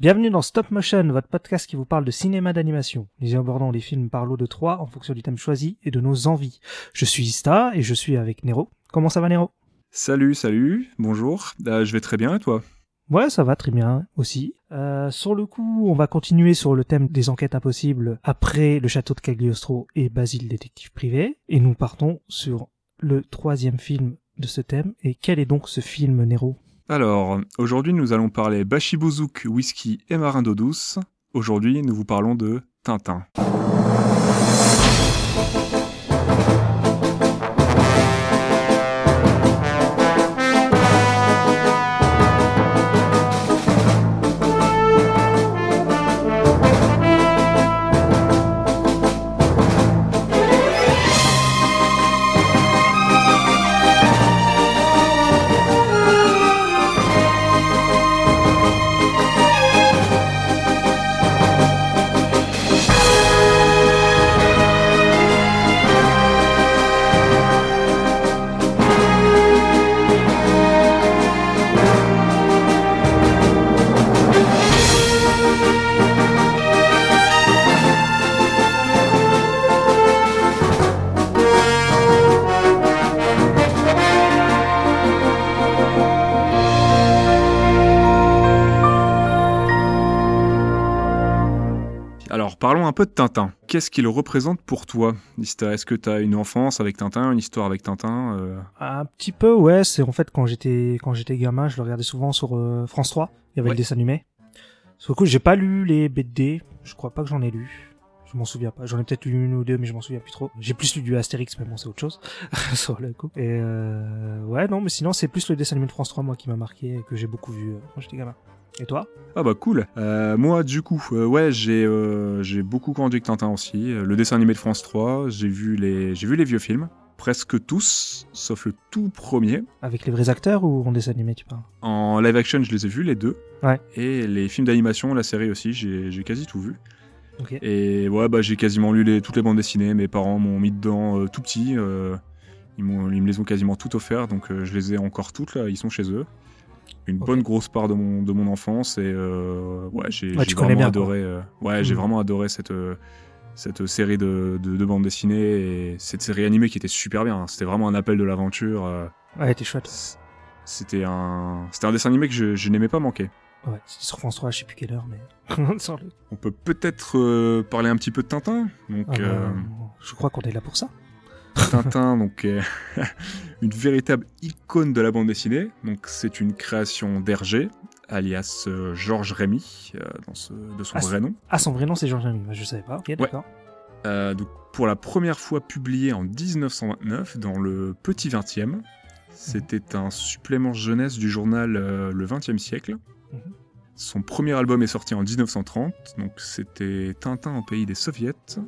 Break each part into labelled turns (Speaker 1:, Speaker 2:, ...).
Speaker 1: Bienvenue dans Stop Motion, votre podcast qui vous parle de cinéma d'animation. Nous y abordons les films par lot de trois en fonction du thème choisi et de nos envies. Je suis Ista et je suis avec Nero. Comment ça va Nero
Speaker 2: Salut, salut, bonjour. Euh, je vais très bien et toi
Speaker 1: Ouais, ça va très bien aussi. Euh, sur le coup, on va continuer sur le thème des enquêtes impossibles après le château de Cagliostro et Basile détective privé. Et nous partons sur le troisième film de ce thème. Et quel est donc ce film, Nero
Speaker 2: Alors, aujourd'hui nous allons parler Bashibozouk, whisky et marin d'eau douce. Aujourd'hui nous vous parlons de Tintin. Alors parlons un peu de Tintin. Qu'est-ce qu'il représente pour toi, Nista Est-ce que t'as une enfance avec Tintin, une histoire avec Tintin euh,
Speaker 1: Un petit peu, ouais. C'est en fait quand j'étais quand j'étais gamin, je le regardais souvent sur euh, France 3. Il y avait
Speaker 2: Ouais.
Speaker 1: le dessin animé. Sur le coup, j'ai pas lu les BD. Je crois pas que j'en ai lu. Je m'en souviens pas. J'en ai peut-être lu une ou deux, mais je m'en souviens plus trop. J'ai plus lu du Astérix, mais bon, c'est autre chose. sur le coup. Et euh, ouais, non, mais sinon, c'est plus le dessin animé de France 3, moi, qui m'a marqué et que j'ai beaucoup vu euh, quand j'étais gamin. Et toi
Speaker 2: Ah bah cool. Euh, moi du coup, euh, ouais, j'ai euh, j'ai beaucoup grandi avec Tintin aussi. Euh, Le dessin animé de France 3, j'ai vu les j'ai vu les vieux films, presque tous, sauf le tout premier.
Speaker 1: Avec les vrais acteurs ou en dessin animé, tu parles
Speaker 2: En live action, je les ai vus les deux.
Speaker 1: Ouais.
Speaker 2: Et les films d'animation, la série aussi, j'ai j'ai quasi tout vu.
Speaker 1: Ok.
Speaker 2: Et ouais, bah j'ai quasiment lu les, toutes les bandes dessinées. Mes parents m'ont mis dedans euh, tout petit. euh, ils, m'ont- ils me les ont quasiment toutes offertes, donc euh, je les ai encore toutes là. Ils sont chez eux. Une
Speaker 1: Ok.
Speaker 2: bonne grosse part de mon, de mon enfance et euh, ouais, j'ai
Speaker 1: Ouais,
Speaker 2: j'ai
Speaker 1: tu connais bien,
Speaker 2: vraiment
Speaker 1: quoi.
Speaker 2: adoré. euh, ouais, j'ai
Speaker 1: Mhm.
Speaker 2: vraiment adoré cette euh, cette série de, de, de bandes dessinées et cette série animée qui était super bien. hein. C'était vraiment un appel de l'aventure. euh,
Speaker 1: Ouais, t'es chouette.
Speaker 2: c- c'était un c'était un dessin animé que je, je n'aimais pas manquer.
Speaker 1: Ouais, c'était sur France 3, je sais plus quelle heure, mais. Sur le-
Speaker 2: On peut peut-être euh, parler un petit peu de Tintin. Donc
Speaker 1: Ah,
Speaker 2: euh,
Speaker 1: bah, Je crois qu'on est là pour ça.
Speaker 2: Tintin, donc euh, une véritable icône de la bande dessinée. Donc c'est une création d'Hergé, alias euh, Georges Rémy, euh, dans ce- de son
Speaker 1: Ah,
Speaker 2: vrai nom.
Speaker 1: Ah, son vrai nom, c'est Georges Rémy. Bah, Je savais pas. Ok, d'accord.
Speaker 2: Euh, donc pour la première fois publié en 1929 dans le Petit 20e. C'était un supplément jeunesse du journal euh, Le 20e siècle.
Speaker 1: Mhm.
Speaker 2: Son premier album est sorti en 1930, donc c'était Tintin au pays des soviets.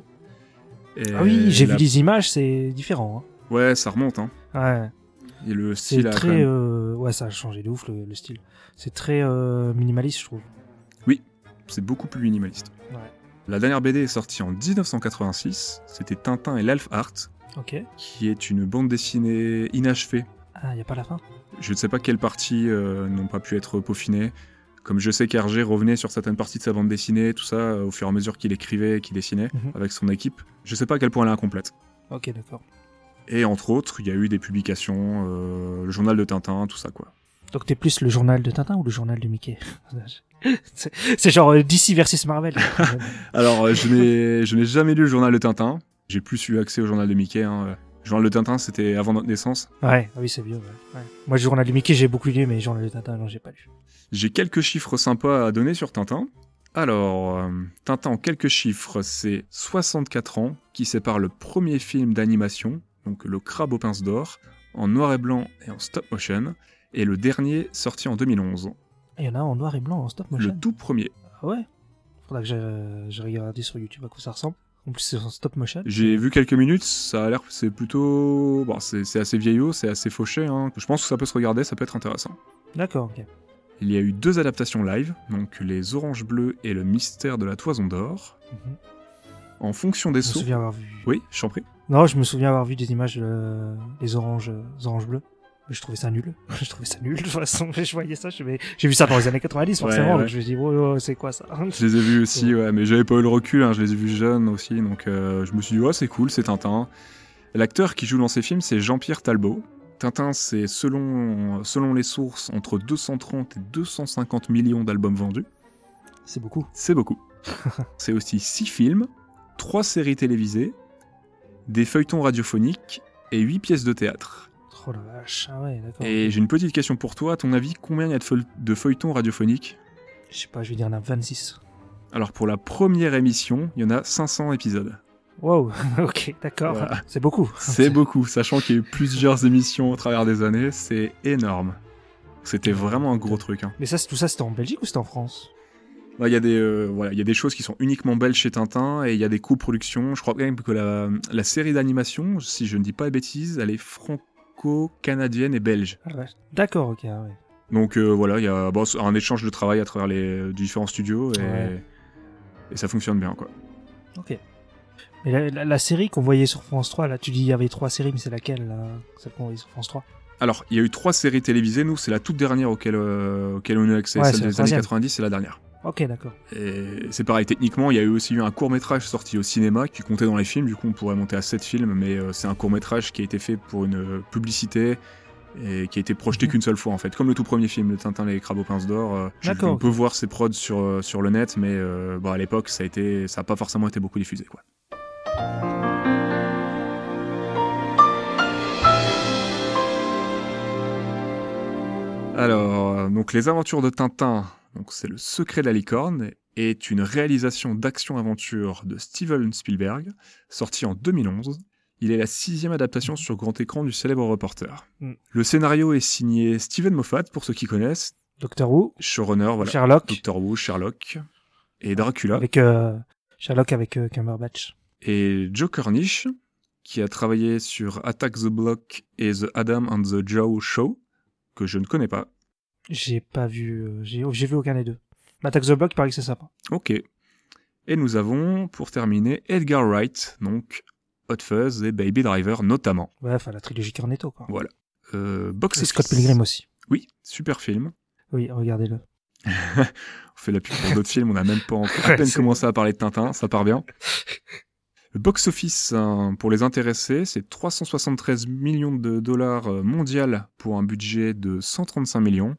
Speaker 2: Et
Speaker 1: Ah oui, j'ai
Speaker 2: la-
Speaker 1: vu des images, c'est différent.
Speaker 2: Ouais, ça remonte. Hein.
Speaker 1: hein. Ouais,
Speaker 2: Et le
Speaker 1: c'est
Speaker 2: style a quand
Speaker 1: très.
Speaker 2: même-
Speaker 1: euh, Ouais, ça a changé de ouf le, le style. C'est très euh, minimaliste, je trouve.
Speaker 2: c'est beaucoup plus minimaliste.
Speaker 1: euh, Ouais.
Speaker 2: La dernière BD est sortie en 1986, c'était Tintin et l'Elf Art,
Speaker 1: Ok.
Speaker 2: qui est une bande dessinée inachevée.
Speaker 1: Ah, y a pas la fin
Speaker 2: Je ne sais pas quelles parties euh, n'ont pas pu être peaufinées. Comme je sais qu'Hergé revenait sur certaines parties de sa bande dessinée, tout ça, euh, au fur et à mesure qu'il écrivait et qu'il dessinait
Speaker 1: Mhm.
Speaker 2: avec son équipe, je sais pas à quel point elle est incomplète.
Speaker 1: Ok, d'accord.
Speaker 2: Et entre autres, il y a eu des publications, euh, le journal de Tintin, tout ça quoi.
Speaker 1: Donc t'es plus le journal de Tintin ou le journal de Mickey C'est c'est genre euh, DC versus Marvel.
Speaker 2: Alors, euh, je n'ai- je n'ai jamais lu le journal de Tintin. J'ai plus eu accès au journal de Mickey. hein. Le journal de Tintin, c'était avant notre naissance.
Speaker 1: ouais, ah oui, c'est vieux. Ouais. ouais. Moi, le journal de Mickey, j'ai beaucoup lu, mais le journal de Tintin, non, j'ai pas lu.
Speaker 2: J'ai quelques chiffres sympas à donner sur Tintin. Alors, euh, Tintin en quelques chiffres, c'est 64 ans qui séparent le premier film d'animation, donc Le Crabe aux pinces d'or, en noir et blanc et en stop motion, et le dernier sorti en 2011,
Speaker 1: Il y en a un en noir et blanc en stop motion.
Speaker 2: le tout premier.
Speaker 1: Ah ouais Faudra que je, je regarde sur YouTube à quoi ça ressemble. En plus, c'est en stop motion.
Speaker 2: J'ai vu quelques minutes, ça a l'air, c'est plutôt, bon, c'est c'est assez vieillot, c'est assez fauché. hein. Je pense que ça peut se regarder, ça peut être intéressant.
Speaker 1: D'accord, ok.
Speaker 2: Il y a eu deux adaptations live, donc Les Oranges Bleues et Le Mystère de la Toison d'Or.
Speaker 1: Mhm.
Speaker 2: En fonction des
Speaker 1: Je me
Speaker 2: sauts.
Speaker 1: souviens avoir vu.
Speaker 2: Oui, je t'en prie.
Speaker 1: Non, je me souviens avoir vu des images euh, des oranges, euh, oranges bleues. Mais je trouvais ça nul. je trouvais ça nul de toute façon. Je voyais ça, je... mais j'ai vu ça dans les années 90
Speaker 2: Ouais,
Speaker 1: forcément.
Speaker 2: ouais.
Speaker 1: Donc je me suis dit, oh, oh, c'est quoi ça
Speaker 2: Je les ai vus aussi, ouais, mais j'avais pas eu le recul, hein, je les ai vus jeunes aussi, donc euh, je me suis dit, ouais, c'est cool, c'est Tintin. L'acteur qui joue dans ces films, c'est Jean-Pierre Talbot. Tintin, c'est selon, selon les sources, entre 230 et 250 millions d'albums vendus.
Speaker 1: C'est beaucoup.
Speaker 2: C'est beaucoup. c'est aussi 6 films, 3 séries télévisées, des feuilletons radiophoniques et 8 pièces de théâtre.
Speaker 1: Oh la vache. Ah ouais, d'accord.
Speaker 2: Et j'ai une petite question pour toi, à ton avis, combien il y a de feuille- de feuilletons radiophoniques
Speaker 1: Je sais pas, je vais dire, il y en a 26.
Speaker 2: Alors pour la première émission, il y en a 500 épisodes.
Speaker 1: Wow, ok, d'accord.
Speaker 2: Voilà.
Speaker 1: C'est beaucoup.
Speaker 2: C'est beaucoup, sachant qu'il y a eu plusieurs émissions au travers des années, c'est énorme. C'était vraiment un gros truc. hein.
Speaker 1: Mais ça, c'est- tout ça, c'était en Belgique ou c'était en France
Speaker 2: Là, Il y, a des, euh, voilà, il y a des choses qui sont uniquement belges chez Tintin et il y a des coproductions. Je crois quand même que la, la série d'animation, si je ne dis pas de bêtises, elle est franco-canadienne et belge.
Speaker 1: Ah ouais. D'accord, ok, ah ouais.
Speaker 2: Donc euh, voilà, il y a bon, c'est un échange de travail à travers les différents studios et,
Speaker 1: Ouais.
Speaker 2: et ça fonctionne bien. quoi.
Speaker 1: Ok. Mais la, la- la série qu'on voyait sur France 3, là, tu dis il y avait trois séries, mais c'est laquelle, là Celle qu'on voyait sur France 3
Speaker 2: Alors, il y a eu trois séries télévisées. Nous, c'est la toute dernière auquel, euh, auquel on a eu accès.
Speaker 1: Ouais, c'est
Speaker 2: Celle
Speaker 1: la
Speaker 2: des années
Speaker 1: troisième.
Speaker 2: 90, c'est la dernière.
Speaker 1: Ok, d'accord.
Speaker 2: Et c'est pareil, techniquement, il y a eu aussi eu un court-métrage sorti au cinéma qui comptait dans les films. Du coup, on pourrait monter à 7 films, mais euh, c'est un court-métrage qui a été fait pour une euh, publicité et qui a été projeté
Speaker 1: Mhm.
Speaker 2: qu'une seule fois, en fait. Comme le tout premier film, le Tintin et les crabes aux pinces d'or. euh, je-
Speaker 1: D'accord,
Speaker 2: on
Speaker 1: ok.
Speaker 2: peut voir ses prods sur, euh, sur le net, mais euh, bon, à l'époque, ça a été, ça n'a pas forcément été beaucoup diffusé, quoi. Alors, euh, donc les aventures de Tintin, donc c'est le secret de la licorne, est une réalisation d'action-aventure de Steven Spielberg, sortie en 2011. Il est la sixième adaptation sur grand écran du célèbre reporter.
Speaker 1: Mm.
Speaker 2: Le scénario est signé Steven Moffat, pour ceux qui connaissent,
Speaker 1: Doctor Who,
Speaker 2: showrunner, voilà,
Speaker 1: Sherlock,
Speaker 2: Doctor Who, Sherlock, et Dracula,
Speaker 1: avec euh, Sherlock avec euh, Cumberbatch.
Speaker 2: et Joe Cornish, qui a travaillé sur Attack the Block et The Adam and the Joe Show, que je ne connais pas.
Speaker 1: J'ai pas vu, euh, j'ai j'ai vu aucun des deux. Attack the Block, il paraît que c'est sympa.
Speaker 2: Ok. Et nous avons, pour terminer, Edgar Wright, donc Hot Fuzz et Baby Driver notamment.
Speaker 1: Ouais, enfin la trilogie Cornetto quoi.
Speaker 2: Euh, box
Speaker 1: Et Scott
Speaker 2: office.
Speaker 1: Pilgrim aussi.
Speaker 2: Oui, super film.
Speaker 1: Oui, regardez-le.
Speaker 2: On fait la pub pour d'autres films, on n'a même pas encore à
Speaker 1: Ouais,
Speaker 2: peine
Speaker 1: c'est-
Speaker 2: commencé à parler de Tintin, ça part bien. Le box-office, hein, pour les intéressés, c'est 373 millions de dollars euh, mondial pour un budget de 135 millions.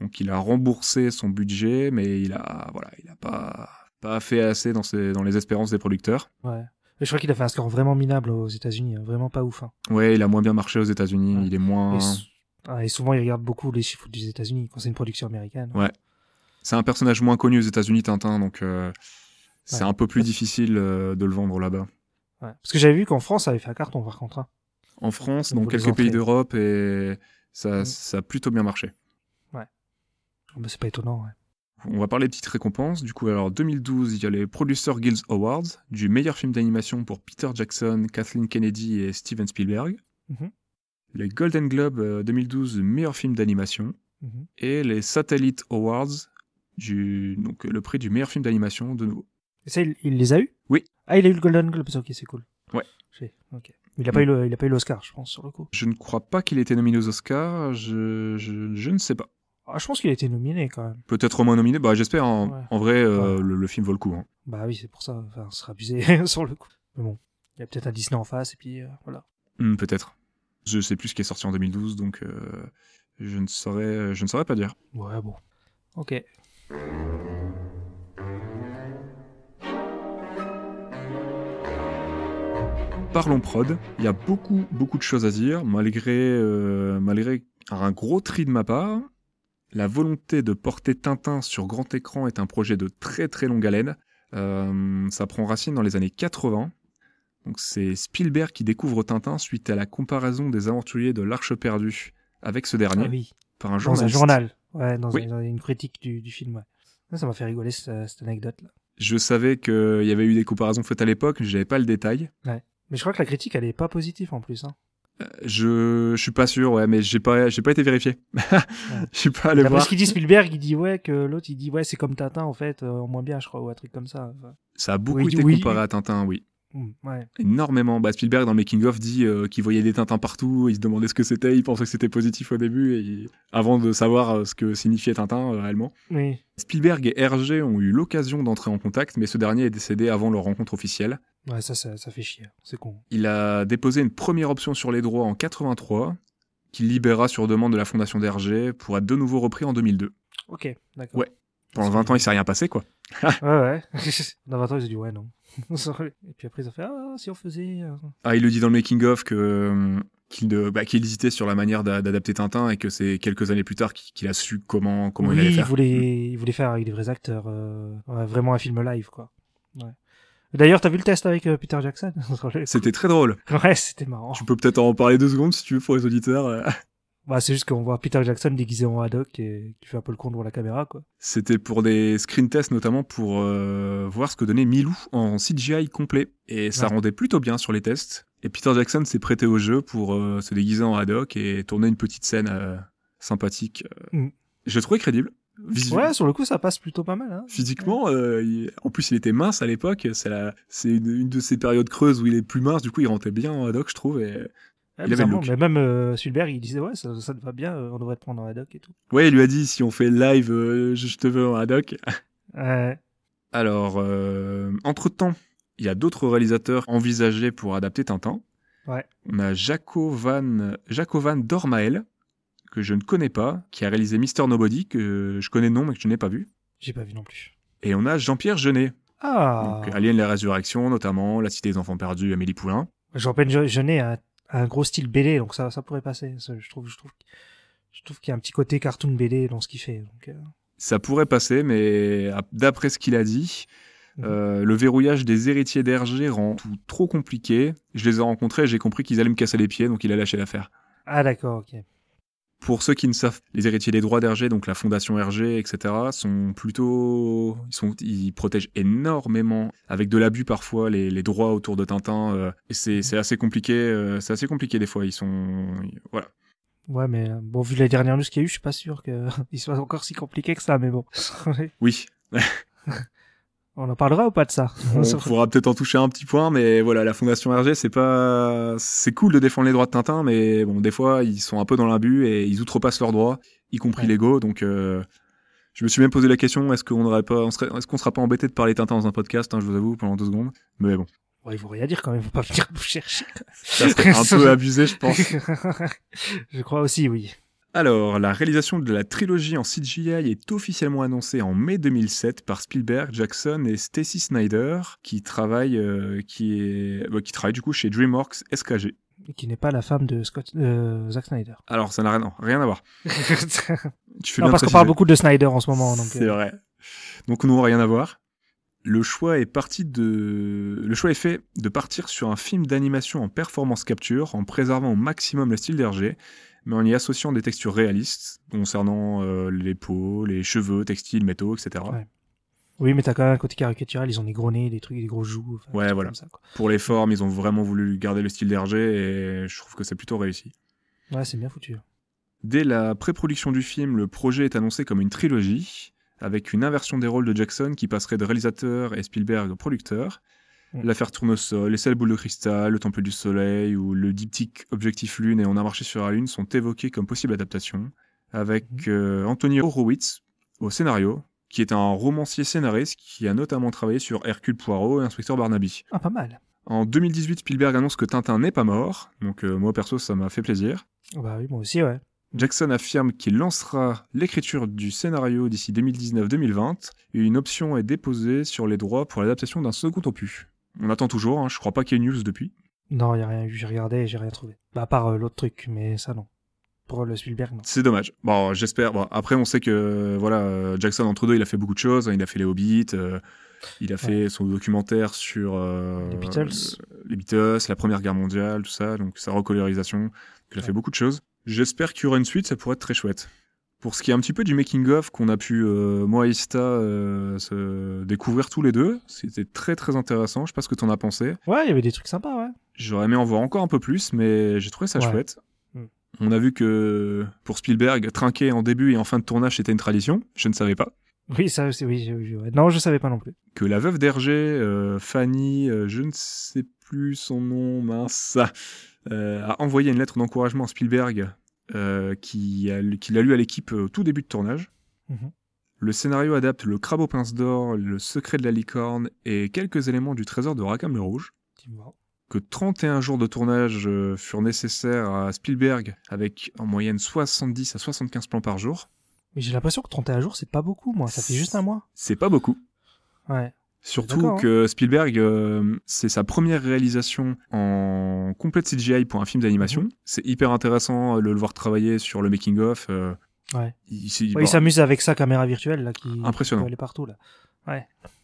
Speaker 2: Donc il a remboursé son budget, mais il a, voilà, il a pas, pas fait assez dans, ses- dans les espérances des producteurs.
Speaker 1: Ouais. Et je crois qu'il a fait un score vraiment minable aux États-Unis, hein, vraiment pas ouf. hein.
Speaker 2: Ouais, il a moins bien marché aux États-Unis,
Speaker 1: Ouais.
Speaker 2: il est moins.
Speaker 1: Et, sou- ah, et souvent, il regarde beaucoup les chiffres des États-Unis quand c'est une production américaine.
Speaker 2: Ouais. C'est un personnage moins connu aux États-Unis, Tintin, donc euh,
Speaker 1: Ouais.
Speaker 2: c'est un peu plus difficile euh, de le vendre là-bas.
Speaker 1: Ouais. Parce que j'avais vu qu'en France, ça avait fait un carton par contre. hein.
Speaker 2: En France,
Speaker 1: Au
Speaker 2: dans
Speaker 1: niveau des
Speaker 2: quelques pays
Speaker 1: entrées.
Speaker 2: d'Europe, et ça,
Speaker 1: Ouais.
Speaker 2: ça a plutôt bien marché.
Speaker 1: Ah, bah, c'est pas étonnant. Ouais.
Speaker 2: On va parler des petites récompenses. Du coup, alors 2012, il y a les Producer Guild Awards du meilleur film d'animation pour Peter Jackson, Kathleen Kennedy et Steven Spielberg.
Speaker 1: Mhm.
Speaker 2: Les Golden Globe euh, 2012, meilleur film d'animation.
Speaker 1: Mhm.
Speaker 2: et les Satellite Awards, du, donc euh, le prix du meilleur film d'animation de nouveau.
Speaker 1: Et ça, il, il les a eu
Speaker 2: Oui.
Speaker 1: Ah, il a eu le Golden Globe, ok, c'est cool.
Speaker 2: Ouais.
Speaker 1: J'ai- ok. Mais Il a pas eu le- il a pas eu l'Oscar, je pense, sur le coup.
Speaker 2: Je ne crois pas qu'il ait été nominé aux Oscars, je, je, je ne sais pas.
Speaker 1: Ah, je pense qu'il a été nominé quand même.
Speaker 2: Peut-être au moins nominé, bah j'espère, en,
Speaker 1: Ouais.
Speaker 2: en vrai euh,
Speaker 1: Ouais.
Speaker 2: le, le film vaut le coup. hein.
Speaker 1: Bah oui, c'est pour ça. Enfin, ce sera abusé sur le coup. Mais bon, il y a peut-être un Disney en face et puis euh, voilà.
Speaker 2: Hmm, Peut-être. Je sais plus ce qui est sorti en 2012, donc euh, je, ne saurais, je ne saurais pas dire.
Speaker 1: Ouais, bon. Ok.
Speaker 2: Parlons prod, il y a beaucoup beaucoup de choses à dire, malgré, euh, malgré un gros tri de ma part. La volonté de porter Tintin sur grand écran est un projet de très très longue haleine. Euh, ça prend racine dans les années 80. Donc c'est Spielberg qui découvre Tintin suite à la comparaison des aventuriers de l'Arche perdue avec ce dernier
Speaker 1: Ah oui.
Speaker 2: par un
Speaker 1: Dans un
Speaker 2: journaliste.
Speaker 1: journal. Ouais, dans, un-
Speaker 2: Oui.
Speaker 1: dans une critique du, du film, ouais. Ça, ça m'a fait rigoler ce- cette anecdote là.
Speaker 2: Je savais qu'il y avait eu des comparaisons faites à l'époque, mais j'avais pas le détail.
Speaker 1: Mais je crois que la critique, elle est pas positive en plus. Hein.
Speaker 2: Euh, Je, je suis pas sûr, ouais, mais j'ai pas, j'ai pas été vérifié. Je suis pas allé
Speaker 1: D'après
Speaker 2: voir.
Speaker 1: ce qu'il dit Spielberg, il dit ouais que l'autre il dit ouais c'est comme Tintin en fait, euh, en moins bien je crois ou un truc comme ça. enfin.
Speaker 2: Ça a beaucoup
Speaker 1: Oui,
Speaker 2: été
Speaker 1: oui.
Speaker 2: comparé à Tintin, oui.
Speaker 1: Mm, ouais.
Speaker 2: Énormément. Bah, Spielberg, dans le Making of, dit euh, qu'il voyait des Tintins partout, il se demandait ce que c'était, il pensait que c'était positif au début, et il- avant de savoir euh, ce que signifiait Tintin euh, allemand.
Speaker 1: Oui.
Speaker 2: Spielberg et Hergé ont eu l'occasion d'entrer en contact, mais ce dernier est décédé avant leur rencontre officielle.
Speaker 1: Ouais, ça, ça, ça fait chier. C'est con.
Speaker 2: Il a déposé une première option sur les droits en 83, qu'il libéra sur demande de la fondation d'Hergé, pour être de nouveau repris en 2002.
Speaker 1: Ok, d'accord.
Speaker 2: Ouais. Pendant 20 ans, il s'est rien passé, quoi.
Speaker 1: Ouais, ouais. Dans 20 ans, ils ont dit ouais, non. Et puis après, ils ont fait ah, si on faisait. euh,
Speaker 2: Ah, il le dit dans le making-of que euh, qu'il ne- bah, qu'il hésitait sur la manière d'a- d'adapter Tintin et que c'est quelques années plus tard qu'il qu'il a su comment, comment
Speaker 1: oui,
Speaker 2: il allait
Speaker 1: il
Speaker 2: faire. Mm.
Speaker 1: voulait, il voulait faire avec des vrais acteurs, euh, ouais, vraiment un film live, quoi. Ouais. D'ailleurs, t'as vu le test avec euh, Peter Jackson
Speaker 2: C'était très drôle.
Speaker 1: Ouais, c'était marrant.
Speaker 2: Tu peux peut-être en parler deux secondes si tu veux pour les auditeurs.
Speaker 1: Bah, c'est juste qu'on voit Peter Jackson déguisé en Haddock et qui fait un peu le con devant la caméra, quoi.
Speaker 2: C'était pour des screen tests notamment pour euh, voir ce que donnait Milou en CGI complet. Et ça
Speaker 1: Ouais.
Speaker 2: rendait plutôt bien sur les tests. Et Peter Jackson s'est prêté au jeu pour euh, se déguiser en Haddock et tourner une petite scène euh, sympathique. Euh,
Speaker 1: Mm.
Speaker 2: Je le trouvais crédible. Visuellement.
Speaker 1: Ouais, sur le coup, ça passe plutôt pas mal, hein.
Speaker 2: Physiquement, euh, il- en plus, il était mince à l'époque. C'est la- c'est une, une de ces périodes creuses où il est plus mince. Du coup, il rentrait bien en Haddock, je trouve. Et... euh,
Speaker 1: Ouais,
Speaker 2: avait le
Speaker 1: bizarrement,
Speaker 2: look.
Speaker 1: mais même euh, Spielberg, il disait ouais, ça, ça te va bien, euh, on devrait te prendre en Haddock et tout.
Speaker 2: Ouais, il lui a dit si on fait live, euh, je je te veux en Haddock.
Speaker 1: Ouais.
Speaker 2: Alors, euh, entre-temps, il y a d'autres réalisateurs envisagés pour adapter Tintin.
Speaker 1: Ouais.
Speaker 2: On a Jaco Van, Jaco Van Dormael, que je ne connais pas, qui a réalisé Mister Nobody, que je connais de nom mais que je n'ai pas vu.
Speaker 1: J'ai pas vu non plus.
Speaker 2: Et on a Jean-Pierre Jeunet,
Speaker 1: Ah.
Speaker 2: donc euh, Alien la Résurrection notamment, La Cité des Enfants Perdus, Amélie Poulain.
Speaker 1: Jean-Pierre Je- Jeunet a un, a un gros style BD, donc ça, ça pourrait passer. Ça, je trouve, je trouve, je trouve qu'il y a un petit côté cartoon BD dans ce qu'il fait. Donc, euh,
Speaker 2: Ça pourrait passer, mais à- d'après ce qu'il a dit,
Speaker 1: Mhm.
Speaker 2: euh, le verrouillage des héritiers d'Hergé rend tout trop compliqué. Je les ai rencontrés, j'ai compris qu'ils allaient me casser les pieds, donc il a lâché l'affaire.
Speaker 1: Ah d'accord, ok.
Speaker 2: Pour ceux qui ne savent, les héritiers des droits d'Hergé, donc la fondation Hergé, etc., sont plutôt, ils, sont, ils protègent énormément, avec de l'abus parfois, les, les droits autour de Tintin. euh, et c'est c'est assez compliqué, euh, c'est assez compliqué des fois. Ils sont, voilà.
Speaker 1: Ouais, mais euh, bon, vu la dernière news qu'il y a eu, je suis pas sûr qu'il soit encore si compliqué que ça, mais bon.
Speaker 2: Oui,
Speaker 1: On en parlera ou pas de ça
Speaker 2: on pourra peut-être en toucher un petit point, mais voilà, la fondation Hergé, c'est pas, c'est cool de défendre les droits de Tintin, mais bon, des fois, ils sont un peu dans l'abus et ils outrepassent leurs droits, y compris
Speaker 1: Ouais.
Speaker 2: légaux. Donc, euh, je me suis même posé la question, est-ce qu'on n'aurait pas, on serait- est-ce qu'on sera pas embêté de parler Tintin dans un podcast, hein, je vous avoue, pendant deux secondes, mais bon.
Speaker 1: Ouais, ils vont rien dire quand même, ils vont pas venir nous chercher.
Speaker 2: Ça serait un peu abusé, je pense.
Speaker 1: je crois aussi, oui.
Speaker 2: Alors, la réalisation de la trilogie en CGI est officiellement annoncée en mai 2007 par Spielberg, Jackson et Stacy Snyder, qui travaille, euh, qui est, bah, qui travaille du coup chez DreamWorks SKG.
Speaker 1: Et Qui n'est pas la femme de Scott, euh, Zack Snyder.
Speaker 2: Alors, ça n'a rien, non, rien à voir. Tu
Speaker 1: non,
Speaker 2: fais bien de
Speaker 1: parce qu'on
Speaker 2: préciser.
Speaker 1: parle beaucoup de Snyder en ce moment. Donc,
Speaker 2: C'est
Speaker 1: euh,
Speaker 2: vrai. Donc, nous, rien à voir. Le choix est parti de, le choix est fait de partir sur un film d'animation en performance capture, en préservant au maximum le style d'Hergé, mais en y associant des textures réalistes concernant euh, les peaux, les cheveux, textiles, métaux, etc.
Speaker 1: Ouais. Oui, mais t'as quand même un côté caricatural, ils ont des gros nez, des trucs, des gros joues. enfin, des
Speaker 2: Ouais,
Speaker 1: trucs
Speaker 2: voilà.
Speaker 1: comme ça, quoi.
Speaker 2: Pour les formes, ils ont vraiment voulu garder le style d'Hergé et je trouve que c'est plutôt réussi.
Speaker 1: Ouais, c'est bien foutu.
Speaker 2: Dès la pré-production du film, le projet est annoncé comme une trilogie, avec une inversion des rôles de Jackson qui passerait de réalisateur et Spielberg au producteur.
Speaker 1: Mm.
Speaker 2: L'affaire Tournesol, les seules boules de cristal, le temple du soleil ou le diptyque Objectif Lune et On a marché sur la Lune sont évoqués comme possibles adaptations, avec
Speaker 1: Mhm.
Speaker 2: euh, Anthony Horowitz au scénario, qui est un romancier scénariste qui a notamment travaillé sur Hercule Poirot et Inspecteur Barnaby.
Speaker 1: Ah, pas mal.
Speaker 2: En 2018, Spielberg annonce que Tintin n'est pas mort, donc euh, moi perso ça m'a fait plaisir.
Speaker 1: Ah Bah oui, moi aussi, ouais.
Speaker 2: Jackson affirme qu'il lancera l'écriture du scénario d'ici 2019-2020 et une option est déposée sur les droits pour l'adaptation d'un second opus. On attend toujours, hein, je crois pas qu'il y ait une news depuis.
Speaker 1: Non, y a rien eu, j'ai regardé et j'ai rien trouvé. Bah, à part euh, l'autre truc, mais ça, non. Pour le Spielberg, non.
Speaker 2: C'est dommage. Bon, j'espère. bon, après, on sait que voilà, euh, Jackson entre deux, il a fait beaucoup de choses. hein, il a fait les Hobbits, euh, il a fait son documentaire sur euh,
Speaker 1: Les Beatles.
Speaker 2: le- les Beatles, la Première Guerre mondiale, tout ça. Donc sa recolorisation, donc il a
Speaker 1: Ouais.
Speaker 2: fait beaucoup de choses. J'espère qu'il y aura une suite, ça pourrait être très chouette. Pour ce qui est un petit peu du making of qu'on a pu euh, moi et Ista euh, se découvrir tous les deux, c'était très très intéressant. Je sais pas ce que t'en as pensé.
Speaker 1: Ouais, il y avait des trucs sympas, ouais.
Speaker 2: J'aurais aimé en voir encore un peu plus, mais j'ai trouvé ça
Speaker 1: Ouais.
Speaker 2: chouette.
Speaker 1: Mm.
Speaker 2: On a vu que pour Spielberg, trinquer en début et en fin de tournage, c'était une tradition. Je ne savais pas.
Speaker 1: Oui, ça, c'est, oui, oui, oui, ouais. Non, je savais pas non plus.
Speaker 2: que la veuve d'Hergé, euh, Fanny, euh, je ne sais plus son nom, mince, euh, a envoyé une lettre d'encouragement à Spielberg euh, qui a lu- qu'il a lu à l'équipe euh, au tout début de tournage.
Speaker 1: Mhm.
Speaker 2: Le scénario adapte le crabe aux pinces d'or, le secret de la licorne et quelques éléments du trésor de Rackham le Rouge.
Speaker 1: Effectivement.
Speaker 2: Que 31 jours de tournage euh, furent nécessaires à Spielberg avec en moyenne 70 à 75 plans par jour.
Speaker 1: Mais j'ai l'impression que 31 jours, c'est pas beaucoup, moi. Ça fait juste un mois.
Speaker 2: C'est pas beaucoup.
Speaker 1: Ouais.
Speaker 2: Surtout
Speaker 1: D'accord, hein.
Speaker 2: que Spielberg, euh, c'est sa première réalisation en complète CGI pour un film d'animation.
Speaker 1: Mhm.
Speaker 2: C'est hyper intéressant euh, de le voir travailler sur le making-of. euh,
Speaker 1: Ouais.
Speaker 2: il- c'est-
Speaker 1: Ouais,
Speaker 2: bon,
Speaker 1: il s'amuse avec sa caméra virtuelle, là, qui
Speaker 2: Impressionnant.
Speaker 1: qui peut aller partout, là.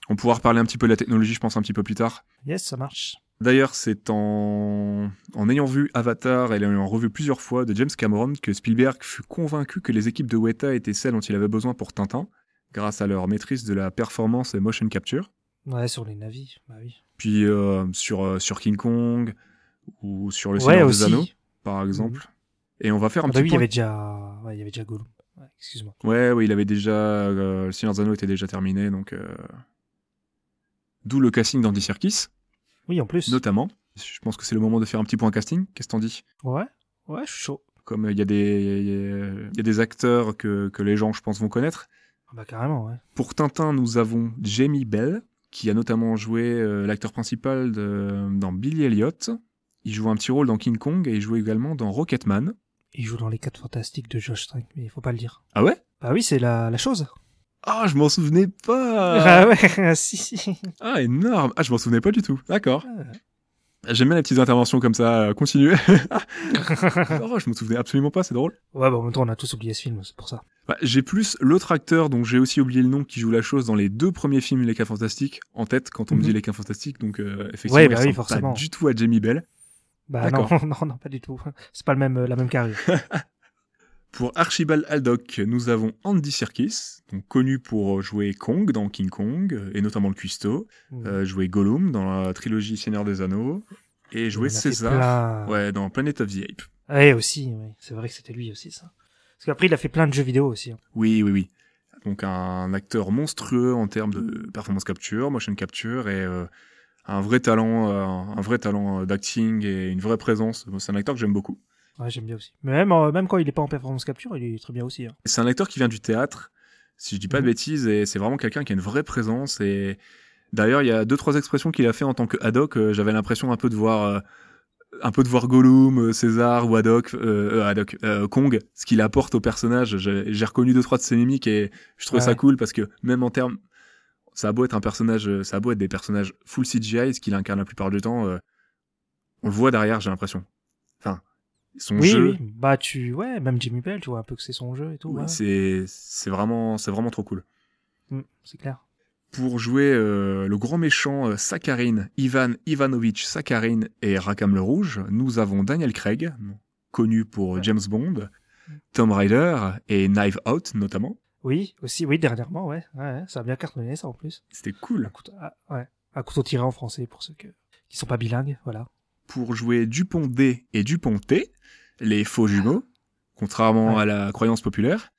Speaker 2: on pourra reparler un petit peu de la technologie, je pense, un petit peu plus tard.
Speaker 1: Yes, ça marche.
Speaker 2: D'ailleurs, c'est en... en ayant vu Avatar et l'ayant revu plusieurs fois de James Cameron que Spielberg fut convaincu que les équipes de Weta étaient celles dont il avait besoin pour Tintin, grâce à leur maîtrise de la performance et motion capture.
Speaker 1: Ouais, sur les navis. Bah oui.
Speaker 2: Puis euh, sur, euh, sur King Kong ou sur Le
Speaker 1: ouais,
Speaker 2: Seigneur
Speaker 1: aussi.
Speaker 2: des Anneaux. par exemple. Et on va faire un
Speaker 1: Ah bah
Speaker 2: petit
Speaker 1: oui, il y
Speaker 2: point.
Speaker 1: avait déjà, ouais, il y avait déjà Gollum. Ouais, excuse-moi.
Speaker 2: Ouais, ouais, il avait déjà. euh, le Seigneur des Anneaux était déjà terminé, donc. euh, D'où le casting d'Andy Serkis,
Speaker 1: Oui, en plus.
Speaker 2: notamment. Je pense que c'est le moment de faire un petit point casting. Qu'est-ce que t'en dis
Speaker 1: Ouais. Ouais, je suis chaud.
Speaker 2: Comme euh, il y, a des- il y a des acteurs que, que les gens, je pense, vont connaître.
Speaker 1: Ah Bah carrément, ouais.
Speaker 2: Pour Tintin, nous avons Jamie Bell, qui a notamment joué euh, l'acteur principal de- dans Billy Elliot. Il joue un petit rôle dans King Kong et il joue également dans Rocketman.
Speaker 1: Il joue dans les 4 fantastiques de Josh Trank, mais il faut pas le dire.
Speaker 2: Ah ouais
Speaker 1: Bah oui, c'est la, la chose.
Speaker 2: Ah, je m'en souvenais pas
Speaker 1: Ah ouais, si, si.
Speaker 2: Ah, énorme Ah, je m'en souvenais pas du tout. D'accord.
Speaker 1: Ouais.
Speaker 2: J'aime bien les petites interventions comme ça. euh, Continuez. oh, je m'en souvenais absolument pas, c'est drôle.
Speaker 1: Ouais, bah en même temps, on a tous oublié ce film, c'est pour ça.
Speaker 2: Bah, j'ai plus l'autre acteur dont j'ai aussi oublié le nom qui joue la chose dans les deux premiers films Les Cas Fantastiques en tête quand on me dit
Speaker 1: Mhm.
Speaker 2: Les Cas Fantastiques. Donc, euh, effectivement,
Speaker 1: Ouais,
Speaker 2: il
Speaker 1: bah oui,
Speaker 2: ressemble
Speaker 1: forcément.
Speaker 2: pas du tout à Jamie Bell.
Speaker 1: Bah non, non, non, pas du tout. C'est pas le même, euh, la même carrière.
Speaker 2: Pour Archibald Aldock, nous avons Andy Serkis, donc connu pour euh, jouer Kong dans King Kong, et notamment le Cuisto,
Speaker 1: Mmh. Mhm.
Speaker 2: euh, jouer Gollum dans la trilogie Seigneur des Anneaux, et jouer César
Speaker 1: Ouais.
Speaker 2: ouais, dans Planet of the Apes.
Speaker 1: ouais, aussi, ouais. c'est vrai que c'était lui aussi, ça. Parce qu'après, il a fait plein de jeux vidéo aussi. hein.
Speaker 2: Oui, oui, oui. Donc un acteur monstrueux en termes de performance capture, motion capture, et euh, un vrai talent, euh, un vrai talent euh, d'acting et une vraie présence. Bon, C'est un acteur que j'aime beaucoup.
Speaker 1: Ouais, j'aime bien aussi. Mais même, euh, même quand il est pas en performance capture, il est très bien aussi. hein.
Speaker 2: C'est un acteur qui vient du théâtre, si je dis pas de
Speaker 1: Mhm.
Speaker 2: bêtises, et c'est vraiment quelqu'un qui a une vraie présence. Et d'ailleurs, il y a deux trois expressions qu'il a fait en tant que Haddock. euh, J'avais l'impression un peu de voir, euh, un peu de voir Gollum, euh, César ou Haddock, euh, euh, Haddock, euh, Kong, ce qu'il apporte au personnage. J'ai j'ai reconnu deux trois de ses mimiques et je trouve
Speaker 1: Ah Ouais.
Speaker 2: ça cool parce que même en termes, ça a beau être un personnage, euh, ça a beau être des personnages full CGI, ce qu'il incarne la plupart du temps, euh, on le voit derrière. J'ai l'impression. Enfin, son
Speaker 1: Oui,
Speaker 2: jeu.
Speaker 1: oui. Bah tu, ouais, même Jimmy Bell, tu vois un peu que c'est son jeu et tout. hein.
Speaker 2: oui,
Speaker 1: ouais.
Speaker 2: c'est c'est vraiment, c'est vraiment trop cool.
Speaker 1: Mm, c'est clair.
Speaker 2: pour jouer euh, le grand méchant euh, Sakharine, Ivan Ivanovich Sakharine et Rakam le Rouge, nous avons Daniel Craig, connu pour James Bond, Tom Rider et Knife Out notamment.
Speaker 1: Oui, aussi, oui, dernièrement, ouais, ouais, ça a bien cartonné ça en plus.
Speaker 2: C'était
Speaker 1: Un
Speaker 2: cool.
Speaker 1: couteau, ah, ouais, un couteau tiré en français pour ceux que, qui sont pas bilingues, voilà.
Speaker 2: Pour jouer Dupont D et Dupont T, les faux jumeaux, contrairement
Speaker 1: Ouais.
Speaker 2: à la croyance populaire,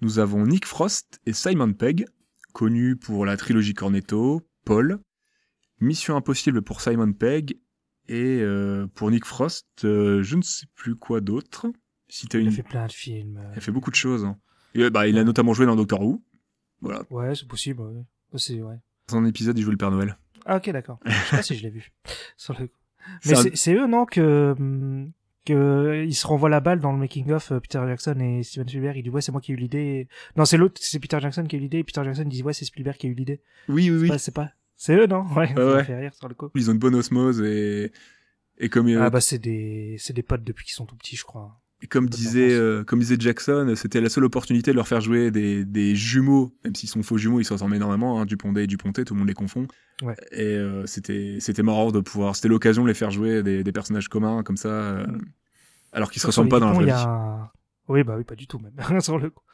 Speaker 2: nous avons Nick Frost et Simon Pegg, connus pour la trilogie Cornetto, Paul, Mission Impossible pour Simon Pegg et euh, pour Nick Frost, euh, je ne sais plus quoi d'autre. Si t'as
Speaker 1: Il
Speaker 2: une...
Speaker 1: a fait plein de films. euh,
Speaker 2: Elle fait beaucoup de choses. hein. Et, euh, bah, il a notamment joué dans Doctor Who. Voilà.
Speaker 1: Ouais, c'est possible. Ouais. Aussi, ouais.
Speaker 2: Dans un épisode, il joue le Père Noël.
Speaker 1: Ah ok, d'accord. Je sais pas si je l'ai vu. Sur le coup.
Speaker 2: C'est
Speaker 1: Mais
Speaker 2: un-
Speaker 1: c'est c'est eux non que hum, que ils se renvoient la balle dans le making of euh, Peter Jackson et Steven Spielberg. Il dit ouais c'est moi qui ai eu l'idée. Non c'est l'autre, c'est Peter Jackson qui a eu l'idée. Et Peter Jackson dit ouais c'est Spielberg qui a eu l'idée.
Speaker 2: Oui, oui, oui.
Speaker 1: Ouais, c'est pas. C'est eux non Ouais. ça me
Speaker 2: ouais.
Speaker 1: fait rire sur le coup.
Speaker 2: Ils ont une bonne osmose et, et comme, euh,
Speaker 1: Ah bah c'est des c'est des potes depuis qu'ils sont tout petits je crois.
Speaker 2: Et comme
Speaker 1: Bonne
Speaker 2: disait,
Speaker 1: enfance.
Speaker 2: euh, comme disait Jackson, c'était la seule opportunité de leur faire jouer des, des jumeaux, même s'ils sont faux jumeaux, ils se ressemblent énormément, hein, Dupondet et Duponté, tout le monde les confond.
Speaker 1: Ouais.
Speaker 2: Et euh, c'était, c'était marrant de pouvoir, c'était l'occasion de les faire jouer des, des personnages communs comme ça, euh, alors qu'ils se
Speaker 1: Mm. Sur
Speaker 2: ressemblent
Speaker 1: les
Speaker 2: pas dans la
Speaker 1: Dupont,
Speaker 2: vraie
Speaker 1: il y
Speaker 2: vie.
Speaker 1: a un- Oui bah oui pas du tout même sur le coup.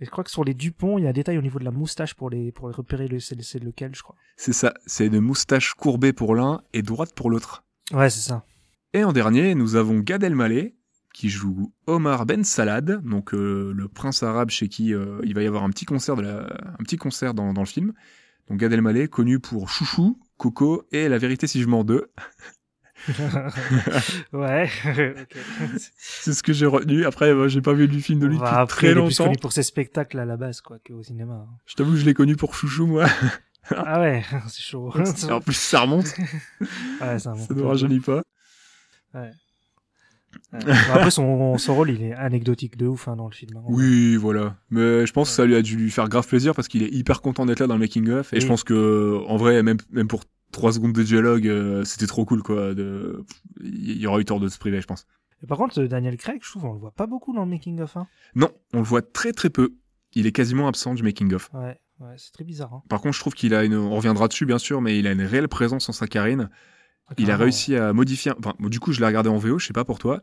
Speaker 1: Et je crois que sur les Dupont il y a un détail au niveau de la moustache pour les pour les repérer le c'est c'est lequel je crois.
Speaker 2: C'est ça, c'est une moustache courbée pour l'un et droite pour l'autre.
Speaker 1: Ouais c'est ça.
Speaker 2: Et en dernier, nous avons Gad Elmaleh, qui joue Omar Ben Salad, donc euh, le prince arabe chez qui euh, il va y avoir un petit concert, de la- un petit concert dans, dans le film. Donc Gad Elmaleh, connu pour Chouchou, Coco et La vérité si je mens deux.
Speaker 1: ouais. ok.
Speaker 2: C'est ce que j'ai retenu. Après, euh, j'ai pas vu du film de lui
Speaker 1: Bah,
Speaker 2: depuis
Speaker 1: après,
Speaker 2: très
Speaker 1: il est plus
Speaker 2: longtemps.
Speaker 1: connu pour ses spectacles à la base, quoi, qu'au cinéma. hein.
Speaker 2: Je t'avoue que je l'ai connu pour Chouchou, moi.
Speaker 1: ah ouais, c'est chaud. ouais,
Speaker 2: Et en plus, ça remonte,
Speaker 1: c'est un bon.
Speaker 2: ça ne rajeunit pas.
Speaker 1: Ouais. Bah, Après, son, son rôle, il est anecdotique de ouf hein, dans le film. hein.
Speaker 2: Oui, voilà. Mais je pense que ça lui a dû lui faire grave plaisir parce qu'il est hyper content d'être là dans le making of. Et je
Speaker 1: Oui.
Speaker 2: pense que, en vrai, même, même pour trois secondes de dialogue, euh, c'était trop cool, quoi. De... Il y aura eu tort de se priver, je pense.
Speaker 1: Et par contre, euh, Daniel Craig, je trouve, on le voit pas beaucoup dans le making of. Hein.
Speaker 2: Non, on le voit très très peu. Il est quasiment absent du making of.
Speaker 1: Ouais, ouais, c'est très bizarre. Hein.
Speaker 2: Par contre, je trouve qu'il a une, on reviendra dessus bien sûr, mais il a une réelle présence en sa carine. Il a
Speaker 1: Carrément,
Speaker 2: réussi à modifier. Enfin, du coup, je l'ai regardé en VO, je sais pas pour toi.
Speaker 1: ouais.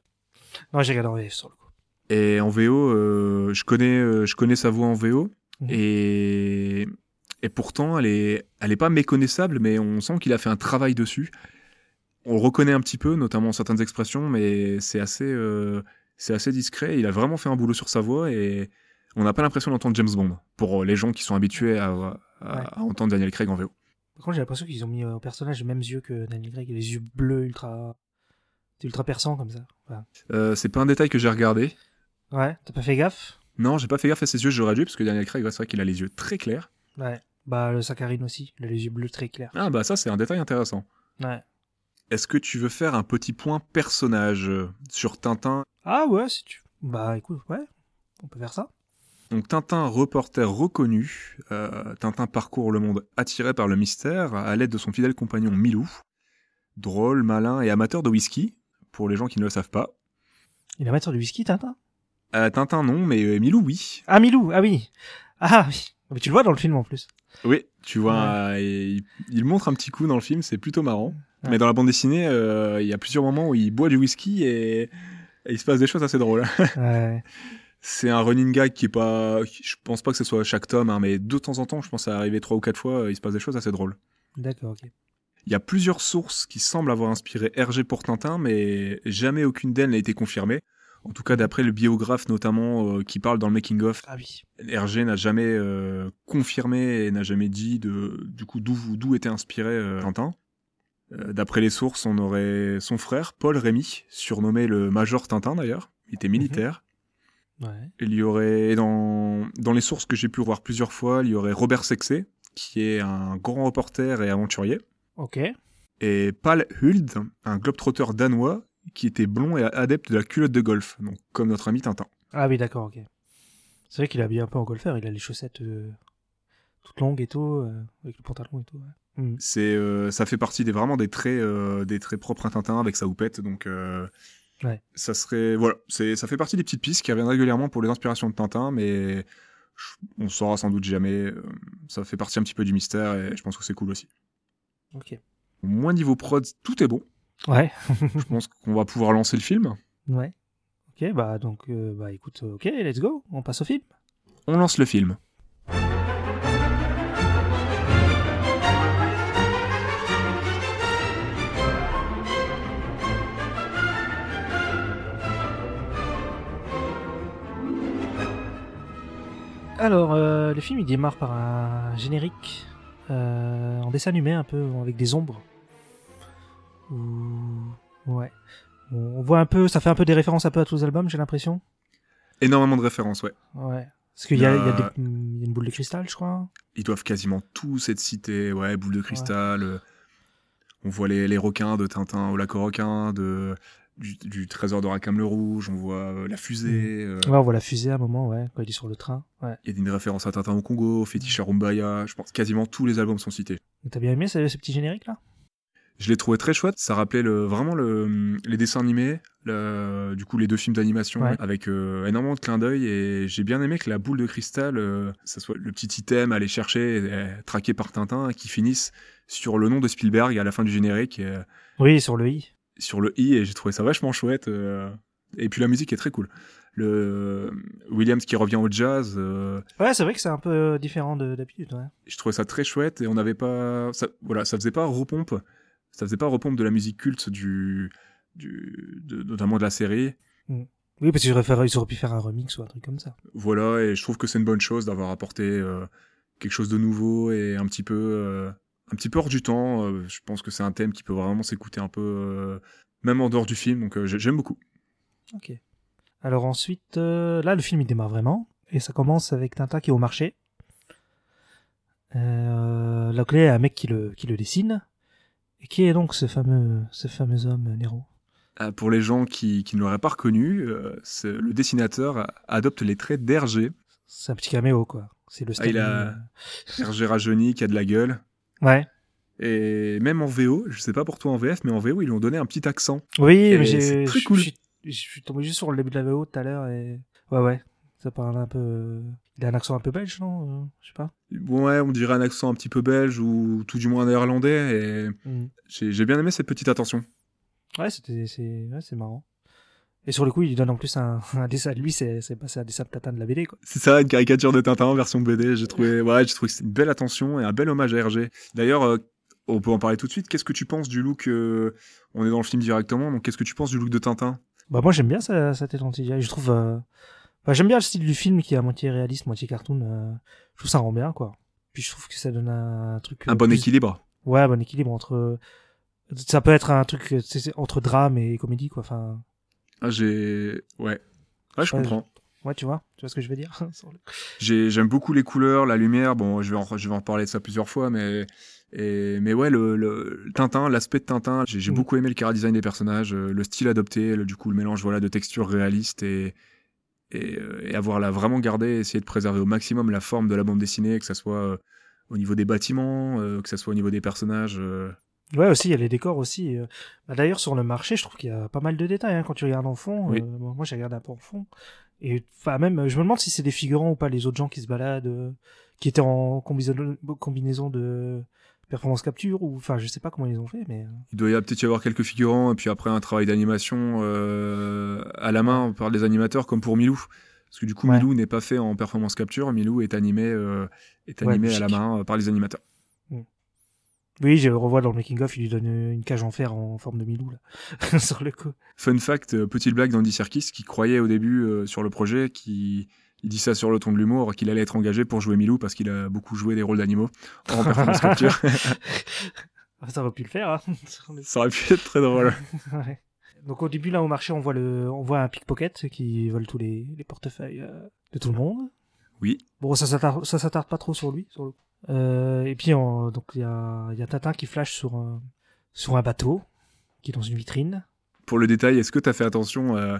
Speaker 1: Non, j'ai regardé en VF sur le coup.
Speaker 2: Et en VO, euh, je connais, euh, je connais sa voix en VO.
Speaker 1: Mhm.
Speaker 2: Et, et pourtant, elle est, elle est pas méconnaissable, mais on sent qu'il a fait un travail dessus. On le reconnaît un petit peu, notamment certaines expressions, mais c'est assez, euh, c'est assez discret. Il a vraiment fait un boulot sur sa voix et on n'a pas l'impression d'entendre James Bond pour les gens qui sont habitués à, à-
Speaker 1: Ouais.
Speaker 2: à entendre Daniel Craig en VO.
Speaker 1: Par contre, j'ai l'impression qu'ils ont mis euh, au personnage les mêmes yeux que Daniel Craig, les yeux bleus ultra, ultra perçants comme ça. Enfin,
Speaker 2: Euh, c'est pas un détail que j'ai regardé.
Speaker 1: Ouais, t'as pas fait gaffe
Speaker 2: Non, j'ai pas fait gaffe à ses yeux, j'aurais dû, parce que Daniel Craig, ouais, c'est vrai qu'il a les yeux très clairs.
Speaker 1: Ouais. Bah, le saccharine aussi, il a les yeux bleus très clairs.
Speaker 2: Ah bah ça, c'est un détail intéressant.
Speaker 1: Ouais.
Speaker 2: Est-ce que tu veux faire un petit point personnage euh, sur Tintin
Speaker 1: Ah ouais, si tu. Bah, écoute, ouais, on peut faire ça.
Speaker 2: Donc Tintin, reporter reconnu, euh, Tintin parcourt le monde attiré par le mystère à l'aide de son fidèle compagnon Milou, drôle, malin et amateur de whisky, pour les gens qui ne le savent pas.
Speaker 1: Il est amateur du whisky, Tintin
Speaker 2: Euh, Tintin non, mais euh, Milou oui.
Speaker 1: Ah, Milou, ah oui Ah oui Mais tu le vois dans le film en plus.
Speaker 2: Oui, tu vois,
Speaker 1: Ouais.
Speaker 2: euh, et il, il montre un petit coup dans le film, c'est plutôt marrant.
Speaker 1: Ouais.
Speaker 2: Mais dans la bande dessinée, euh, il y a plusieurs moments où il boit du whisky et- et il se passe des choses assez drôles.
Speaker 1: Ouais.
Speaker 2: C'est un running gag qui est pas. Je pense pas que ce soit à chaque tome, hein, mais de temps en temps, je pense à arriver trois ou quatre fois, euh, il se passe des choses assez drôles.
Speaker 1: D'accord, ok.
Speaker 2: Il y a plusieurs sources qui semblent avoir inspiré Hergé pour Tintin, mais jamais aucune d'elles n'a été confirmée. En tout cas, d'après le biographe notamment euh, qui parle dans le making of,
Speaker 1: Ah oui.
Speaker 2: Hergé n'a jamais euh, confirmé et n'a jamais dit de, du coup d'où d'où était inspiré euh, Tintin. Euh, D'après les sources, on aurait son frère Paul Rémy, surnommé le Major Tintin d'ailleurs. Il était militaire.
Speaker 1: Ouais.
Speaker 2: Il y aurait, dans, dans les sources que j'ai pu voir plusieurs fois, il y aurait Robert Sexé, qui est un grand reporter et aventurier,
Speaker 1: Ok.
Speaker 2: et Pal Huld, un globetrotter danois, qui était blond et adepte de la culotte de golf, donc comme notre ami Tintin.
Speaker 1: Ah oui, d'accord, ok. C'est vrai qu'il est habillé un peu en golfeur, il a les chaussettes euh, toutes longues et tout, euh, avec le pantalon et tout. ouais. Hmm.
Speaker 2: C'est, euh, ça fait partie des, vraiment des traits, euh, des traits propres à Tintin avec sa houppette, donc euh,
Speaker 1: Ouais.
Speaker 2: ça serait, voilà, c'est, ça fait partie des petites pistes qui reviennent régulièrement pour les inspirations de Tintin, mais je- on saura sans doute jamais. euh, Ça fait partie un petit peu du mystère et je pense que c'est cool aussi.
Speaker 1: Ok.
Speaker 2: Moins niveau prod, tout est bon.
Speaker 1: Ouais.
Speaker 2: Je pense qu'on va pouvoir lancer le film.
Speaker 1: Ouais. Ok, bah donc, euh, bah écoute, euh, ok, let's go, on passe au film.
Speaker 2: On lance le film.
Speaker 1: Alors, euh, le film il démarre par un générique euh, en dessin animé un peu avec des ombres. Ouh, Ouais. On on voit un peu, ça fait un peu des références un peu à tous les albums, j'ai l'impression.
Speaker 2: Énormément de références, ouais.
Speaker 1: Ouais. Parce qu'il y, a- il y a
Speaker 2: Euh,
Speaker 1: des- il y a une boule de cristal, je crois.
Speaker 2: Ils doivent quasiment tous être cités. Ouais, boule de cristal. euh, On voit les, les requins de Tintin au lac aux requins, de, du, du trésor de Rackham le Rouge. On voit euh, la fusée. euh,
Speaker 1: Ouais, on voit la fusée à un moment, ouais, quand il est sur le train. Ouais.
Speaker 2: Il y a une référence à Tintin au Congo, au fétiche à Rumbaya. Je pense que quasiment tous les albums sont cités.
Speaker 1: T'as bien aimé ce, ce petit générique là
Speaker 2: Je l'ai trouvé très chouette. Ça rappelait le, vraiment le, les dessins animés, le- du coup les deux films d'animation
Speaker 1: Ouais.
Speaker 2: avec euh, énormément de clins d'œil. Et j'ai bien aimé que la boule de cristal, euh, ça soit le petit item à aller chercher, euh, traqué par Tintin, qui finisse sur le nom de Spielberg à la fin du générique, et, euh,
Speaker 1: Oui, sur le i.
Speaker 2: sur le i. Et j'ai trouvé ça vachement chouette. euh. et puis la musique est très cool. Le euh, Williams qui revient au jazz. euh,
Speaker 1: Ouais, c'est vrai que c'est un peu différent de- d'habitude, ouais.
Speaker 2: je trouvais ça très chouette et on n'avait pas ça, voilà ça faisait pas repompe ça faisait pas repompe de la musique culte du, du de- notamment de la série
Speaker 1: Mm. Oui, parce qu'ils auraient, fait- ils auraient pu faire un remix ou un truc comme ça.
Speaker 2: Voilà, et je trouve que c'est une bonne chose d'avoir apporté euh, quelque chose de nouveau et un petit peu, euh, un petit peu hors du temps. Euh, je pense que c'est un thème qui peut vraiment s'écouter un peu, euh, même en dehors du film, donc euh, j'ai- j'aime beaucoup.
Speaker 1: Ok. Alors ensuite, euh, là, le film, il démarre vraiment. Et ça commence avec Tintin qui est au marché. Euh, là, il y a un mec qui le, qui le dessine. Et qui est donc ce fameux, ce fameux homme, euh, Nero
Speaker 2: Euh, pour les gens qui, qui ne l'auraient pas reconnu, euh, c'est- le dessinateur adopte les traits d'Hergé.
Speaker 1: C'est un petit caméo, quoi. C'est le
Speaker 2: Ah, il a-
Speaker 1: Stanley,
Speaker 2: Hergé Rajeuni qui a de la gueule.
Speaker 1: euh, Ouais.
Speaker 2: Et même en VO, je sais pas pour toi en VF, mais en VO, ils lui ont donné un petit accent.
Speaker 1: Oui, mais
Speaker 2: Et c'est
Speaker 1: j'ai.
Speaker 2: très
Speaker 1: je-
Speaker 2: cool.
Speaker 1: Je suis- je suis tombé juste sur le début de la VO tout à l'heure et. Ouais, ouais. Ça parle un peu. euh, Il a un accent un peu belge, non Euh, Je sais pas.
Speaker 2: Ouais, on dirait un accent un petit peu belge ou tout du moins néerlandais. Et
Speaker 1: Mm.
Speaker 2: j'ai j'ai bien aimé cette petite attention.
Speaker 1: Ouais, c'était, c'est, ouais, c'est marrant. Et sur le coup, il lui donne en plus un, un dessin de lui, c'est, c'est passé un dessin de Tintin de la BD, quoi.
Speaker 2: C'est ça, une caricature de Tintin en version BD. J'ai trouvé, ouais, j'ai trouvé que c'est une belle attention et un bel hommage à Hergé. D'ailleurs, euh, on peut en parler tout de suite. Qu'est-ce que tu penses du look euh, On est dans le film directement, donc qu'est-ce que tu penses du look de Tintin
Speaker 1: Bah, moi, j'aime bien sa, sa tête en CGI. Je trouve, euh, bah, j'aime bien le style du film qui est à moitié réaliste, moitié cartoon. euh, Je trouve ça rend bien, quoi. Puis je trouve que ça donne un truc. euh,
Speaker 2: Un bon
Speaker 1: plus-
Speaker 2: équilibre.
Speaker 1: Ouais, bon équilibre entre. Ça peut être un truc euh, c'est- c'est entre drame et comédie, quoi. Enfin,
Speaker 2: Ah, j'ai, ouais, ouais, je
Speaker 1: Ouais,
Speaker 2: comprends.
Speaker 1: ouais, tu vois, tu vois ce que je veux dire. sur le-
Speaker 2: J'ai- J'aime beaucoup les couleurs, la lumière. Bon, je vais en, je vais en reparler de ça plusieurs fois, mais et, mais ouais, le, le- le Tintin, l'aspect de Tintin, j'ai j'ai
Speaker 1: Mm.
Speaker 2: beaucoup aimé le chara design des personnages, euh, le style adopté, le- du coup le mélange voilà de textures réalistes et et, euh, et avoir la vraiment gardé, essayer de préserver au maximum la forme de la bande dessinée, que ça soit euh, au niveau des bâtiments, euh, que ça soit au niveau des personnages. euh.
Speaker 1: Ouais, aussi, il y a les décors aussi. euh. Bah, D'ailleurs, sur le marché, je trouve qu'il y a pas mal de détails hein, quand tu regardes en fond.
Speaker 2: Oui.
Speaker 1: euh, bon, moi, j'ai regardé un peu en fond. Et enfin, même, euh, je me demande si c'est des figurants ou pas, les autres gens qui se baladent, euh, qui étaient en combinaison, combinaison de performance capture, ou enfin, je sais pas comment ils ont fait, mais. euh,
Speaker 2: Il doit y avoir- peut-être y avoir quelques figurants, et puis après un travail d'animation euh, à la main par des animateurs, comme pour Milou. Parce que du coup,
Speaker 1: Ouais.
Speaker 2: Milou n'est pas fait en performance capture, Milou est animé, euh, est
Speaker 1: Ouais,
Speaker 2: animé à
Speaker 1: logique.
Speaker 2: la main euh, par les animateurs.
Speaker 1: Oui, je revois dans le making-of, il lui donne euh, une cage en fer en forme de Milou, là, sur le coup.
Speaker 2: Fun fact, euh, petite blague d'Andy Serkis qui croyait au début euh, sur le projet, qui il dit ça sur le ton de l'humour, qu'il allait être engagé pour jouer Milou parce qu'il a beaucoup joué des rôles d'animaux en performance capture.
Speaker 1: Ça aurait pu le faire, hein, sur le-
Speaker 2: ça aurait pu être très drôle.
Speaker 1: Ouais. Donc au début là au marché on voit le on voit un pickpocket qui vole tous les, les portefeuilles euh, de tout le monde.
Speaker 2: Oui.
Speaker 1: Bon ça s'attarde ça s'attarde pas trop sur lui sur le coup. Euh, et puis on- donc il y a il y a Tintin qui flash sur un, sur un bateau qui est dans une vitrine.
Speaker 2: Pour le détail, est-ce que tu as fait attention euh,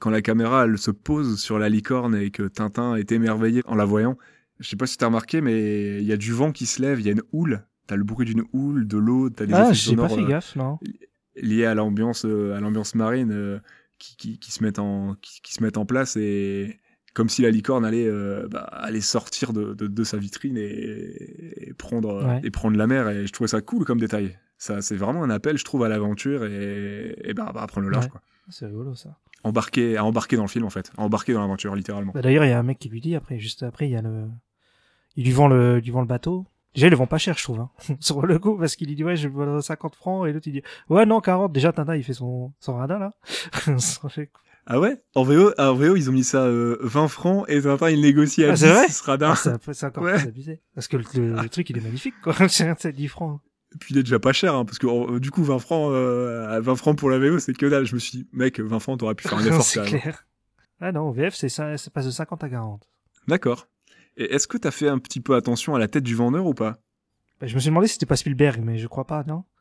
Speaker 2: quand la caméra elle se pose sur la licorne et que Tintin est émerveillé en la voyant Je sais pas si tu as remarqué, mais il y a du vent qui se lève, il y a une houle. T'as le bruit d'une houle, de l'eau, t'as des
Speaker 1: ah
Speaker 2: effets
Speaker 1: j'ai pas
Speaker 2: sonores
Speaker 1: fait gaffe non.
Speaker 2: euh, liés à l'ambiance, euh, à l'ambiance marine euh, qui, qui, qui se mettent en, qui, qui se mettent en place et comme si la licorne allait, euh, bah, allait sortir de, de, de sa vitrine et, et prendre euh,
Speaker 1: Ouais.
Speaker 2: et prendre la mer. Et je trouvais ça cool comme détail. Ça, c'est vraiment un appel, je trouve, à l'aventure et, et bah, bah, à prendre le large.
Speaker 1: Ouais.
Speaker 2: quoi
Speaker 1: C'est rigolo ça.
Speaker 2: embarqué, à embarquer dans le film en fait, à embarquer dans l'aventure littéralement.
Speaker 1: Bah, D'ailleurs il y a un mec qui lui dit après juste après il y a le il lui vend le il lui vend le bateau. Déjà il le vend pas cher je trouve hein. sur le coup parce qu'il lui dit ouais je veux 50 francs et l'autre il dit ouais non 40 déjà Tintin il fait son son radin là. Sur le coup.
Speaker 2: Ah ouais En VO, en VO, ils ont mis ça euh, 20 francs et Tintin il négocie à
Speaker 1: Ah,
Speaker 2: 10,
Speaker 1: c'est vrai
Speaker 2: ce sera dingue.
Speaker 1: Ah, c'est un peu- c'est encore
Speaker 2: Ouais.
Speaker 1: plus abusé. Parce que le, le- le truc, il est magnifique, quoi. C'est 10 francs.
Speaker 2: Et Puis il est déjà pas cher hein, parce que euh, du coup 20 francs euh, à 20 francs pour la VO, c'est que dalle. Je me suis dit mec, 20 francs t'aurais pu faire un effort
Speaker 1: c'est
Speaker 2: quand même.
Speaker 1: clair. Ah non, au VF, c'est ça, ça passe de 50 à 40.
Speaker 2: D'accord. Et est-ce que t'as fait un petit peu attention à la tête du vendeur ou pas
Speaker 1: Bah, je me suis demandé si c'était pas Spielberg, mais je crois pas, non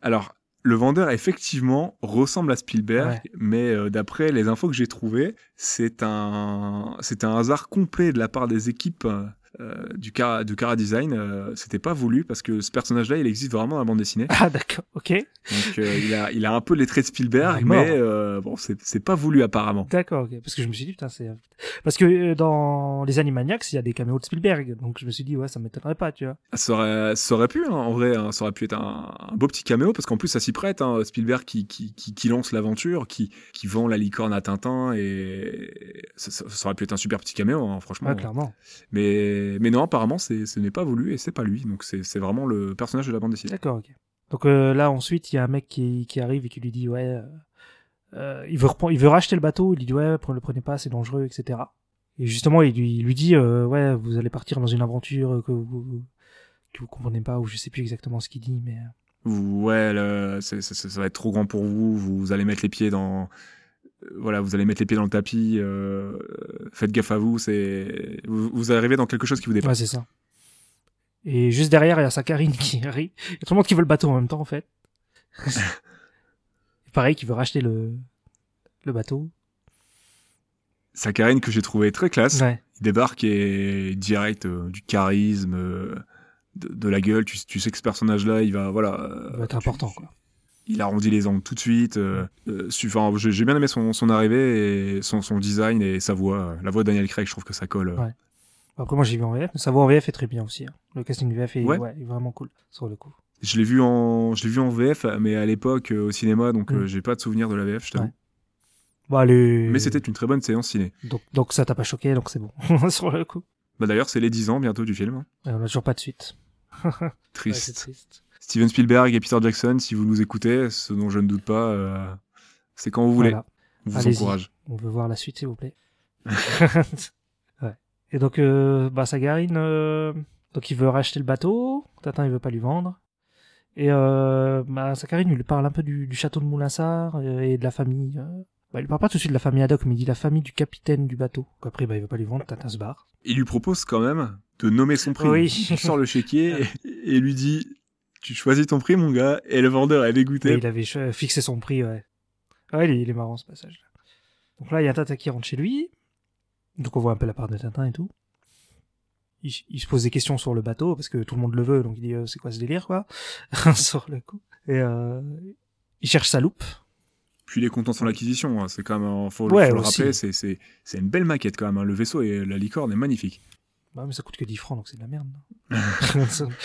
Speaker 2: Alors, le vendeur, effectivement, ressemble à Spielberg,
Speaker 1: Ouais.
Speaker 2: mais euh, d'après les infos que j'ai trouvées, c'est un, c'est un hasard complet de la part des équipes euh, du Cara, du Cara Design. Euh, C'était pas voulu parce que ce personnage-là, il existe vraiment dans la bande dessinée.
Speaker 1: Ah, d'accord, ok.
Speaker 2: Donc, euh, il, a, il a un peu les traits de Spielberg,
Speaker 1: Ah, mort.
Speaker 2: mais euh, bon, c'est c'est pas voulu apparemment.
Speaker 1: D'accord, ok. Parce que je me suis dit, putain, c'est. Parce que euh, dans les Animaniacs, il y a des caméos de Spielberg. Donc je me suis dit, ouais, ça m'étonnerait pas, tu vois.
Speaker 2: Ça aurait, ça aurait pu, hein, en vrai, hein, ça aurait pu être un, un beau petit caméo, parce qu'en plus, ça s'y prête. hein, Spielberg qui, qui, qui, qui lance l'aventure, qui, qui vend la licorne à Tintin, et ça, ça- ça aurait pu être un super petit caméo, hein, franchement.
Speaker 1: Ouais, clairement.
Speaker 2: mais, mais non, apparemment, c'est- ce n'est pas voulu, et c'est pas lui. Donc, c'est c'est vraiment le personnage de la bande dessinée.
Speaker 1: D'accord, ok. Donc euh, là, ensuite, il y a un mec qui, qui arrive et qui lui dit, ouais. euh, euh, il, veut repren- il veut racheter le bateau, il lui dit ouais, pre- le prenez pas, c'est dangereux, etc. Et justement, il lui, il lui dit euh, ouais, vous allez partir dans une aventure que vous, que vous comprenez pas, ou je sais plus exactement ce qu'il dit, mais euh,
Speaker 2: Vous- ouais, le- c'est- c'est- ça va être trop grand pour vous. Vous allez mettre les pieds dans, euh, voilà, vous allez mettre les pieds dans le tapis. euh, faites gaffe à vous. C'est, vous, vous arrivez dans quelque chose qui vous dépasse.
Speaker 1: ouais, c'est ça. Et juste derrière, il y a Sakarine qui rit. Il y a tout le monde qui veut le bateau en même temps, en fait. Et Pareil, qui veut racheter le, le bateau.
Speaker 2: Sakarine que j'ai trouvé très classe.
Speaker 1: Ouais.
Speaker 2: Il débarque et direct euh, du charisme, euh, de, de la gueule. Tu, tu sais que ce personnage-là, il va, voilà, euh,
Speaker 1: Il va être
Speaker 2: tu-
Speaker 1: important, quoi.
Speaker 2: il arrondit les angles tout de suite. euh, euh, su- enfin, j'ai j'ai bien aimé son, son arrivée et son, son design et sa voix. euh, La voix de Daniel Craig, je trouve que ça colle. euh,
Speaker 1: Ouais. Après, moi, j'ai vu en VF, mais sa voix en VF est très bien aussi. hein. Le casting VF est,
Speaker 2: Ouais.
Speaker 1: ouais, est vraiment cool, sur le coup.
Speaker 2: Je l'ai vu en, je l'ai vu en VF, mais à l'époque euh, au cinéma, donc
Speaker 1: Mm.
Speaker 2: euh, j'ai pas de souvenir de la VF, je t'avoue.
Speaker 1: Ouais. Bah, le...
Speaker 2: Mais c'était une très bonne séance ciné.
Speaker 1: Donc, donc ça t'a pas choqué, donc c'est bon, sur le coup.
Speaker 2: Bah d'ailleurs, c'est les 10 ans bientôt du film. hein.
Speaker 1: Et on a toujours pas de suite. Ouais, c'est
Speaker 2: Triste.
Speaker 1: triste.
Speaker 2: Steven Spielberg et Peter Jackson, si vous nous écoutez, ce dont je ne doute pas, euh, c'est quand vous voulez.
Speaker 1: Voilà.
Speaker 2: On vous
Speaker 1: Allez-y.
Speaker 2: encourage.
Speaker 1: On veut voir la suite, s'il vous plaît. ouais. Et donc, euh, bah, Sagarine, euh, donc il veut racheter le bateau. Tintin, il veut pas lui vendre. Et euh, bah, Sagarine, il lui parle un peu du, du château de Moulinsart euh, et de la famille. euh. Bah, il lui parle pas tout de suite de la famille Haddock, mais il dit la famille du capitaine du bateau. Donc après, bah, il veut pas lui vendre, Tintin se barre.
Speaker 2: Il lui propose quand même de nommer son prix.
Speaker 1: Oui.
Speaker 2: Il sort le chéquier et, et lui dit Tu choisis ton prix, mon gars. Et le vendeur est
Speaker 1: Mais
Speaker 2: dégoûté.
Speaker 1: il avait euh, fixé son prix, ouais. Ah Ouais, il est, il est marrant ce passage-là. Donc là, il y a Tata qui rentre chez lui. Donc on voit un peu la part de Tintin et tout. Il, il se pose des questions sur le bateau parce que tout le monde le veut, donc il dit euh, c'est quoi ce délire quoi Sur le coup. Et euh, il cherche sa loupe.
Speaker 2: Puis il est content sur l'acquisition. hein. C'est quand même, faut, le-
Speaker 1: Ouais,
Speaker 2: faut le
Speaker 1: aussi.
Speaker 2: rappeler, c'est- c'est c'est une belle maquette quand même. hein. Le vaisseau et la licorne est magnifique.
Speaker 1: Bah, mais ça coûte que 10 francs donc c'est de la merde. Non,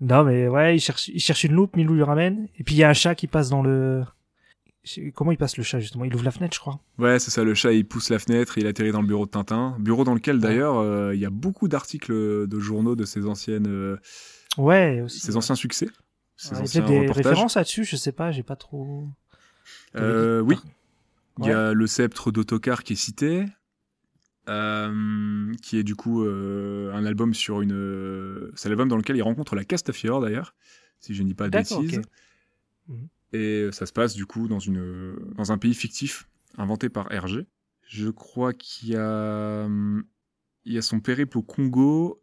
Speaker 1: Non, mais ouais, il cherche, il cherche une loupe, Milou lui ramène. Et puis il y a un chat qui passe dans le. Je sais- Comment il passe le chat justement Il ouvre la fenêtre, je crois.
Speaker 2: Ouais, c'est ça, le chat, il pousse la fenêtre, il atterrit dans le bureau de Tintin. Bureau dans lequel, d'ailleurs, euh, il y a beaucoup d'articles de journaux de ses, anciennes, euh,
Speaker 1: Ouais, aussi.
Speaker 2: ses anciens succès, ses
Speaker 1: Ouais, il y a
Speaker 2: anciens
Speaker 1: peut-être des
Speaker 2: reportages.
Speaker 1: références là-dessus, je sais pas, j'ai pas trop.
Speaker 2: Euh, oui, il y
Speaker 1: Ouais.
Speaker 2: a le sceptre d'autocar qui est cité, euh, qui est du coup euh, un album sur une... euh, C'est l'album dans lequel il rencontre la Castafiore, d'ailleurs, si je ne dis pas de
Speaker 1: D'accord,
Speaker 2: bêtises.
Speaker 1: ok. Mhm.
Speaker 2: Et euh, ça se passe, du coup, dans, une, euh, dans un pays fictif, inventé par Hergé. Je crois qu'il y a... hum, Il y a son périple au Congo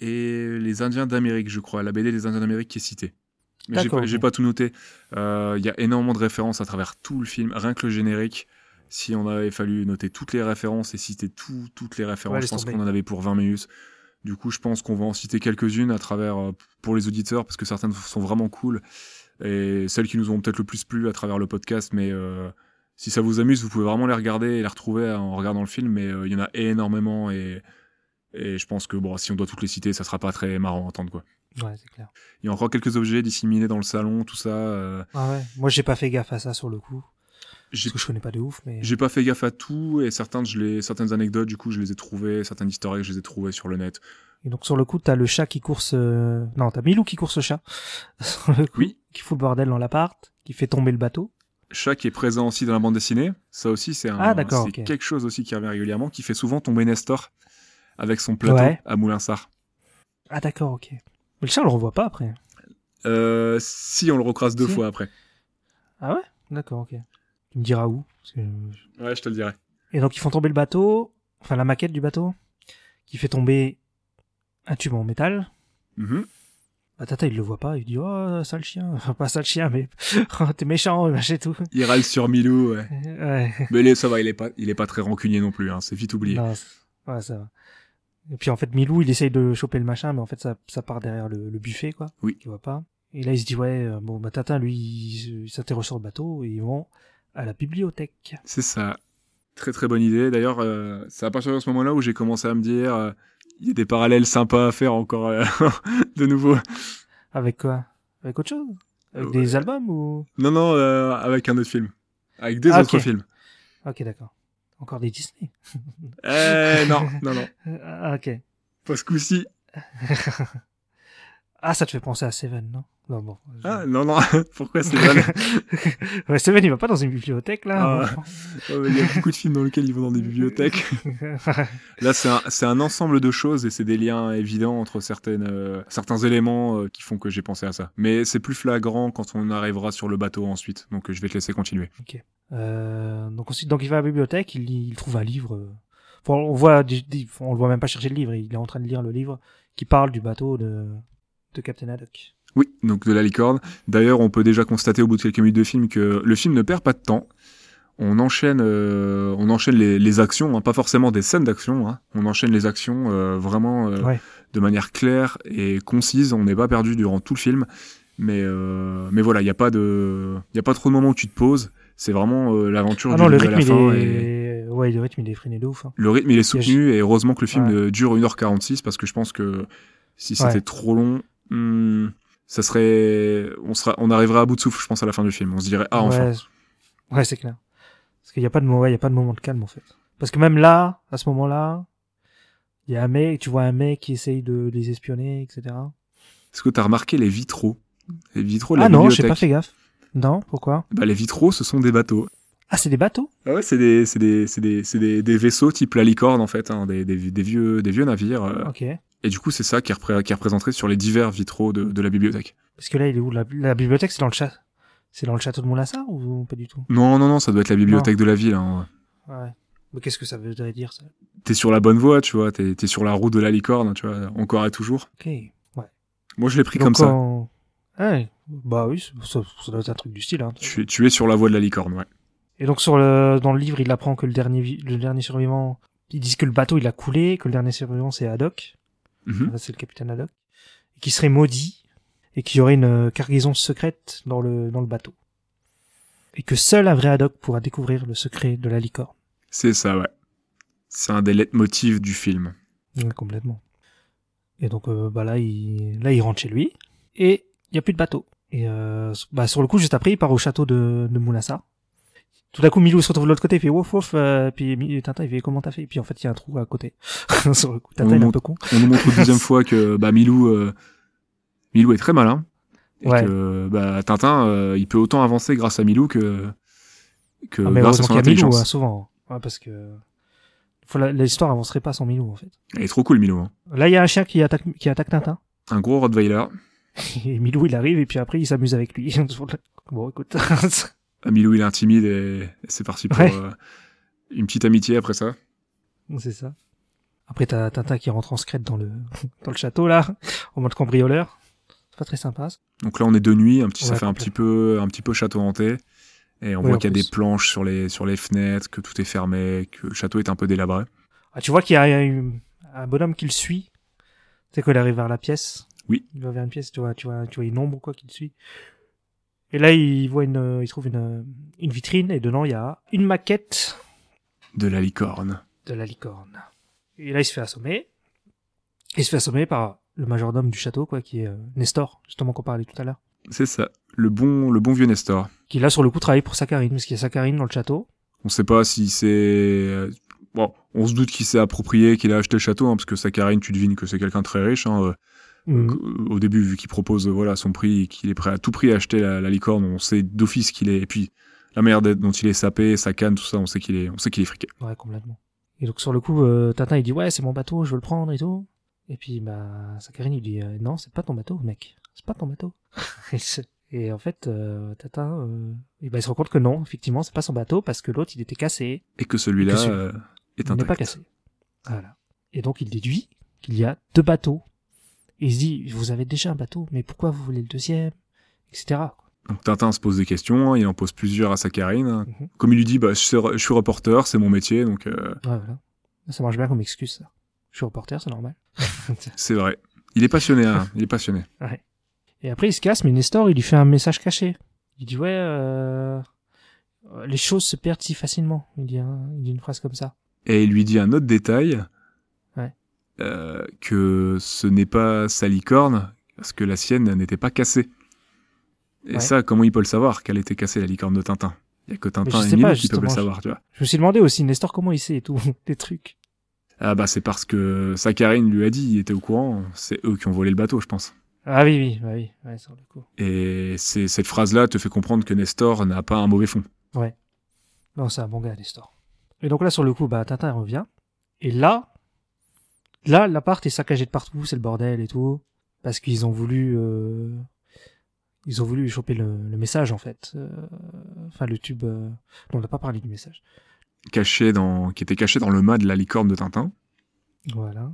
Speaker 2: et les Indiens d'Amérique, je crois, la BD des Indiens d'Amérique qui est citée. Mais j'ai
Speaker 1: D'accord,
Speaker 2: pas, j'ai
Speaker 1: ok.
Speaker 2: pas tout noté. Euh, Il y a énormément de références à travers tout le film, rien que le générique. Si on avait fallu noter toutes les références et citer tout- toutes les références,
Speaker 1: Ouais,
Speaker 2: je
Speaker 1: laisse
Speaker 2: pense
Speaker 1: tomber.
Speaker 2: qu'on en avait pour 20 minutes. Du coup, je pense qu'on va en citer quelques-unes à travers euh, pour les auditeurs parce que certaines sont vraiment cool et celles qui nous ont peut-être le plus plu à travers le podcast. Mais euh, si ça vous amuse, vous pouvez vraiment les regarder et les retrouver hein, en regardant le film. Mais euh, il y en a énormément et, et je pense que bon, si on doit toutes les citer, ça sera pas très marrant à entendre quoi.
Speaker 1: Ouais, c'est clair.
Speaker 2: Il y a encore quelques objets disséminés dans le salon, tout ça. euh,
Speaker 1: Ah ouais. Moi, j'ai pas fait gaffe à ça sur le coup.
Speaker 2: j'ai
Speaker 1: Parce que je connais pas de ouf, mais.
Speaker 2: J'ai pas fait gaffe à tout et certaines, je les, certaines anecdotes, du coup, je les ai trouvées, certaines historiques, je les ai trouvées sur le net.
Speaker 1: Et donc, sur le coup, t'as le chat qui course. euh, Non, t'as Milou qui course le chat. Sur le coup,
Speaker 2: Oui.
Speaker 1: Qui fout le bordel dans l'appart, qui fait tomber le bateau.
Speaker 2: Chat qui est présent aussi dans la bande dessinée, ça aussi, c'est un-
Speaker 1: Ah, d'accord,
Speaker 2: c'est
Speaker 1: ok.
Speaker 2: quelque chose aussi qui revient régulièrement, qui fait souvent tomber Nestor avec son plateau
Speaker 1: Ouais.
Speaker 2: à Moulinsart.
Speaker 1: Ah, d'accord, ok. Mais le chat, on le revoit pas après.
Speaker 2: Euh, si, on le recroise deux
Speaker 1: Si.
Speaker 2: fois après.
Speaker 1: Ah ouais D'accord, ok. Tu me diras où. parce que-
Speaker 2: Ouais, je te le dirai.
Speaker 1: Et donc, ils font tomber le bateau. Enfin, la maquette du bateau. Qui fait tomber un tube en métal.
Speaker 2: Mhm.
Speaker 1: Bah, Tata, il le voit pas, il dit Oh, sale chien. Enfin, pas sale chien, mais oh, t'es méchant, machin et tout.
Speaker 2: Il râle sur Milou, ouais.
Speaker 1: Ouais.
Speaker 2: Mais les- ça va, il est, pas, il est pas très rancunier non plus, hein, c'est vite oublié.
Speaker 1: Non, c'est- ouais, ça va. Et puis en fait, Milou, il essaye de choper le machin, mais en fait, ça, ça part derrière le, le buffet, quoi.
Speaker 2: Oui.
Speaker 1: Il voit pas. Et là, il se dit Ouais, euh, bon, bah, Tata, lui, il, se- il s'interroge sur le bateau et ils vont à la bibliothèque.
Speaker 2: C'est ça. Très très bonne idée. D'ailleurs, euh, c'est à partir de ce moment-là où j'ai commencé à me dire, euh, il y a des parallèles sympas à faire encore euh, de nouveau.
Speaker 1: Avec quoi Avec autre chose Avec
Speaker 2: Ouais.
Speaker 1: des albums ou.
Speaker 2: Non, non, euh, avec un autre film. Avec des
Speaker 1: Ah,
Speaker 2: autres
Speaker 1: ok.
Speaker 2: films.
Speaker 1: Ok, d'accord. Encore des Disney.
Speaker 2: Eh non, non, non.
Speaker 1: Euh, ah, ok.
Speaker 2: Pas ce coup-ci.
Speaker 1: Ah, ça te fait penser à Seven, non Non, bon. je-
Speaker 2: Ah, non, non, pourquoi c'est mal
Speaker 1: Ouais, Seven, il va pas dans une bibliothèque, là.
Speaker 2: Ah. Ouais, Il y a beaucoup de films dans lesquels ils vont dans des bibliothèques.
Speaker 1: franchement.
Speaker 2: Là, c'est un, c'est un ensemble de choses et c'est des liens évidents entre certaines, euh, certains éléments euh, qui font que j'ai pensé à ça. Mais c'est plus flagrant quand on arrivera sur le bateau ensuite, donc euh, je vais te laisser continuer.
Speaker 1: Euh, donc, aussi, donc, il va à la bibliothèque, il, lit- il trouve un livre. euh, Enfin, on voit, des- des- on le voit même pas chercher le livre, il est en train de lire le livre qui parle du bateau de, de Captain Haddock.
Speaker 2: Oui, donc de la licorne. D'ailleurs, on peut déjà constater au bout de quelques minutes de film que le film ne perd pas de temps. On enchaîne, euh, on enchaîne les, les actions, hein, pas forcément des scènes d'action. hein. On enchaîne les actions euh, vraiment euh,
Speaker 1: Ouais.
Speaker 2: de manière claire et concise. On n'est pas perdu durant tout le film, mais euh, mais voilà, il n'y a pas de, il y a pas trop de moments où tu te poses. C'est vraiment euh, l'aventure
Speaker 1: Ah
Speaker 2: du
Speaker 1: non, le
Speaker 2: début à la
Speaker 1: rythme, il
Speaker 2: fin et-
Speaker 1: est, ouais, le rythme, il est freiné de ouf. hein.
Speaker 2: le rythme, il est soutenu et heureusement que le film
Speaker 1: Ouais.
Speaker 2: euh, dure 1h46 parce que je pense que si c'était
Speaker 1: Ouais.
Speaker 2: trop long, hmm, ça serait, on sera, on arriverait à bout de souffle, je pense, à la fin du film. On se dirait, ah, enfin.
Speaker 1: Ouais, c'est- ouais, c'est clair. Parce qu'il n'y a pas de moment, ouais, il y a pas de moment de calme en fait. Parce que même là, à ce moment-là, il y a un mec, tu vois un mec qui essaye de les espionner, etc.
Speaker 2: Est-ce que t'as remarqué les vitraux? Les vitraux de Oh, la
Speaker 1: ah non, j'ai
Speaker 2: bibliothèque.
Speaker 1: pas fait gaffe. Non, pourquoi
Speaker 2: Bah, les vitraux, ce sont des bateaux.
Speaker 1: Ah, c'est des bateaux
Speaker 2: Ah ouais, c'est des, c'est des, c'est des, c'est des, des vaisseaux type la licorne, en fait, hein, des, des, des vieux, des vieux navires. euh.
Speaker 1: Ok.
Speaker 2: Et du coup, c'est ça qui est, repré- qui est représenté sur les divers vitraux de, de la bibliothèque.
Speaker 1: Parce que là, il est où La, la bibliothèque, c'est dans le chat. C'est dans le château de Montlassa ou pas du tout
Speaker 2: Non, non, non, ça doit être la bibliothèque de la ville, hein.
Speaker 1: Ouais. Mais qu'est-ce que ça voudrait dire ça
Speaker 2: T'es sur la bonne voie, tu vois, t'es, t'es sur la route de la licorne, tu vois, encore et toujours.
Speaker 1: Ok. Ouais.
Speaker 2: Moi, je l'ai pris
Speaker 1: Donc,
Speaker 2: comme ça.
Speaker 1: on- Ouais. Bah oui, c'est- ça, ça doit être un truc du style. Hein.
Speaker 2: Tu, es- tu es sur la voie de la licorne, ouais.
Speaker 1: Et donc sur le dans le livre, il apprend que le dernier vi- le dernier survivant, ils disent que le bateau il a coulé, que le dernier survivant c'est Haddock,
Speaker 2: Mhm.
Speaker 1: Enfin, c'est le capitaine Haddock, et qui serait maudit et qu'il y aurait une euh, cargaison secrète dans le dans le bateau. Et que seul un vrai Haddock pourra découvrir le secret de la licorne.
Speaker 2: C'est ça, ouais. C'est un des leitmotifs du film.
Speaker 1: Ouais, complètement. Et donc euh, bah là il là il rentre chez lui et il y a plus de bateau. Et euh, bah sur le coup juste après il part au château de de Moulassa. Tout d'un coup Milou se retrouve de l'autre côté, il fait wouf wouf, euh, puis Mi- Tintin il fait comment t'as fait, puis en fait il y a un trou à côté. sur le coup Tintin il est un peu con.
Speaker 2: On nous montre une deuxième fois que bah, Milou, euh, Milou est très malin. Et
Speaker 1: Ouais.
Speaker 2: que bah, Tintin, euh, il peut autant avancer grâce à Milou que, que
Speaker 1: Ah, mais
Speaker 2: grâce à
Speaker 1: heureusement qu'il y a
Speaker 2: son
Speaker 1: Milou hein,
Speaker 2: intelligence.
Speaker 1: souvent, Ouais, parce que faut la- l'histoire avancerait pas sans Milou en fait.
Speaker 2: Il est trop cool, Milou. hein.
Speaker 1: Là il y a un chien qui attaque qui attaque Tintin.
Speaker 2: Un gros Rottweiler.
Speaker 1: Et Milou il arrive et puis après il s'amuse avec lui. bon écoute.
Speaker 2: Ah, Milou, il est intimide et c'est parti pour
Speaker 1: Ouais.
Speaker 2: euh, une petite amitié après ça.
Speaker 1: C'est ça. Après, t'as Tintin qui rentre en secrète dans le, dans le château, là, en mode cambrioleur. C'est pas très sympa. ça.
Speaker 2: Donc là, on est de nuit, un petit, ça
Speaker 1: Ouais,
Speaker 2: fait un petit peu, un petit peu château hanté. Et on
Speaker 1: Ouais,
Speaker 2: voit
Speaker 1: en
Speaker 2: qu'il y a
Speaker 1: plus.
Speaker 2: des planches sur les, sur les fenêtres, que tout est fermé, que le château est un peu délabré.
Speaker 1: Ah, tu vois qu'il y a un, un bonhomme qui le suit. Tu sais, quand il arrive vers la pièce.
Speaker 2: Oui.
Speaker 1: Il va vers une pièce, tu vois, tu vois, tu vois une ombre ou quoi qui le suit. Et là, il voit une, euh, il trouve une, euh, une vitrine et dedans, il y a une maquette
Speaker 2: De la licorne.
Speaker 1: de la licorne. Et là, il se fait assommer. Il se fait assommer par le majordome du château, quoi, qui est euh, Nestor, justement, qu'on parlait tout à l'heure.
Speaker 2: C'est ça. Le bon, le bon vieux Nestor.
Speaker 1: Qui, là, sur le coup, travaille pour Saccharine, parce qu'il y a Saccharine dans le château.
Speaker 2: On sait pas si c'est, euh, bon, on se doute qu'il s'est approprié, qu'il a acheté le château, hein, parce que Saccharine, tu devines que c'est quelqu'un de très riche, hein, euh,
Speaker 1: Mhm.
Speaker 2: au début, vu qu'il propose euh, voilà son prix et qu'il est prêt à tout prix à acheter la, la licorne, on sait d'office qu'il est. Et puis la manière d'être- dont il est sapé, sa canne, tout ça, on sait qu'il est, on sait qu'il est friqué.
Speaker 1: Ouais, complètement. Et donc sur le coup, euh, Tintin il dit ouais c'est mon bateau, je veux le prendre et tout. Et puis bah Saccharine il dit euh, non c'est pas ton bateau mec, c'est pas ton bateau. et, c'est- et en fait euh, Tintin euh, et bah, il se rend compte que non effectivement c'est pas son bateau parce que l'autre il était cassé,
Speaker 2: Et que celui-là
Speaker 1: Et que celui-
Speaker 2: euh, est
Speaker 1: il n'est
Speaker 2: intact.
Speaker 1: pas cassé. Voilà. Et donc il déduit qu'il y a deux bateaux. Et il se dit vous avez déjà un bateau mais pourquoi vous voulez le deuxième, etc.
Speaker 2: Donc Tintin se pose des questions, hein, il en pose plusieurs à Saccharine. hein.
Speaker 1: Mhm.
Speaker 2: Comme il lui dit, bah, je, suis, je suis reporter, c'est mon métier, donc euh,
Speaker 1: Ouais, voilà. Ça marche bien comme excuse ça. Je suis reporter c'est normal.
Speaker 2: c'est vrai. Il est passionné, hein, il est passionné.
Speaker 1: Ouais. Et après, il se casse, mais Nestor, il lui fait un message caché. Il dit, ouais, euh, euh, les choses se perdent si facilement. Il dit, un- il dit une phrase comme ça.
Speaker 2: Et il lui dit un autre détail,
Speaker 1: Ouais.
Speaker 2: euh, que ce n'est pas sa licorne, parce que la sienne n'était pas cassée. Et
Speaker 1: Ouais.
Speaker 2: ça, comment il peut le savoir qu'elle était cassée, la licorne de Tintin Il n'y a que Tintin
Speaker 1: je
Speaker 2: et
Speaker 1: sais pas,
Speaker 2: Milou qui peuvent le
Speaker 1: justement, je-
Speaker 2: savoir, tu vois.
Speaker 1: Je me suis demandé aussi, Nestor, comment il sait et tout, des trucs.
Speaker 2: Ah bah c'est parce que Saccharine lui a dit, il était au courant, c'est eux qui ont volé le bateau, je pense.
Speaker 1: Ah oui, oui, bah oui, ouais, sur le coup.
Speaker 2: Et c'est- cette phrase-là te fait comprendre que Nestor n'a pas un mauvais fond.
Speaker 1: Non, c'est un bon gars, Nestor. Et donc là, sur le coup, bah, Tintin il revient. Et là, là, l'appart est saccagé de partout, c'est le bordel et tout. Parce qu'ils ont voulu. euh, Ils ont voulu choper le, le message, en fait. Euh, Enfin, le tube. euh, Non, on n'a pas parlé du message.
Speaker 2: Caché dans, qui était caché dans le mât de la licorne de Tintin.
Speaker 1: Voilà.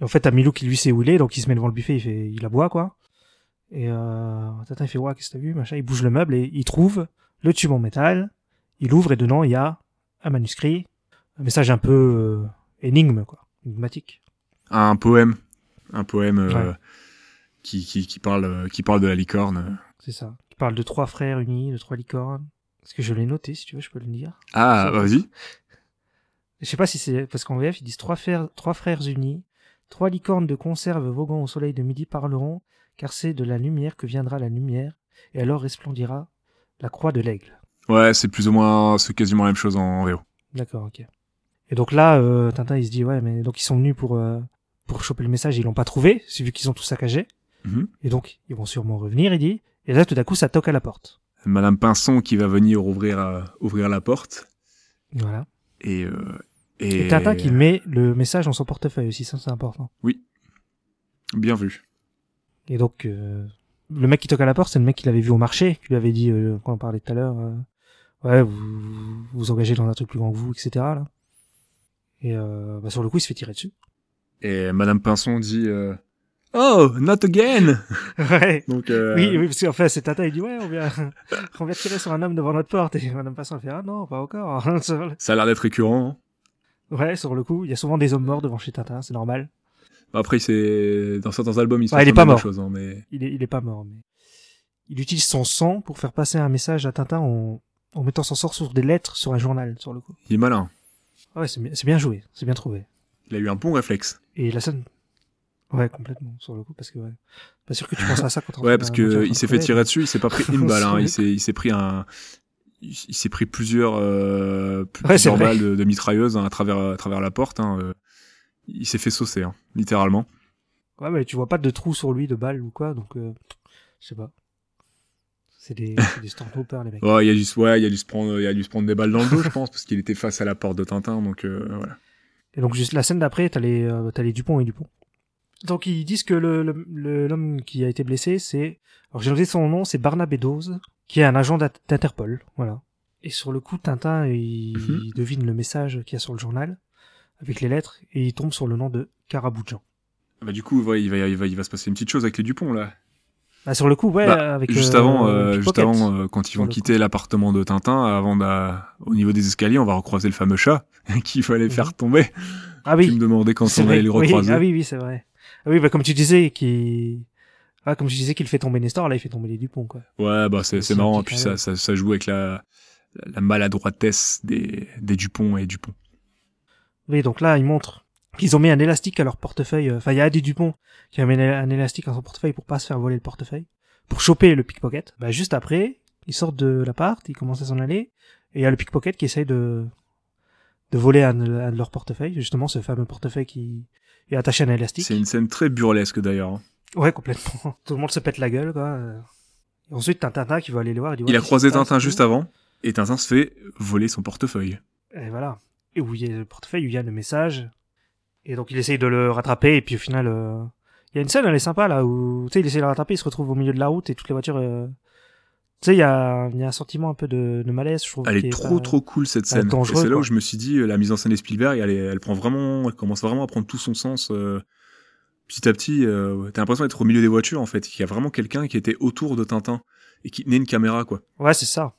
Speaker 1: Et en fait, t'as Milou qui lui sait où il est, donc il se met devant le buffet, il, fait, il aboie, quoi. Et euh, Tintin, il fait Ouais, qu'est-ce que t'as vu machin. Il bouge le meuble et il trouve le tube en métal. Il ouvre et dedans, il y a un manuscrit. Un message un peu euh, énigme, quoi. Énigmatique.
Speaker 2: Un poème. Un poème euh,
Speaker 1: Ouais.
Speaker 2: qui, qui, qui parle, euh, qui parle de la licorne.
Speaker 1: C'est ça. Il parle de trois frères unis, de trois licornes. Est-ce que je l'ai noté, si tu veux, je peux le dire Ça,
Speaker 2: Ah, vas-y.
Speaker 1: Je sais pas si c'est parce qu'en VF ils disent trois frères, trois frères unis, trois licornes de conserve voguant au soleil de midi parleront, car c'est de la lumière que viendra la lumière, et alors resplendira la croix de l'aigle.
Speaker 2: Ouais, c'est plus ou moins, c'est quasiment la même chose en VO.
Speaker 1: D'accord, ok. Et donc là, euh, Tintin il se dit ouais, mais donc ils sont venus pour euh, pour choper le message, ils l'ont pas trouvé, c'est vu qu'ils ont tout saccagé,
Speaker 2: Mhm.
Speaker 1: et donc ils vont sûrement revenir, il dit. Et là, tout d'un coup, ça toque à la porte.
Speaker 2: Madame Pinson qui va venir ouvrir, euh, ouvrir la porte.
Speaker 1: Voilà.
Speaker 2: Et, euh,
Speaker 1: Et,
Speaker 2: et,
Speaker 1: Tintin qui met le message dans son portefeuille aussi, ça c'est important.
Speaker 2: Bien vu.
Speaker 1: Et donc, euh, le mec qui toque à la porte, c'est le mec qui l'avait vu au marché, qui lui avait dit, euh, quand on parlait tout à l'heure, euh, ouais, vous vous engagez dans un truc plus grand que vous, etc. Là. Et euh, bah, sur le coup, il se fait tirer dessus.
Speaker 2: Et Madame Pinson dit euh, Oh, not again
Speaker 1: Ouais.
Speaker 2: Donc, euh,
Speaker 1: Oui, oui, parce qu'en fait, c'est Tata, il dit, ouais, on vient, on vient tirer sur un homme devant notre porte. Et Madame Passant, elle fait, ah non, pas encore.
Speaker 2: ça a l'air d'être récurrent.
Speaker 1: ouais, sur le coup, il y a souvent des hommes morts devant chez Tata, c'est normal.
Speaker 2: Après, c'est dans certains albums, il se
Speaker 1: Ouais,
Speaker 2: passe
Speaker 1: il est
Speaker 2: quand même
Speaker 1: pas mort.
Speaker 2: des choses, hein, mais
Speaker 1: Il est, il est pas mort, mais il utilise son sang pour faire passer un message à Tintin en, en mettant son sort sur des lettres sur un journal, sur le coup.
Speaker 2: il est malin.
Speaker 1: Ah ouais, c'est bien- c'est bien joué, c'est bien trouvé.
Speaker 2: Il a eu un bon réflexe.
Speaker 1: Et la scène. Ouais, complètement, sur le coup, parce que ouais. Pas sûr que tu penses à ça quand on
Speaker 2: Ouais, parce que il s'est fait tirer dessus, il s'est pas pris une balle, hein, il s'est, il s'est pris un, il il s'est pris plusieurs, euh, plus-
Speaker 1: Ouais, c'est
Speaker 2: plusieurs
Speaker 1: vrai.
Speaker 2: balles de, de mitrailleuse hein, à travers, à travers la porte. hein, euh, il s'est fait saucer, hein, littéralement.
Speaker 1: Ouais, mais tu vois pas de trou sur lui, de balle ou quoi, donc euh, je sais pas. C'est des, c'est des Stormtroopers, les mecs.
Speaker 2: Ouais, il a dû, se- ouais, il a dû se prendre, il a dû se prendre des balles dans le dos, je pense, parce qu'il était face à la porte de Tintin, donc euh, voilà.
Speaker 1: Et donc, juste la scène d'après, t'as les, euh, t'as les Dupont et Dupont. Donc, ils disent que l'homme le, le- l'homme qui a été blessé, c'est. Alors, j'ai noté son nom, c'est Barnabé Dawes, qui est un agent d'At- d'Interpol. Voilà. Et sur le coup, Tintin, il,
Speaker 2: Mhm.
Speaker 1: il devine le message qu'il y a sur le journal, avec les lettres, et il tombe sur le nom de Karaboudjan.
Speaker 2: Bah du coup, ouais, il va, il va, il va se passer une petite chose avec les Dupont là.
Speaker 1: Bah, sur le coup, ouais,
Speaker 2: Bah,
Speaker 1: avec.
Speaker 2: juste
Speaker 1: euh,
Speaker 2: avant, euh, juste
Speaker 1: Pickpocket.
Speaker 2: avant euh, quand ils
Speaker 1: Sur
Speaker 2: vont
Speaker 1: le
Speaker 2: quitter l'appartement de Tintin, avant d'a- au niveau des escaliers, on va recroiser le fameux chat qu'il fallait
Speaker 1: Mhm.
Speaker 2: faire tomber.
Speaker 1: Ah
Speaker 2: Tu me
Speaker 1: oui,
Speaker 2: demandais quand
Speaker 1: c'est
Speaker 2: on
Speaker 1: vrai.
Speaker 2: allait le
Speaker 1: Oui,
Speaker 2: recroiser.
Speaker 1: Ah oui, oui, c'est vrai. Ah oui, bah, comme tu disais, qui. Ah, comme tu disais qu'il fait tomber Nestor, là, il fait tomber les Dupont, quoi.
Speaker 2: Ouais, bah c'est,
Speaker 1: C'est
Speaker 2: c'est
Speaker 1: un
Speaker 2: marrant.
Speaker 1: petit
Speaker 2: Puis
Speaker 1: clin
Speaker 2: ça, ça, ça joue avec la, la maladroitesse des, des Dupont et Dupont.
Speaker 1: Oui, donc là, ils montrent qu'ils ont mis un élastique à leur portefeuille. euh, Enfin, il y a Adi Dupont qui a mis un élastique à son portefeuille pour pas se faire voler le portefeuille, pour choper le pickpocket. Bah, juste après, ils sortent de l'appart, ils commencent à s'en aller, et il y a le pickpocket qui essaye de, de voler un, de- un de leurs portefeuilles, justement ce fameux portefeuille qui est attaché à un élastique.
Speaker 2: C'est une scène très burlesque d'ailleurs. hein.
Speaker 1: Ouais, complètement. Tout le monde se pète la gueule, quoi. Euh, Et ensuite, t'as Tintin qui va aller les voir. dit, ouais,
Speaker 2: il a
Speaker 1: qu'est-ce
Speaker 2: croisé
Speaker 1: qui se passe
Speaker 2: Tintin
Speaker 1: et tout.
Speaker 2: juste avant, et Tintin se fait voler son portefeuille.
Speaker 1: Et voilà. Et où il y a le portefeuille, où il y a le message. Et donc il essaye de le rattraper, et puis au final, euh, il y a une scène, elle est sympa là, où tu sais, il essaye de le rattraper, il se retrouve au milieu de la route et toutes les voitures. euh, Tu sais, il y a, il y a un sentiment un peu de, de malaise, je trouve.
Speaker 2: Elle
Speaker 1: qui
Speaker 2: est trop
Speaker 1: pas-
Speaker 2: trop cool
Speaker 1: bah
Speaker 2: cette
Speaker 1: elle est
Speaker 2: scène. Et
Speaker 1: dangereuse,
Speaker 2: c'est là où
Speaker 1: quoi.
Speaker 2: je me suis dit euh, la mise en scène de Spielberg, elle, est- elle prend vraiment, elle commence vraiment à prendre tout son sens euh, petit à petit. euh, T'as l'impression d'être au milieu des voitures en fait, qu'il y a vraiment quelqu'un qui était autour de Tintin et qui tenait une caméra quoi.
Speaker 1: Ouais, c'est ça.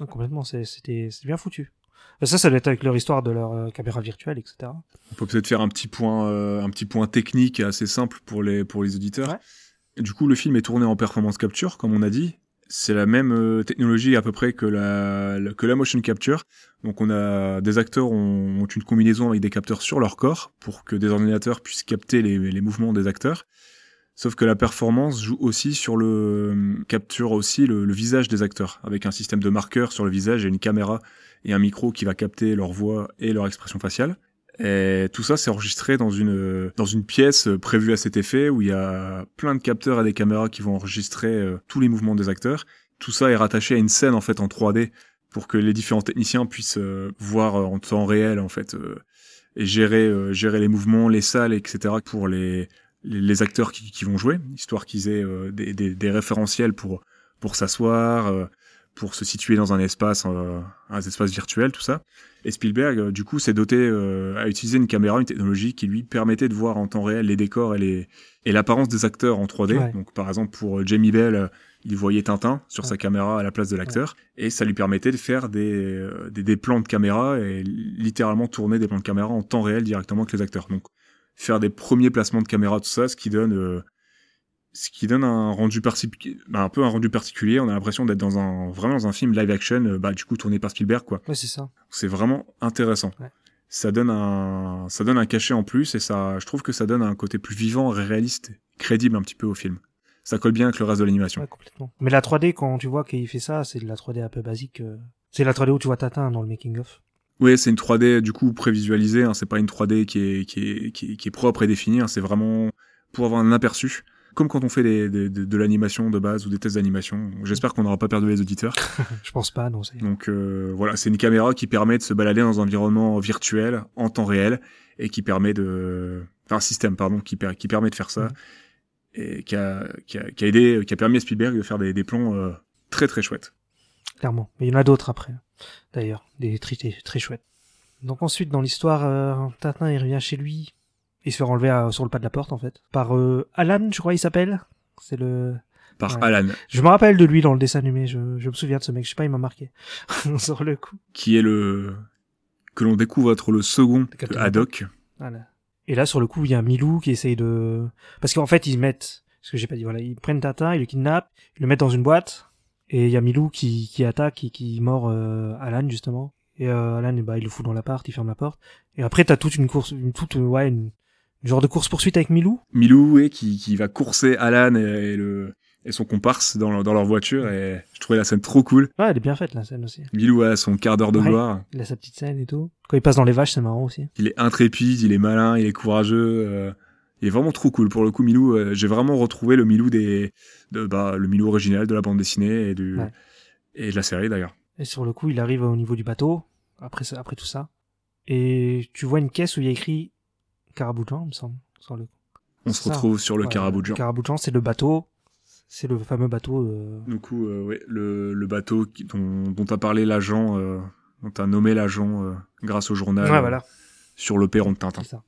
Speaker 1: Ouais, complètement, c'est- c'était c'était bien foutu. Euh, Ça, ça doit être avec leur histoire de leur euh, caméra virtuelle, etc.
Speaker 2: On peut peut-être faire un petit point, euh, un petit point technique assez simple pour les pour les auditeurs.
Speaker 1: Ouais.
Speaker 2: Du coup, le film est tourné en performance capture, comme on a dit. C'est la même euh, technologie à peu près que la, la- que la motion capture. Donc, on a des acteurs ont, ont une combinaison avec des capteurs sur leur corps pour que des ordinateurs puissent capter les, les mouvements des acteurs. Sauf que la performance joue aussi sur le capture aussi le, le visage des acteurs avec un système de marqueurs sur le visage et une caméra et un micro qui va capter leur voix et leur expression faciale. Et tout ça, c'est enregistré dans une, dans une pièce euh, prévue à cet effet où il y a plein de capteurs et des caméras qui vont enregistrer euh, tous les mouvements des acteurs. Tout ça est rattaché à une scène en fait en 3D pour que les différents techniciens puissent euh, voir euh, en temps réel en fait euh, et gérer euh, gérer les mouvements, les salles, etc. pour les les, les acteurs qui, qui vont jouer, histoire qu'ils aient euh, des, des, des référentiels pour pour s'asseoir, euh, pour se situer dans un espace euh, un espace virtuel, tout ça. Et Spielberg, euh, du coup, s'est doté euh, à utiliser une caméra, une technologie qui lui permettait de voir en temps réel les décors et les et l'apparence des acteurs en 3D.
Speaker 1: Ouais.
Speaker 2: Donc, par exemple, pour euh, Jamie Bell, euh, il voyait Tintin sur
Speaker 1: Ouais.
Speaker 2: sa caméra à la place de l'acteur, et ça lui permettait de faire des, euh, des des plans de caméra et littéralement tourner des plans de caméra en temps réel directement avec les acteurs. Donc, faire des premiers placements de caméra, tout ça, ce qui donne euh, ce qui donne un rendu particulier, un peu un rendu particulier. On a l'impression d'être dans un vraiment dans un film live action, euh, bah du coup tourné par Spielberg quoi.
Speaker 1: Ouais, c'est ça.
Speaker 2: C'est vraiment intéressant.
Speaker 1: Ouais.
Speaker 2: Ça donne un ça donne un cachet en plus et ça, je trouve que ça donne un côté plus vivant, réaliste, crédible un petit peu au film. Ça colle bien avec le reste de l'animation.
Speaker 1: Ouais, complètement. Mais la 3D, quand tu vois qu'il fait ça, c'est de la 3D un peu basique. euh. C'est la 3D où tu vois Tatin dans le making-of.
Speaker 2: Oui, c'est une 3D du coup prévisualisée. Hein, c'est pas une 3D qui est qui est qui est, qui est propre et définie. Hein, c'est vraiment pour avoir un aperçu. Comme quand on fait des, des- de, de l'animation de base ou des tests d'animation. J'espère qu'on n'aura pas perdu les auditeurs.
Speaker 1: Je pense pas, non, ça y est.
Speaker 2: Donc euh, voilà, c'est une caméra qui permet de se balader dans un environnement virtuel en temps réel et qui permet de, enfin un système pardon qui, per- qui permet de faire ça
Speaker 1: Mhm.
Speaker 2: et qui a, qui a qui a aidé, qui a permis à Spielberg de faire des, des plans euh, très très chouettes.
Speaker 1: clairement. Mais il y en a d'autres après, d'ailleurs, des très, très- très chouettes. Donc ensuite, dans l'histoire, euh, Tintin, il revient chez lui. Il se fait enlever à- sur le pas de la porte, en fait, par euh, Alan, je crois, il s'appelle. C'est le.
Speaker 2: Par
Speaker 1: Ouais.
Speaker 2: Alan,
Speaker 1: Je me rappelle de lui dans le dessin animé. Je, je me souviens de ce mec. Je sais pas, il m'a marqué sur le coup.
Speaker 2: qui est le que l'on découvre être le second de
Speaker 1: Captain
Speaker 2: Haddock.
Speaker 1: Voilà. Et là, sur le coup, il y a Milou qui essaye de. Parce qu'en fait, ils mettent. Ce que j'ai pas dit, voilà. Ils prennent Tintin, ils le kidnappent, ils le mettent dans une boîte. Et il y a Milou qui, qui attaque et qui mord euh, Alan, justement. Et euh, Alan, eh ben, il le fout dans l'appart, il ferme la porte. Et après, t'as toute une course. Une, toute, euh, ouais, une, une genre de course-poursuite avec Milou.
Speaker 2: Milou et qui, qui va courser Alan et, et le et son comparse dans, leur- dans leur voiture et je trouvais la scène trop cool.
Speaker 1: Ouais, elle est bien faite, la scène aussi.
Speaker 2: Milou a son quart d'heure de
Speaker 1: Ouais.
Speaker 2: gloire.
Speaker 1: Il a sa petite scène et tout. Quand il passe dans les vaches, c'est marrant aussi.
Speaker 2: Il est intrépide, il est malin, il est courageux. euh, il est vraiment trop cool. Pour le coup, Milou, euh, j'ai vraiment retrouvé le Milou des, de, bah, le Milou original de la bande dessinée et, du,
Speaker 1: Ouais.
Speaker 2: et de la série d'ailleurs.
Speaker 1: Et sur le coup, il arrive au niveau du bateau, après, ça, après tout ça. Et tu vois une caisse où il y a écrit Caraboujan, il me semble, sur le
Speaker 2: On se
Speaker 1: C'est ça.
Speaker 2: retrouve sur le
Speaker 1: Ouais,
Speaker 2: Carabou de Jean.
Speaker 1: Le Caraboujan, c'est le bateau. C'est le fameux bateau. euh,
Speaker 2: Du coup, euh, ouais, le, le bateau qui- dont, dont a parlé l'agent, euh, dont a nommé l'agent euh, grâce au journal
Speaker 1: Ouais,
Speaker 2: euh,
Speaker 1: voilà,
Speaker 2: sur le perron de Tintin.
Speaker 1: c'est ça.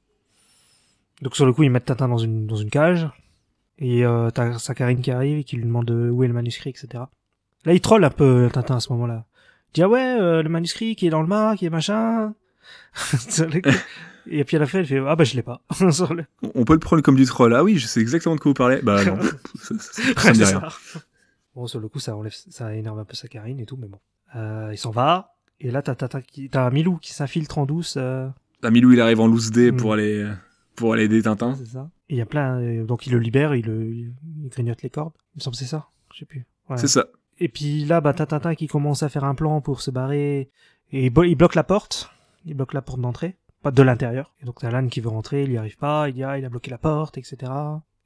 Speaker 1: Donc sur le coup, ils mettent Tintin dans une, dans une cage. Et euh, t'as Sakarine qui arrive et qui lui demande euh, où est le manuscrit, etc. Là, il troll un peu euh, Tintin à ce moment-là. Il dit, ah ouais, euh, le manuscrit qui est dans le mât, qui est machin. Sur le coup. et puis à la fin, elle fait, ah bah je l'ai pas. Sur le-
Speaker 2: On, on peut le prendre comme du troll. Ah oui, je sais exactement de quoi vous parlez. Bah non, ça, ça- ça me dit
Speaker 1: C'est
Speaker 2: rien.
Speaker 1: ça. Bon, sur le coup, ça enlève, ça énerve un peu sa carine et tout, mais bon. Euh, il s'en va. Et là, t'as, t'as, t'as, qui- t'as Milou qui s'infiltre en douce. euh,
Speaker 2: Ah, Milou, il arrive en loose day
Speaker 1: Mm.
Speaker 2: pour aller pour aller aider Tintin.
Speaker 1: c'est ça. Et il y a plein. euh, donc, il le libère, il, le, il grignote les cordes. Il me semble que c'est ça. Je sais plus. Ouais.
Speaker 2: C'est ça.
Speaker 1: Et puis là, bah, t'as Tintin qui commence à faire un plan pour se barrer. Et il, bo- il bloque la porte. Il bloque la porte d'entrée. Pas de l'intérieur. Et donc, t'as Alan qui veut rentrer, il y arrive pas. Il dit, ah, il a bloqué la porte, etc.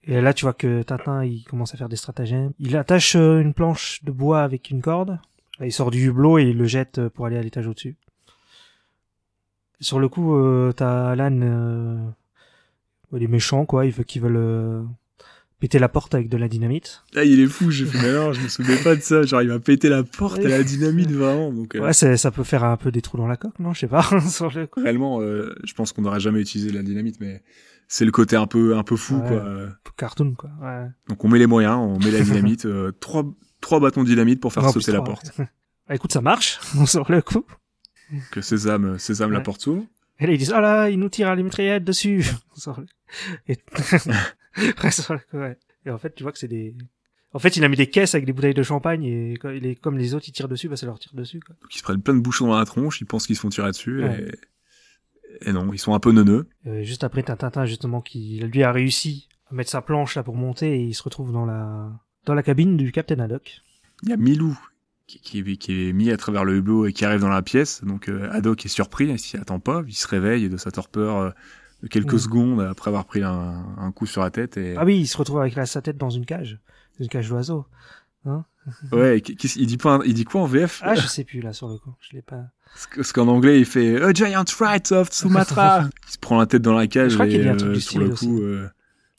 Speaker 1: Et là, tu vois que Tintin, il commence à faire des stratagèmes. Il attache euh, une planche de bois avec une corde. Là, il sort du hublot et il le jette euh, pour aller à l'étage au-dessus. Sur le coup, euh, t'as Alan, euh, il est méchant, quoi. Il veut qu'ils veulent euh, péter la porte avec de la dynamite.
Speaker 2: Ah, il est fou, j'ai fait, mais alors, je me souvenais pas de ça. Genre, il m'a pété la porte à la dynamite, vraiment. Donc, euh,
Speaker 1: Ouais, c'est- ça peut faire un peu des trous dans la coque, non Je sais pas. sur le coup.
Speaker 2: réellement, euh, je pense qu'on n'aurait jamais utilisé de la dynamite, mais c'est le côté un peu, un peu fou,
Speaker 1: Ouais.
Speaker 2: quoi. Euh,
Speaker 1: Cartoon, quoi. Ouais.
Speaker 2: Donc, on met les moyens, on met la dynamite, euh, trois, trois bâtons de dynamite pour faire
Speaker 1: Non,
Speaker 2: sauter
Speaker 1: plus
Speaker 2: la
Speaker 1: trois,
Speaker 2: porte.
Speaker 1: ouais. Bah, écoute, ça marche, sur le coup.
Speaker 2: Que Sésame, Sésame, la
Speaker 1: Ouais.
Speaker 2: porte s'ouvre.
Speaker 1: Et là, ils disent, ah là, ils nous tirent à la mitraillette dessus. Sur le- Et... Ouais, sur le coup, ouais. Et en fait, tu vois que c'est des... En fait, il a mis des caisses avec des bouteilles de champagne et quand il est- comme les autres, ils tirent dessus, bah, ça leur tire dessus, quoi.
Speaker 2: Donc, ils se prennent plein de bouchons dans la tronche, ils pensent qu'ils se font tirer dessus,
Speaker 1: Ouais.
Speaker 2: et... et non, ils sont un peu neuneux.
Speaker 1: Euh, juste après, t'as Tintin, justement, qui, lui, a réussi à mettre sa planche, là, pour monter et il se retrouve dans la, dans la cabine du Captain Haddock.
Speaker 2: Il y a Milou qui, qui- qui est mis à travers le hublot et qui arrive dans la pièce. Donc euh, Haddock est surpris, il s'y attend pas, il se réveille de sa torpeur euh, de quelques
Speaker 1: Mm.
Speaker 2: secondes après avoir pris un, un coup sur la tête. Et...
Speaker 1: Ah oui, il se retrouve avec la, sa tête dans une cage. Dans Une cage d'oiseau.
Speaker 2: Ouais, qui- qui- il dit pas, un- il dit quoi en VF
Speaker 1: bah. Ah, je sais plus, là, sur le coup. Je l'ai pas.
Speaker 2: Parce que- parce qu'en anglais, il fait A Giant Right of Sumatra. il se prend la tête dans la cage
Speaker 1: Je crois qu'il
Speaker 2: et
Speaker 1: y a un truc
Speaker 2: euh,
Speaker 1: du
Speaker 2: sur le
Speaker 1: style
Speaker 2: coup,
Speaker 1: aussi.
Speaker 2: euh,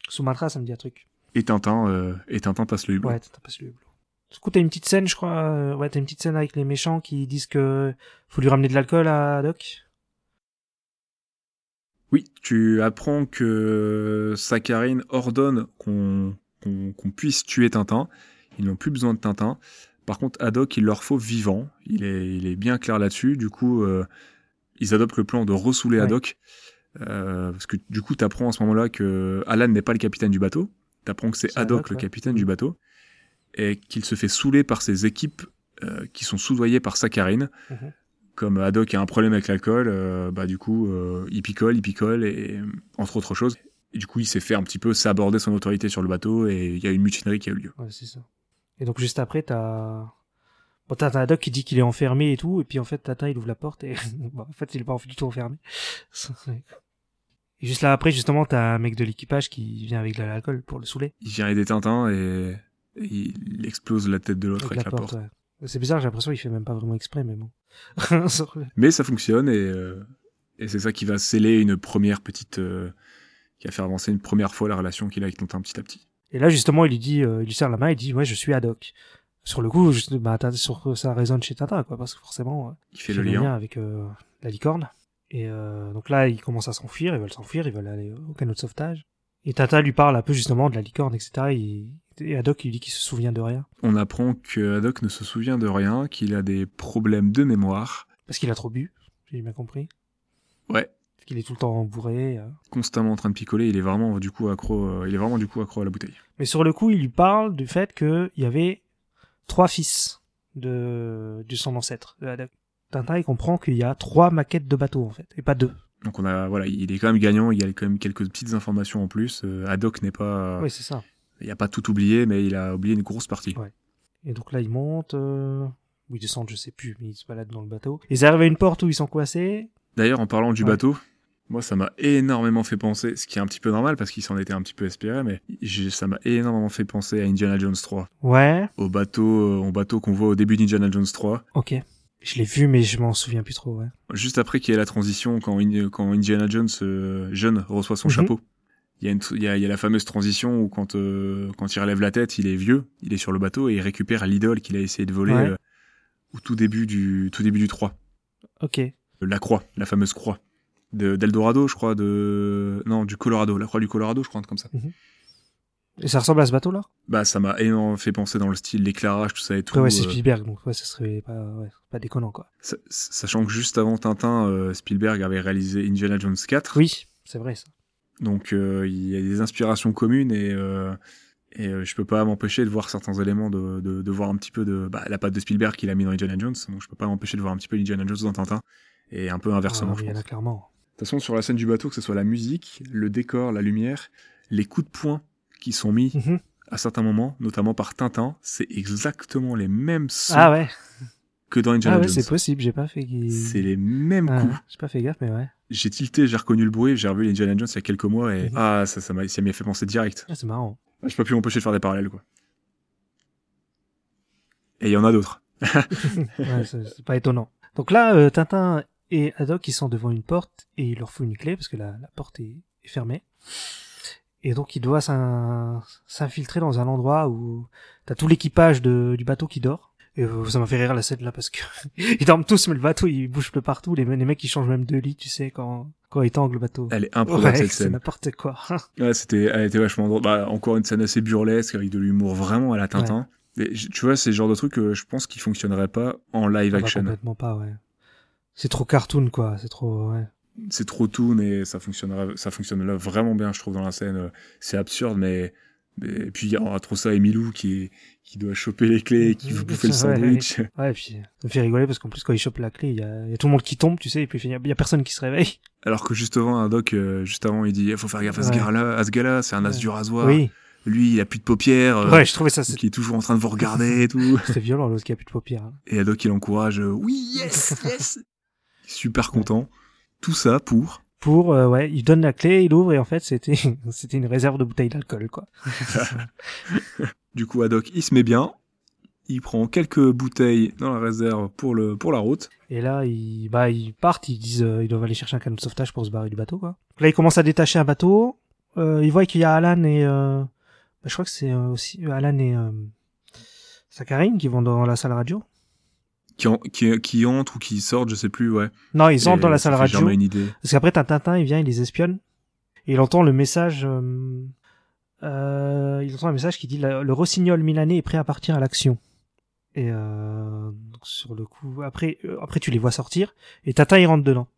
Speaker 1: Sumatra, ça me dit un truc.
Speaker 2: et Tintin, euh, et Tintin passe le hublot.
Speaker 1: Ouais, t'as passé le hublot. Du coup, t'as une petite scène, je crois. euh, Ouais, t'as une petite scène avec les méchants qui disent que faut lui ramener de l'alcool à Doc.
Speaker 2: Oui, tu apprends que euh, Saccharine ordonne qu'on qu'on- qu'on puisse tuer Tintin. Ils n'ont plus besoin de Tintin. Par contre, Haddock, il leur faut vivant. Il est, il est bien clair là-dessus. Du coup, euh, ils adoptent le plan de ressouler
Speaker 1: Ouais.
Speaker 2: Haddock. Euh, parce que du coup, tu apprends à ce moment-là que Alan n'est pas le capitaine du bateau. Tu apprends que c'est
Speaker 1: C'est
Speaker 2: Haddock
Speaker 1: Haddock,
Speaker 2: le
Speaker 1: ouais. Mm.
Speaker 2: capitaine du bateau. Et qu'il se fait saouler par ses équipes euh, qui sont soudoyées par Saccharine.
Speaker 1: Mhm.
Speaker 2: Comme Haddock a un problème avec l'alcool, euh, bah, du coup, euh, il picole, il picole, et euh, entre autres choses. Et du coup, il s'est fait un petit peu saborder son autorité sur le bateau, et il y a une mutinerie qui a eu lieu.
Speaker 1: Ouais, c'est ça. Et donc, juste après, t'as. Bon, t'as t'as Doc qui dit qu'il est enfermé et tout, et puis en fait, Tata, il ouvre la porte et. bon, en fait, il est pas du tout enfermé. et juste là après, justement, t'as un mec de l'équipage qui vient avec de l'alcool pour le saouler.
Speaker 2: Il vient aider Tintin, et, et il explose la tête de l'autre
Speaker 1: Avec
Speaker 2: avec, la porte.
Speaker 1: ouais. C'est bizarre, j'ai l'impression qu'il fait même pas vraiment exprès, mais bon. Sur le-
Speaker 2: Mais ça fonctionne, et, euh, et c'est ça qui va sceller une première petite... euh, qui va faire avancer une première fois la relation qu'il a avec Tintin petit à petit.
Speaker 1: Et là, justement, il lui dit, euh, il lui serre la main, il dit, ouais, je suis Haddock. Sur le coup, juste, bah, t'as- sur, ça résonne chez Tintin, quoi, parce que forcément, euh,
Speaker 2: Il fait
Speaker 1: il
Speaker 2: le
Speaker 1: fait
Speaker 2: lien.
Speaker 1: avec euh, la licorne. Et euh, donc là, ils commencent à s'enfuir, ils veulent s'enfuir, ils veulent aller au canot de sauvetage. Et Tintin lui parle un peu justement de la licorne, etc. Et, et Haddock, il lui dit qu'il se souvient de rien,
Speaker 2: On apprend que Haddock ne se souvient de rien, qu'il a des problèmes de mémoire,
Speaker 1: parce qu'il a trop bu, j'ai bien compris.
Speaker 2: Ouais.
Speaker 1: Parce qu'il est tout le temps bourré. euh.
Speaker 2: constamment en train de picoler, il est vraiment du coup accro, euh, il est vraiment du coup accro à la bouteille.
Speaker 1: Mais sur le coup, il lui parle du fait qu'il y avait trois fils de, de son ancêtre, de Haddock. Tintin, il comprend qu'il y a trois maquettes de bateaux, en fait, et pas deux.
Speaker 2: Donc on a, voilà, il est quand même gagnant. Il y a quand même quelques petites informations en plus. Euh, Haddock n'est pas,
Speaker 1: Oui, c'est ça.
Speaker 2: il a pas tout oublié, mais il a oublié une grosse partie.
Speaker 1: Ouais. Et donc là, ils montent, euh, ou ils descendent, je sais plus, mais ils se baladent dans le bateau. Ils arrivent à une porte où ils sont coincés.
Speaker 2: D'ailleurs, en parlant du
Speaker 1: Ouais.
Speaker 2: bateau, moi ça m'a énormément fait penser, ce qui est un petit peu normal parce qu'il s'en était un petit peu espéré, mais j'ai- ça m'a énormément fait penser à Indiana Jones 3,
Speaker 1: Ouais,
Speaker 2: au bateau, euh, au bateau qu'on voit au début d'Indiana Jones 3.
Speaker 1: ok. Je l'ai vu, mais je m'en souviens plus trop, ouais.
Speaker 2: Juste après qu'il y ait la transition, quand, In- quand Indiana Jones euh, jeune reçoit son
Speaker 1: Mhm.
Speaker 2: chapeau, il y, a une- il y a, il y a la fameuse transition où quand, euh, quand il relève la tête, il est vieux, il est sur le bateau et il récupère l'idole qu'il a essayé de voler
Speaker 1: Ouais.
Speaker 2: euh, au tout début du, tout début du 3.
Speaker 1: Ok.
Speaker 2: Euh, La croix, la fameuse croix. De- D'Eldorado, je crois, de. Non, du Colorado, la croix du Colorado, je crois, un truc comme ça.
Speaker 1: Et ça ressemble à ce bateau-là
Speaker 2: Bah, ça m'a énormément fait penser dans le style, l'éclairage, tout ça et tout.
Speaker 1: Après, ouais, c'est
Speaker 2: euh,
Speaker 1: Spielberg, donc ouais, ça serait pas, ouais, pas déconnant, quoi.
Speaker 2: sa- sachant que juste avant Tintin, euh, Spielberg avait réalisé Indiana Jones 4.
Speaker 1: Oui, c'est vrai, ça.
Speaker 2: Donc euh, il y a des inspirations communes et, euh, et euh, je peux pas m'empêcher de voir certains éléments, de, de, de voir un petit peu de bah, la patte de Spielberg qu'il a mis dans Indiana Jones. Donc je peux pas m'empêcher de voir un petit peu Indiana Jones dans Tintin et un peu inversement.
Speaker 1: Ah,
Speaker 2: je
Speaker 1: il y en
Speaker 2: pense.
Speaker 1: a clairement.
Speaker 2: De toute façon, sur la scène du bateau, que ce soit la musique, le décor, la lumière, les coups de poing qui sont mis
Speaker 1: Mhm.
Speaker 2: à certains moments, notamment par Tintin, c'est exactement les mêmes sons
Speaker 1: Ah ouais,
Speaker 2: que dans Indiana
Speaker 1: ah ouais
Speaker 2: Jones.
Speaker 1: c'est possible, j'ai pas fait. qu'il-
Speaker 2: C'est les mêmes
Speaker 1: Ah,
Speaker 2: coups.
Speaker 1: j'ai pas fait gaffe, mais ouais.
Speaker 2: J'ai tilté, j'ai reconnu le bruit, j'ai revu les Indiana Jones il y a quelques mois et
Speaker 1: Mhm.
Speaker 2: ah ça ça m'a ça m'y a fait penser direct.
Speaker 1: Ah, c'est marrant.
Speaker 2: Je peux plus m'empêcher de faire des parallèles, quoi. Et il y en a d'autres.
Speaker 1: Ouais, c'est c'est pas étonnant. Donc là, euh, Tintin et Haddock, ils sont devant une porte et il leur faut une clé parce que la, la porte est, est fermée. Et donc, il doit s'in- s'infiltrer dans un endroit où t'as tout l'équipage de- du bateau qui dort. Et euh, ça m'a fait rire la scène là parce que ils dorment tous, mais le bateau il bouge de partout. Les, me- les mecs ils changent même de lit, tu sais, quand, quand ils tanguent le bateau.
Speaker 2: Elle est
Speaker 1: Ouais,
Speaker 2: improbable, cette
Speaker 1: c'est
Speaker 2: scène.
Speaker 1: n'importe quoi.
Speaker 2: Ouais, c'était, elle était vachement drôle. Bah, encore une scène assez burlesque, avec de l'humour vraiment à la Tintin. Et j- tu vois, c'est le genre de truc que je pense qu'il fonctionnerait pas en live
Speaker 1: Ah bah,
Speaker 2: action.
Speaker 1: complètement pas, ouais. C'est trop cartoon quoi, c'est trop. Ouais.
Speaker 2: C'est trop toon et ça fonctionnerait, ça fonctionne là vraiment bien, je trouve, dans la scène. C'est absurde, mais, mais- et puis, on trop ça, Emilou qui, qui doit choper les clés, qui veut bouffer le
Speaker 1: Ouais.
Speaker 2: sandwich.
Speaker 1: Ouais, et puis ça me fait rigoler parce qu'en plus quand il chope la clé, il y a, il y a tout le monde qui tombe, tu sais, et puis il y a, il y a personne qui se réveille.
Speaker 2: Alors que juste avant, un doc, euh, juste avant, il dit, Eh, faut faire gaffe à ce
Speaker 1: Ouais.
Speaker 2: gars-là, à ce gars-là, c'est un as
Speaker 1: Ouais.
Speaker 2: du rasoir.
Speaker 1: Oui,
Speaker 2: lui, il a plus de paupières, euh,
Speaker 1: Ouais, je trouvais ça, c'est-
Speaker 2: qui est toujours en train de vous regarder et tout.
Speaker 1: c'était violent, l'autre qui a plus de paupières. hein.
Speaker 2: Et Haddock, il encourage, euh, oui, yes, yes. Super content. Tout ça pour.
Speaker 1: Pour, euh, ouais, il donne la clé, il ouvre, et en fait, c'était, c'était une réserve de bouteilles d'alcool, quoi.
Speaker 2: Du coup, Haddock, il se met bien. Il prend quelques bouteilles dans la réserve pour, le, pour la route.
Speaker 1: Et là, ils, bah, ils partent, ils disent, euh, ils doivent aller chercher un canot de sauvetage pour se barrer du bateau, quoi. Donc là, ils commencent à détacher un bateau. Euh, ils voient qu'il y a Alan et, euh, bah, je crois que c'est euh, aussi Alan et euh, Sakarine qui vont dans la salle radio.
Speaker 2: Qui, en- qui, qui entre ou qui sortent, je sais plus, ouais.
Speaker 1: Non, ils entrent dans la salle
Speaker 2: ça fait
Speaker 1: radio.
Speaker 2: jamais une idée.
Speaker 1: Parce qu'après, t'as Tintin, il vient, il les espionne. Et il entend le message, euh, euh, il entend un message qui dit la- le rossignol milanais est prêt à partir à l'action. Et euh, donc, sur le coup, après, euh, après tu les vois sortir et Tintin il rentre dedans.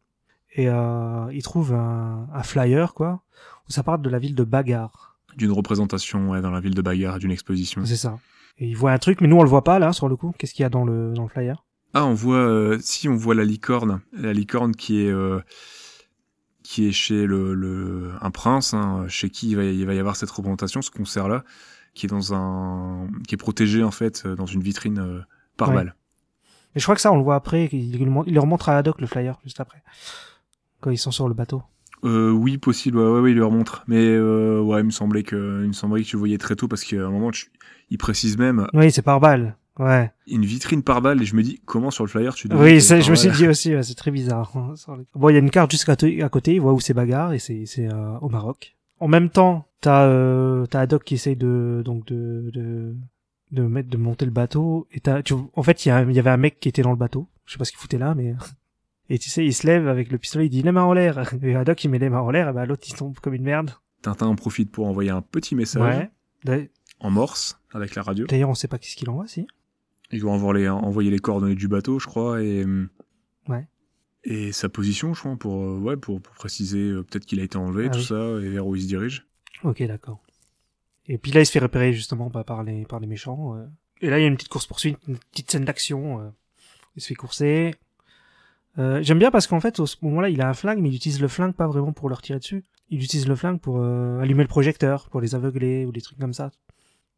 Speaker 1: Et euh, il trouve un, un flyer quoi où ça parle de la ville de Bagarre.
Speaker 2: D'une représentation ouais, dans la ville de Bagarre, d'une exposition.
Speaker 1: C'est ça. Et il voit un truc, mais nous on le voit pas là sur le coup. Qu'est-ce qu'il y a dans le dans le flyer
Speaker 2: Ah, on voit, euh, si on voit la licorne, la licorne qui est euh, qui est chez le, le un prince, hein, chez qui il va, y- il va y avoir cette représentation, ce concert-là, qui est dans un qui est protégé en fait euh, dans une vitrine euh, par
Speaker 1: Ouais.
Speaker 2: balle.
Speaker 1: Et je crois que ça on le voit après. Il, il mon- il leur montre à Haddock le flyer juste après quand ils sont sur le bateau.
Speaker 2: Euh, oui, possible. Ouais, ouais, ouais, il leur montre. Mais euh, ouais, il me semblait que il me semblait que tu voyais très tôt parce qu'à un moment, tu- il précise même
Speaker 1: Oui, c'est par balle. Ouais.
Speaker 2: une vitrine par balle et je me dis comment sur le flyer tu. devines que
Speaker 1: Oui,
Speaker 2: c'est
Speaker 1: ça,
Speaker 2: par
Speaker 1: je me suis
Speaker 2: balle
Speaker 1: dit aussi, ouais, c'est très bizarre. hein, Bon, il y a une carte juste à, t- à côté, il voit où c'est bagarre et c'est c'est, euh, au Maroc. En même temps, t'as euh, t'as Haddock qui essaye de donc de de de mettre de monter le bateau et t'as tu en fait il y, a un- il y avait un mec qui était dans le bateau. Je sais pas ce qu'il foutait là, mais et tu sais il se lève avec le pistolet, il dit les mains en l'air et Haddock il met les mains en l'air et ben l'autre il tombe comme une merde.
Speaker 2: Tintin en profite pour envoyer un petit message
Speaker 1: Ouais. D'a-
Speaker 2: en morse avec la radio.
Speaker 1: D'ailleurs on sait pas qu'est-ce qu'il envoie si.
Speaker 2: Ils vont envoyer les, envoyer les coordonnées du bateau, je crois, et euh,
Speaker 1: Ouais.
Speaker 2: et sa position, je crois, pour euh, ouais, pour, pour préciser euh, peut-être qu'il a été enlevé,
Speaker 1: Ah
Speaker 2: tout
Speaker 1: oui.
Speaker 2: ça, et vers où il se dirige.
Speaker 1: Ok, d'accord. Et puis là, il se fait repérer justement bah, par, les, par les méchants. euh. Et là, il y a une petite course-poursuite, une petite scène d'action. euh. Il se fait courser. Euh, J'aime bien parce qu'en fait, au- ce moment-là, il a un flingue, mais il utilise le flingue pas vraiment pour leur tirer dessus. Il utilise le flingue pour euh, allumer le projecteur, pour les aveugler ou des trucs comme ça.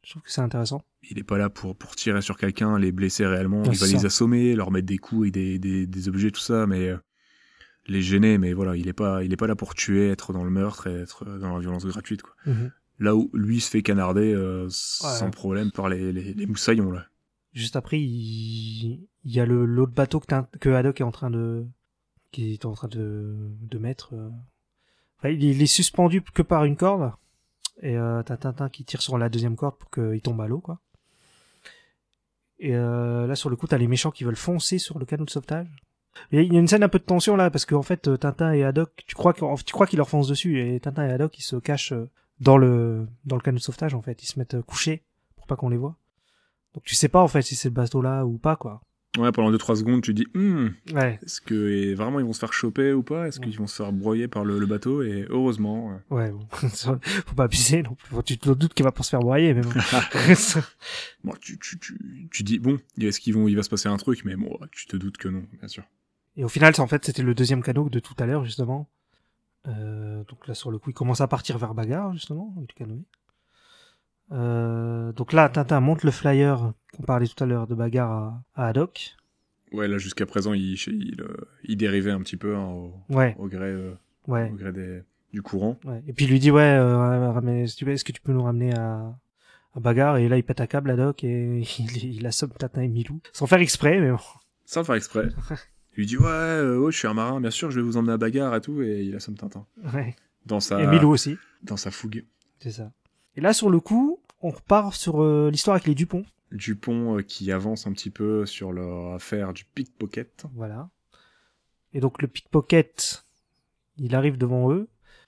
Speaker 1: Je trouve que c'est intéressant.
Speaker 2: Il n'est pas là pour, pour tirer sur quelqu'un, les blesser réellement.
Speaker 1: Ah,
Speaker 2: il va
Speaker 1: c'est
Speaker 2: les
Speaker 1: ça.
Speaker 2: assommer, leur mettre des coups et des, des, des objets, tout ça, mais euh, les gêner. Mais voilà, il n'est pas, il est pas là pour tuer, être dans le meurtre et être euh, dans la violence gratuite. Quoi. Là où lui il se fait canarder euh, sans
Speaker 1: Ouais.
Speaker 2: problème par les, les, les moussaillons. Là.
Speaker 1: Juste après, il, il y a le- l'autre bateau que, t'in- que Haddock est en train de, qui est en train de, de mettre. euh. Enfin, il, il est suspendu que par une corde. Et euh, t'as Tintin qui tire sur la deuxième corde pour qu'il tombe à l'eau, quoi. Et euh, là, sur le coup, t'as les méchants qui veulent foncer sur le canot de sauvetage. Et Il y a une scène un peu de tension là, parce qu'en fait, euh, Tintin et Haddock, tu crois qu'en- tu crois qu'ils leur foncent dessus, et Tintin et Haddock, ils se cachent euh, dans le, dans le canot de sauvetage, en fait. Ils se mettent euh, couchés pour pas qu'on les voit. Donc tu sais pas en fait si c'est le bateau là ou pas quoi.
Speaker 2: Ouais, pendant 2-3 secondes, tu dis Hum,
Speaker 1: Ouais,
Speaker 2: Est-ce que et vraiment ils vont se faire choper ou pas Est-ce
Speaker 1: Ouais.
Speaker 2: qu'ils vont se faire broyer par le, le bateau Et heureusement, euh, ouais.
Speaker 1: ouais, bon. faut pas abuser non plus. Faut- Tu te doutes qu'il va pas se faire broyer mais bon.
Speaker 2: bon, tu, tu, tu, tu dis bon, est-ce qu'ils vont, il va se passer un truc Mais bon, tu te doutes que non, bien sûr.
Speaker 1: Et au final, c'est- en fait, c'était le deuxième canot de tout à l'heure justement. Euh, donc là, sur le coup, il commence à partir vers bagarre justement avec le canoë. Euh, donc là, Tintin monte le flyer qu'on parlait tout à l'heure de bagarre à, à Haddock.
Speaker 2: Ouais, là jusqu'à présent, il, il, euh, il dérivait un petit peu hein, au,
Speaker 1: Ouais,
Speaker 2: au gré, euh,
Speaker 1: ouais.
Speaker 2: au gré des- du courant.
Speaker 1: Ouais. Et puis il lui dit ouais, euh, ramène- si tu veux, est-ce que tu peux nous ramener à, à bagarre Et là, il pète à câble à Doc et il, il assomme Tintin et Milou sans faire exprès, mais bon.
Speaker 2: Sans le faire exprès. Il lui dit ouais, euh, ouais, je suis un marin, bien sûr, je vais vous emmener à bagarre et tout, et il assomme Tintin
Speaker 1: Ouais.
Speaker 2: dans sa
Speaker 1: Et Milou aussi.
Speaker 2: dans sa fougue.
Speaker 1: C'est ça. Et là, sur le coup, on repart sur euh, l'histoire avec les Dupont.
Speaker 2: Dupont euh, qui avance un petit peu sur leur affaire du pickpocket.
Speaker 1: Voilà. Et donc, le pickpocket, il arrive devant eux.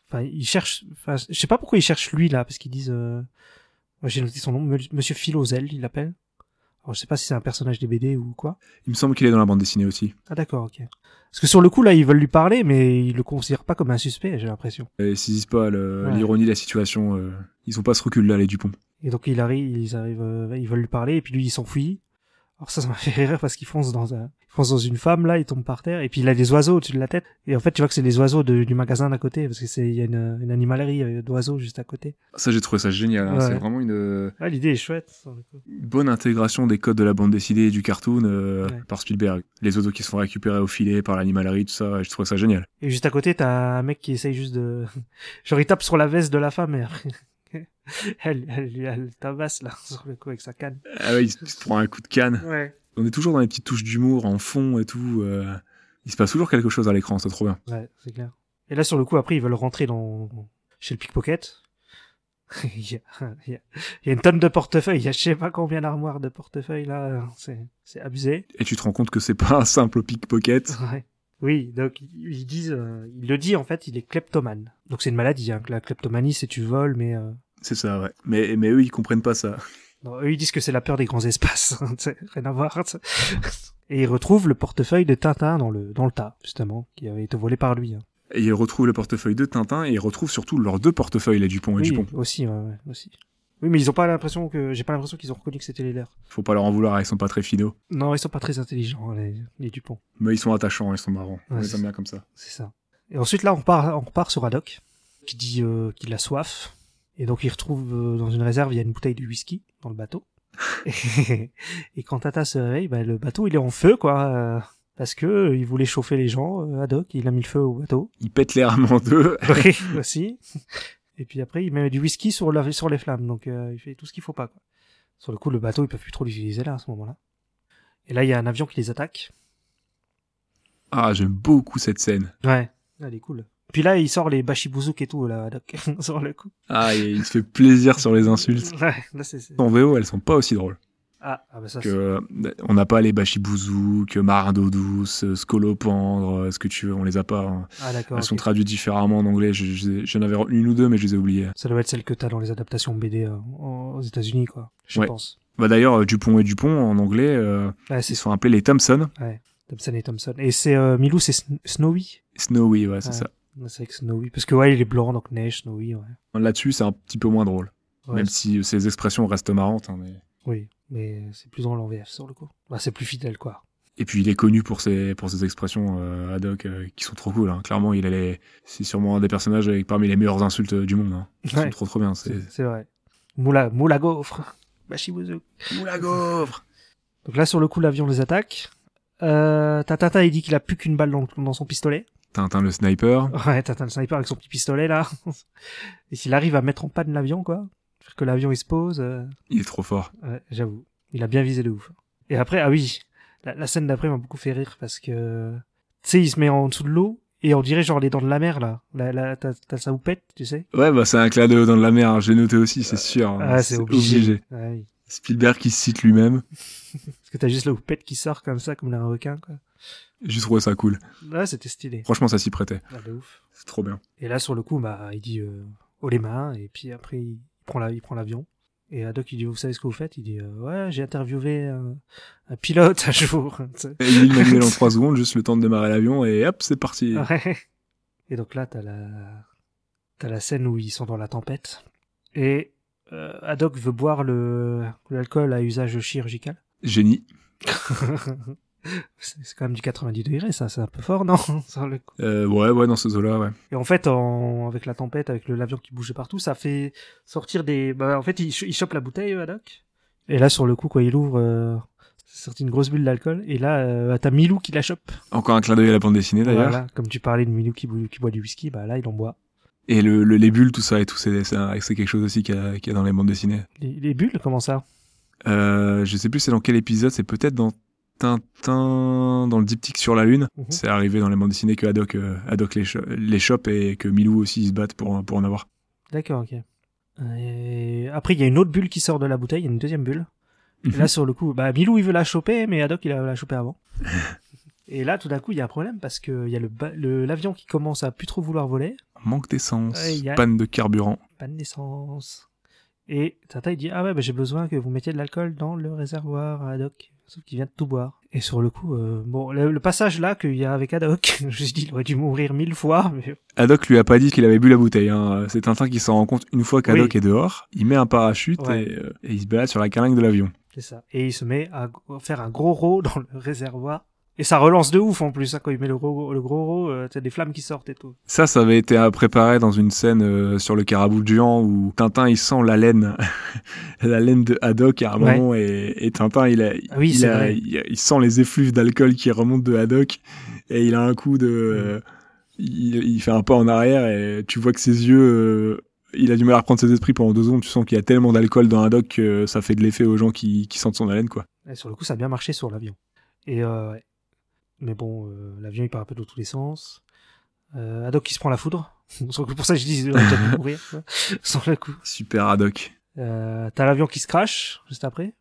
Speaker 1: Enfin, il cherche. Enfin, je sais pas pourquoi il cherche lui là, parce qu'ils disent. euh, moi, J'ai noté son nom, Mel- Monsieur Philozel, il l'appelle. Alors, je sais pas si c'est un personnage des BD ou quoi.
Speaker 2: Il me semble qu'il est dans la bande dessinée aussi.
Speaker 1: Ah d'accord, ok. Parce que sur le coup, là, ils veulent lui parler, mais ils le considèrent pas comme un suspect, j'ai l'impression.
Speaker 2: Et Ils saisissent pas le-
Speaker 1: Ouais.
Speaker 2: l'ironie de la situation. euh, ils ont pas ce recul là, les Dupont.
Speaker 1: Et donc, il arrive, ils arrivent, euh, ils veulent lui parler, et puis lui, il s'enfuit. Alors ça, ça m'a fait rire parce qu'il fonce dans un, il fonce dans une femme là, il tombe par terre et puis il a des oiseaux au-dessus de la tête. Et en fait, tu vois que c'est les oiseaux de- du magasin d'à côté parce que c'est il y a une, une animalerie euh, d'oiseaux juste à côté.
Speaker 2: Ça, j'ai trouvé ça génial. hein.
Speaker 1: Ouais.
Speaker 2: C'est vraiment une
Speaker 1: Ah, l'idée est chouette. sur le coup.
Speaker 2: bonne intégration des codes de la bande dessinée et du cartoon euh,
Speaker 1: Ouais.
Speaker 2: par Spielberg. Les autos qui se font récupérer au filet par l'animalerie, tout ça, je trouve ça génial.
Speaker 1: Et juste à côté, t'as un mec qui essaye juste de, genre il tape sur la veste de la femme et après, elle, elle, elle tabasse là sur le coup avec sa canne.
Speaker 2: Ah ouais, il se il se prend un coup de canne.
Speaker 1: Ouais.
Speaker 2: On est toujours dans les petites touches d'humour en fond et tout. euh, Il se passe toujours quelque chose à l'écran, c'est trop bien.
Speaker 1: Ouais, c'est clair. Et là, sur le coup, après, ils veulent rentrer dans chez le pickpocket. il, y a, il y a- il y a une tonne de portefeuilles. Il y a je sais pas combien d'armoires de portefeuilles là. C'est c'est abusé.
Speaker 2: Et tu te rends compte que c'est pas un simple pickpocket.
Speaker 1: Ouais. Oui, donc ils disent, euh, il le dit en fait, il est kleptomane. Donc c'est une maladie. Hein. que La kleptomanie, c'est tu voles, mais euh,
Speaker 2: C'est ça, ouais. Mais, mais eux, ils comprennent pas ça.
Speaker 1: non, eux ils disent que c'est la peur des grands espaces. C'est Rien à voir. c'est- Et il retrouve le portefeuille de Tintin dans le dans le tas justement, qui avait été volé par lui. hein.
Speaker 2: Et ils retrouvent le portefeuille de Tintin et ils retrouvent surtout leurs deux portefeuilles, les Dupont et
Speaker 1: oui,
Speaker 2: Dupont.
Speaker 1: aussi, ouais, ouais, aussi. Oui, mais ils ont pas l'impression que j'ai pas l'impression qu'ils ont reconnu que c'était les leurs.
Speaker 2: Faut pas leur en vouloir, ils sont pas très finaux.
Speaker 1: Non, ils sont pas très intelligents, hein, les, les Dupont.
Speaker 2: Mais ils sont attachants, ils sont marrants.
Speaker 1: Ouais,
Speaker 2: on les
Speaker 1: c'est
Speaker 2: aime bien comme ça.
Speaker 1: C'est ça. Et ensuite, là, on part, on part sur Haddock, qui dit euh, qu'il a soif. Et donc, il retrouve euh, dans une réserve, il y a une bouteille de whisky dans le bateau. et, et quand Tata se réveille, bah, le bateau, il est en feu, quoi. euh, parce que euh, il voulait chauffer les gens, euh, Haddock, il a mis le feu au bateau.
Speaker 2: Ils pètent les rames en deux.
Speaker 1: aussi. Et puis après, il met du whisky sur, la, sur les flammes. Donc, euh, il fait tout ce qu'il faut pas, quoi. Sur le coup, le bateau, ils peuvent plus trop l'utiliser là, à ce moment-là. Et là, il y a un avion qui les attaque.
Speaker 2: Ah, j'aime beaucoup cette scène.
Speaker 1: Ouais, elle est cool. Puis là, il sort les bashibouzouks et tout, là, Doc, sur le coup.
Speaker 2: Ah, et il se fait plaisir sur les insultes.
Speaker 1: Ouais, là, c'est... c'est-
Speaker 2: En VO, elles sont pas aussi drôles.
Speaker 1: Ah, ah bah ça,
Speaker 2: Que, euh, on n'a pas les Bachibouzouk, Marin d'eau douce, euh, Scolopendre, euh, ce que tu veux, on les a pas. hein.
Speaker 1: c'est- Ah, d'accord,
Speaker 2: Elles sont
Speaker 1: ok.
Speaker 2: traduites différemment en anglais. Je- je- J'en avais une ou deux, mais je les ai oubliées.
Speaker 1: Ça doit être celle que t'as dans les adaptations BD euh, en- aux États-Unis, quoi, je
Speaker 2: Ouais.
Speaker 1: pense.
Speaker 2: Bah d'ailleurs, euh, Dupont et Dupont, en anglais, euh,
Speaker 1: Ouais,
Speaker 2: ils
Speaker 1: c'est
Speaker 2: se font appeler les Thompson.
Speaker 1: Thompson et Thompson. Et c'est euh, Milou, c'est Sn- Snowy
Speaker 2: Snowy, ouais, c'est
Speaker 1: Ouais.
Speaker 2: ça.
Speaker 1: Ouais, C'est vrai que Snowy, parce que ouais, il est blanc, donc neige, Snowy, ouais.
Speaker 2: Là-dessus, c'est un petit peu moins drôle.
Speaker 1: Ouais,
Speaker 2: même
Speaker 1: c'est-
Speaker 2: si euh, ces expressions restent marrantes. hein, mais-
Speaker 1: Oui, mais c'est plus dans l'envers, sur le coup. Bah, c'est plus fidèle, quoi.
Speaker 2: Et puis, il est connu pour ses, pour ses expressions euh, ad hoc euh, qui sont trop cool. hein. Clairement, il a les- c'est sûrement un des personnages avec parmi les meilleures insultes euh, du monde. Hein. Ils
Speaker 1: Ouais.
Speaker 2: sont trop trop bien. C'est...
Speaker 1: C'est c'est vrai. Moula, moula gaufre. Bashibouzou.
Speaker 2: Moula gaufre
Speaker 1: Donc là, sur le coup, l'avion les attaque. Euh, Tatata, il dit qu'il a plus qu'une balle dans, dans son pistolet.
Speaker 2: Tintin le sniper.
Speaker 1: Ouais, Tata le sniper avec son petit pistolet, là. Et s'il arrive à mettre en panne l'avion, quoi. Faire que l'avion, il se pose. euh,
Speaker 2: Il est trop fort.
Speaker 1: ouais, j'avoue. Il a bien visé de ouf. Et après, ah oui. La, la scène d'après m'a beaucoup fait rire parce que, tu sais, il se met en dessous de l'eau et on dirait genre les dents de la mer, là. La, la, t'as, t'as sa houppette, tu sais.
Speaker 2: Ouais, bah, c'est un clin d'œil dans la mer. hein. J'ai noté aussi, c'est sûr. hein.
Speaker 1: ah, c'est, obligé. Ouais, oui.
Speaker 2: Spielberg qui se cite lui-même.
Speaker 1: Parce que t'as juste la houppette qui sort comme ça, comme un requin, quoi.
Speaker 2: J'ai trouvé ça cool.
Speaker 1: Là, c'était stylé.
Speaker 2: Franchement, ça s'y prêtait.
Speaker 1: Ah, de ouf.
Speaker 2: C'est trop bien.
Speaker 1: Et là, sur le coup, bah, il dit euh, haut les mains, et puis après, il prend la- il prend l'avion. et Haddock, il dit, vous savez ce que vous faites Il dit, euh, ouais, j'ai interviewé un, un pilote un jour.
Speaker 2: Et il manuel en 3 secondes, juste le temps de démarrer l'avion et hop, c'est parti.
Speaker 1: Ouais. Et donc là, t'as la, t'as la scène où ils sont dans la tempête. Et euh, Haddock veut boire le l'alcool à usage chirurgical.
Speaker 2: Génie.
Speaker 1: c'est c'est quand même du 90 degrés, ça, c'est un peu fort, non Sur le coup.
Speaker 2: Euh, ouais, ouais, dans ce zoo-là, ouais.
Speaker 1: Et en fait, en- avec la tempête, avec le l'avion qui bougeait partout, ça fait sortir des. Bah, en fait, il, ch- il chope la bouteille, euh, Haddock. Et là, sur le coup, quoi, il ouvre, euh, c'est sorti une grosse bulle d'alcool. Et là, euh, t'as Milou qui la chope.
Speaker 2: Encore un clin d'œil à la bande dessinée d'ailleurs.
Speaker 1: Voilà, comme tu parlais de Milou qui, bou- qui boit du whisky, bah là, il en boit.
Speaker 2: Et le, le- les bulles, tout ça et tout, c'est c'est un- c'est quelque chose aussi qu'il y, a- qu'il y a dans les bandes dessinées.
Speaker 1: Les, les bulles, comment ça
Speaker 2: Euh, je sais plus c'est dans quel épisode, c'est peut-être dans Tintin, dans le diptyque sur la Lune.
Speaker 1: Mhm.
Speaker 2: C'est arrivé dans les bandes dessinées que Haddock, euh, Haddock les, cho- les chope et que Milou aussi ils se battent pour, pour en avoir.
Speaker 1: D'accord, ok. Et après, il y a une autre bulle qui sort de la bouteille, il y a une deuxième bulle. Et là, sur le coup, bah, Milou, il veut la choper, mais Haddock, il a la choper avant. Et là, tout d'un coup, il y a un problème parce que il y a le ba- le- l'avion qui commence à plus trop vouloir voler.
Speaker 2: Manque d'essence,
Speaker 1: Ouais, il y a-
Speaker 2: panne de carburant.
Speaker 1: panne d'essence. Et Tata, il dit, ah ouais, bah, j'ai besoin que vous mettiez de l'alcool dans le réservoir à Haddock. Sauf qu'il vient de tout boire. Et sur le coup, euh, bon, le, le passage là qu'il y a avec Haddock, je me suis dit, il aurait dû mourir mille fois, mais
Speaker 2: Haddock lui a pas dit qu'il avait bu la bouteille. Hein. C'est Tintin qui s'en rend compte une fois qu'Haddock
Speaker 1: Oui.
Speaker 2: est dehors. Il met un parachute
Speaker 1: Ouais.
Speaker 2: et, euh, et il se balade sur la carlingue de l'avion.
Speaker 1: c'est C'est ça. Et il se met à g- faire un gros row dans le réservoir. Et ça relance de ouf en plus, hein, quand il met le gros, le gros row, euh, t'as des flammes qui sortent et tout.
Speaker 2: Ça, ça avait été à préparer dans une scène euh, sur le carabou géant où Tintin il sent la laine, la laine de Haddock à un
Speaker 1: Ouais.
Speaker 2: moment et, et Tintin il, a,
Speaker 1: Ah oui,
Speaker 2: il,
Speaker 1: c'est
Speaker 2: a-
Speaker 1: vrai.
Speaker 2: il, il sent les effluves d'alcool qui remontent de Haddock et il a un coup de, euh, il, il fait un pas en arrière et tu vois que ses yeux, euh, il a du mal à reprendre ses esprits pendant deux secondes. Tu sens qu'il y a tellement d'alcool dans Haddock que ça fait de l'effet aux gens qui, qui sentent son haleine quoi.
Speaker 1: Et sur le coup, ça a bien marché sur l'avion. Et euh, ouais. Mais bon, euh, l'avion il part un peu dans tous les sens. Euh, Haddock qui se prend la foudre. Sur le coup, pour ça, je dis, il aurait déjà dû mourir. tu vois, Sur le coup.
Speaker 2: Super Haddock.
Speaker 1: Euh, t'as l'avion qui se crache juste après.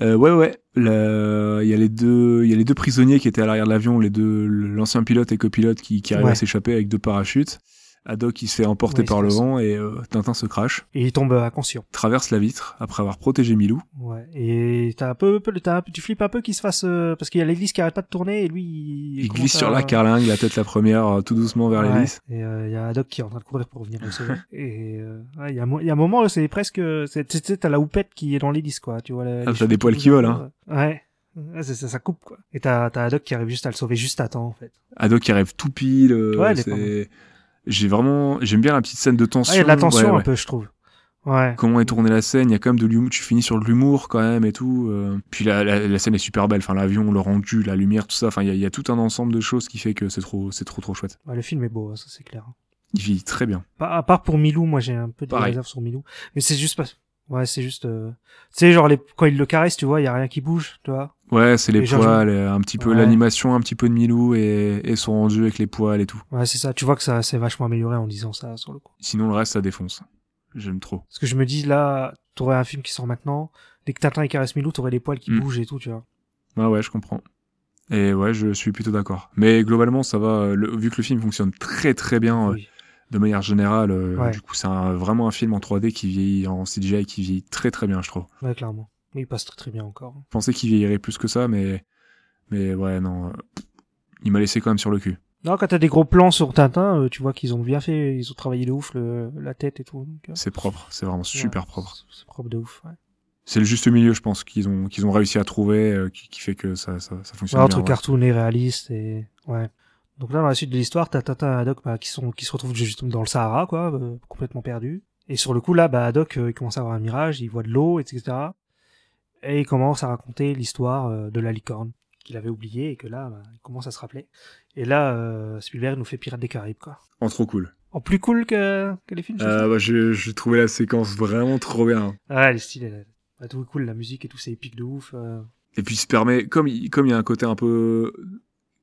Speaker 2: Euh, ouais, ouais. Le- Il y a les deux, il y a les deux prisonniers qui étaient à l'arrière de l'avion, les deux, l'ancien pilote et copilote qui, qui arrivent à
Speaker 1: Ouais.
Speaker 2: s'échapper avec deux parachutes. Haddock il se fait emporter
Speaker 1: Ouais,
Speaker 2: par
Speaker 1: c'est
Speaker 2: le
Speaker 1: ça.
Speaker 2: vent et euh, Tintin se crache,
Speaker 1: Et il tombe euh, inconscient.
Speaker 2: traverse la vitre après avoir protégé Milou.
Speaker 1: Ouais. Et t'as un peu, peu- t'as un peu- tu flippes un peu qu'il se fasse. euh, parce qu'il y a l'hélice qui arrête pas de tourner et lui. Il,
Speaker 2: Il
Speaker 1: commence
Speaker 2: glisse sur
Speaker 1: à-
Speaker 2: la carlingue, la tête la première, euh, tout doucement vers
Speaker 1: Ouais.
Speaker 2: l'hélice.
Speaker 1: Et il y a Haddock qui est en train de courir pour revenir le sauver. et euh, ouais, il y, a mo- il y a un moment, c'est presque. c'est- Tu sais, t'as la houppette qui est dans l'hélice, quoi. Tu vois, la-
Speaker 2: Ah,
Speaker 1: les
Speaker 2: t'as des
Speaker 1: cheveux
Speaker 2: poils qui
Speaker 1: poussent
Speaker 2: volent, hein.
Speaker 1: un peu. euh, Ouais. Ouais, c'est- ça, ça coupe, quoi. Et t'as t'as Haddock qui arrive juste à le sauver juste à temps, en fait.
Speaker 2: Haddock qui rêve tout pile. euh,
Speaker 1: Ouais, elle est
Speaker 2: c'est-
Speaker 1: pas mal.
Speaker 2: J'ai vraiment, j'aime bien la petite scène de tension.
Speaker 1: Ouais, il y a de la tension
Speaker 2: ouais,
Speaker 1: un
Speaker 2: ouais.
Speaker 1: peu, je trouve. Ouais.
Speaker 2: Comment est tournée la scène Il y a quand même de l'humour. Tu finis sur de l'humour quand même et tout. euh. Puis la, la- la scène est super belle. Enfin, l'avion, le rendu, la lumière, tout ça. Enfin, il y, a- il y a tout un ensemble de choses qui fait que c'est trop, c'est trop, trop chouette.
Speaker 1: Ouais, le film est beau, hein, ça c'est clair.
Speaker 2: Il vit très bien.
Speaker 1: Pas- à part pour Milou, moi j'ai un peu de
Speaker 2: Pareil.
Speaker 1: réserve sur Milou, mais c'est juste pas. Ouais, c'est juste. euh, Tu sais, genre les... quand il le caresse, tu vois, il y a rien qui bouge, tu vois.
Speaker 2: Ouais, c'est les
Speaker 1: Et Georges-
Speaker 2: poils, euh, un petit peu
Speaker 1: Ouais.
Speaker 2: l'animation, un petit peu de Milou et, et son rendu avec les poils et tout.
Speaker 1: Ouais, c'est ça. Tu vois que ça s'est vachement amélioré en disant ça sur le coup.
Speaker 2: Sinon, le reste, ça défonce. J'aime trop.
Speaker 1: Parce que je me dis là, t'aurais un film qui sort maintenant, dès que Tintin il caresse Milou, t'aurais les poils qui
Speaker 2: Mm.
Speaker 1: bougent et tout, tu vois.
Speaker 2: Ouais, Ah ouais, je comprends. Et ouais, je suis plutôt d'accord. Mais globalement, ça va. euh, le- vu que le film fonctionne très, très bien. euh,
Speaker 1: Oui.
Speaker 2: de manière générale, euh,
Speaker 1: Ouais.
Speaker 2: du coup, c'est un- vraiment un film en 3D qui vieillit en CGI et qui vieillit très très bien, je trouve.
Speaker 1: Ouais, clairement. Mais il passe très très bien encore.
Speaker 2: Je pensais qu'il vieillirait plus que ça, mais mais ouais, non, euh, il m'a laissé quand même sur le cul.
Speaker 1: Non, quand t'as des gros plans sur Tintin, euh, tu vois qu'ils ont bien fait, ils ont travaillé de ouf le... la tête et tout. donc, euh,
Speaker 2: C'est propre, c'est vraiment super
Speaker 1: ouais,
Speaker 2: propre.
Speaker 1: c'est- C'est propre de ouf. Ouais.
Speaker 2: C'est le juste milieu, je pense, qu'ils ont qu'ils ont réussi à trouver, euh, qui, qui fait que ça ça, ça fonctionne
Speaker 1: Ouais, entre
Speaker 2: bien. ouais.
Speaker 1: cartoon et réaliste et ouais. Donc là dans la suite de l'histoire, t'as Tintin et Haddock bah, qui sont qui se retrouvent justement dans le Sahara quoi, euh, complètement perdus. Et sur le coup là, bah Haddock euh, il commence à avoir un mirage, il voit de l'eau etc. Et il commence à raconter l'histoire euh, de la licorne qu'il avait oubliée et que là bah, il commence à se rappeler. Et là euh, Spielberg nous fait Pirates des Caraïbes quoi.
Speaker 2: Oh, trop cool.
Speaker 1: En plus cool que, que les films. je
Speaker 2: Euh, bah, j'ai j'ai trouvé la séquence vraiment trop bien.
Speaker 1: trouve. Ouais, les styles, Ah, elle- elle est tout cool, la musique et tout, c'est épique de ouf. euh.
Speaker 2: Et puis il se permet, comme il, comme il y a un côté un peu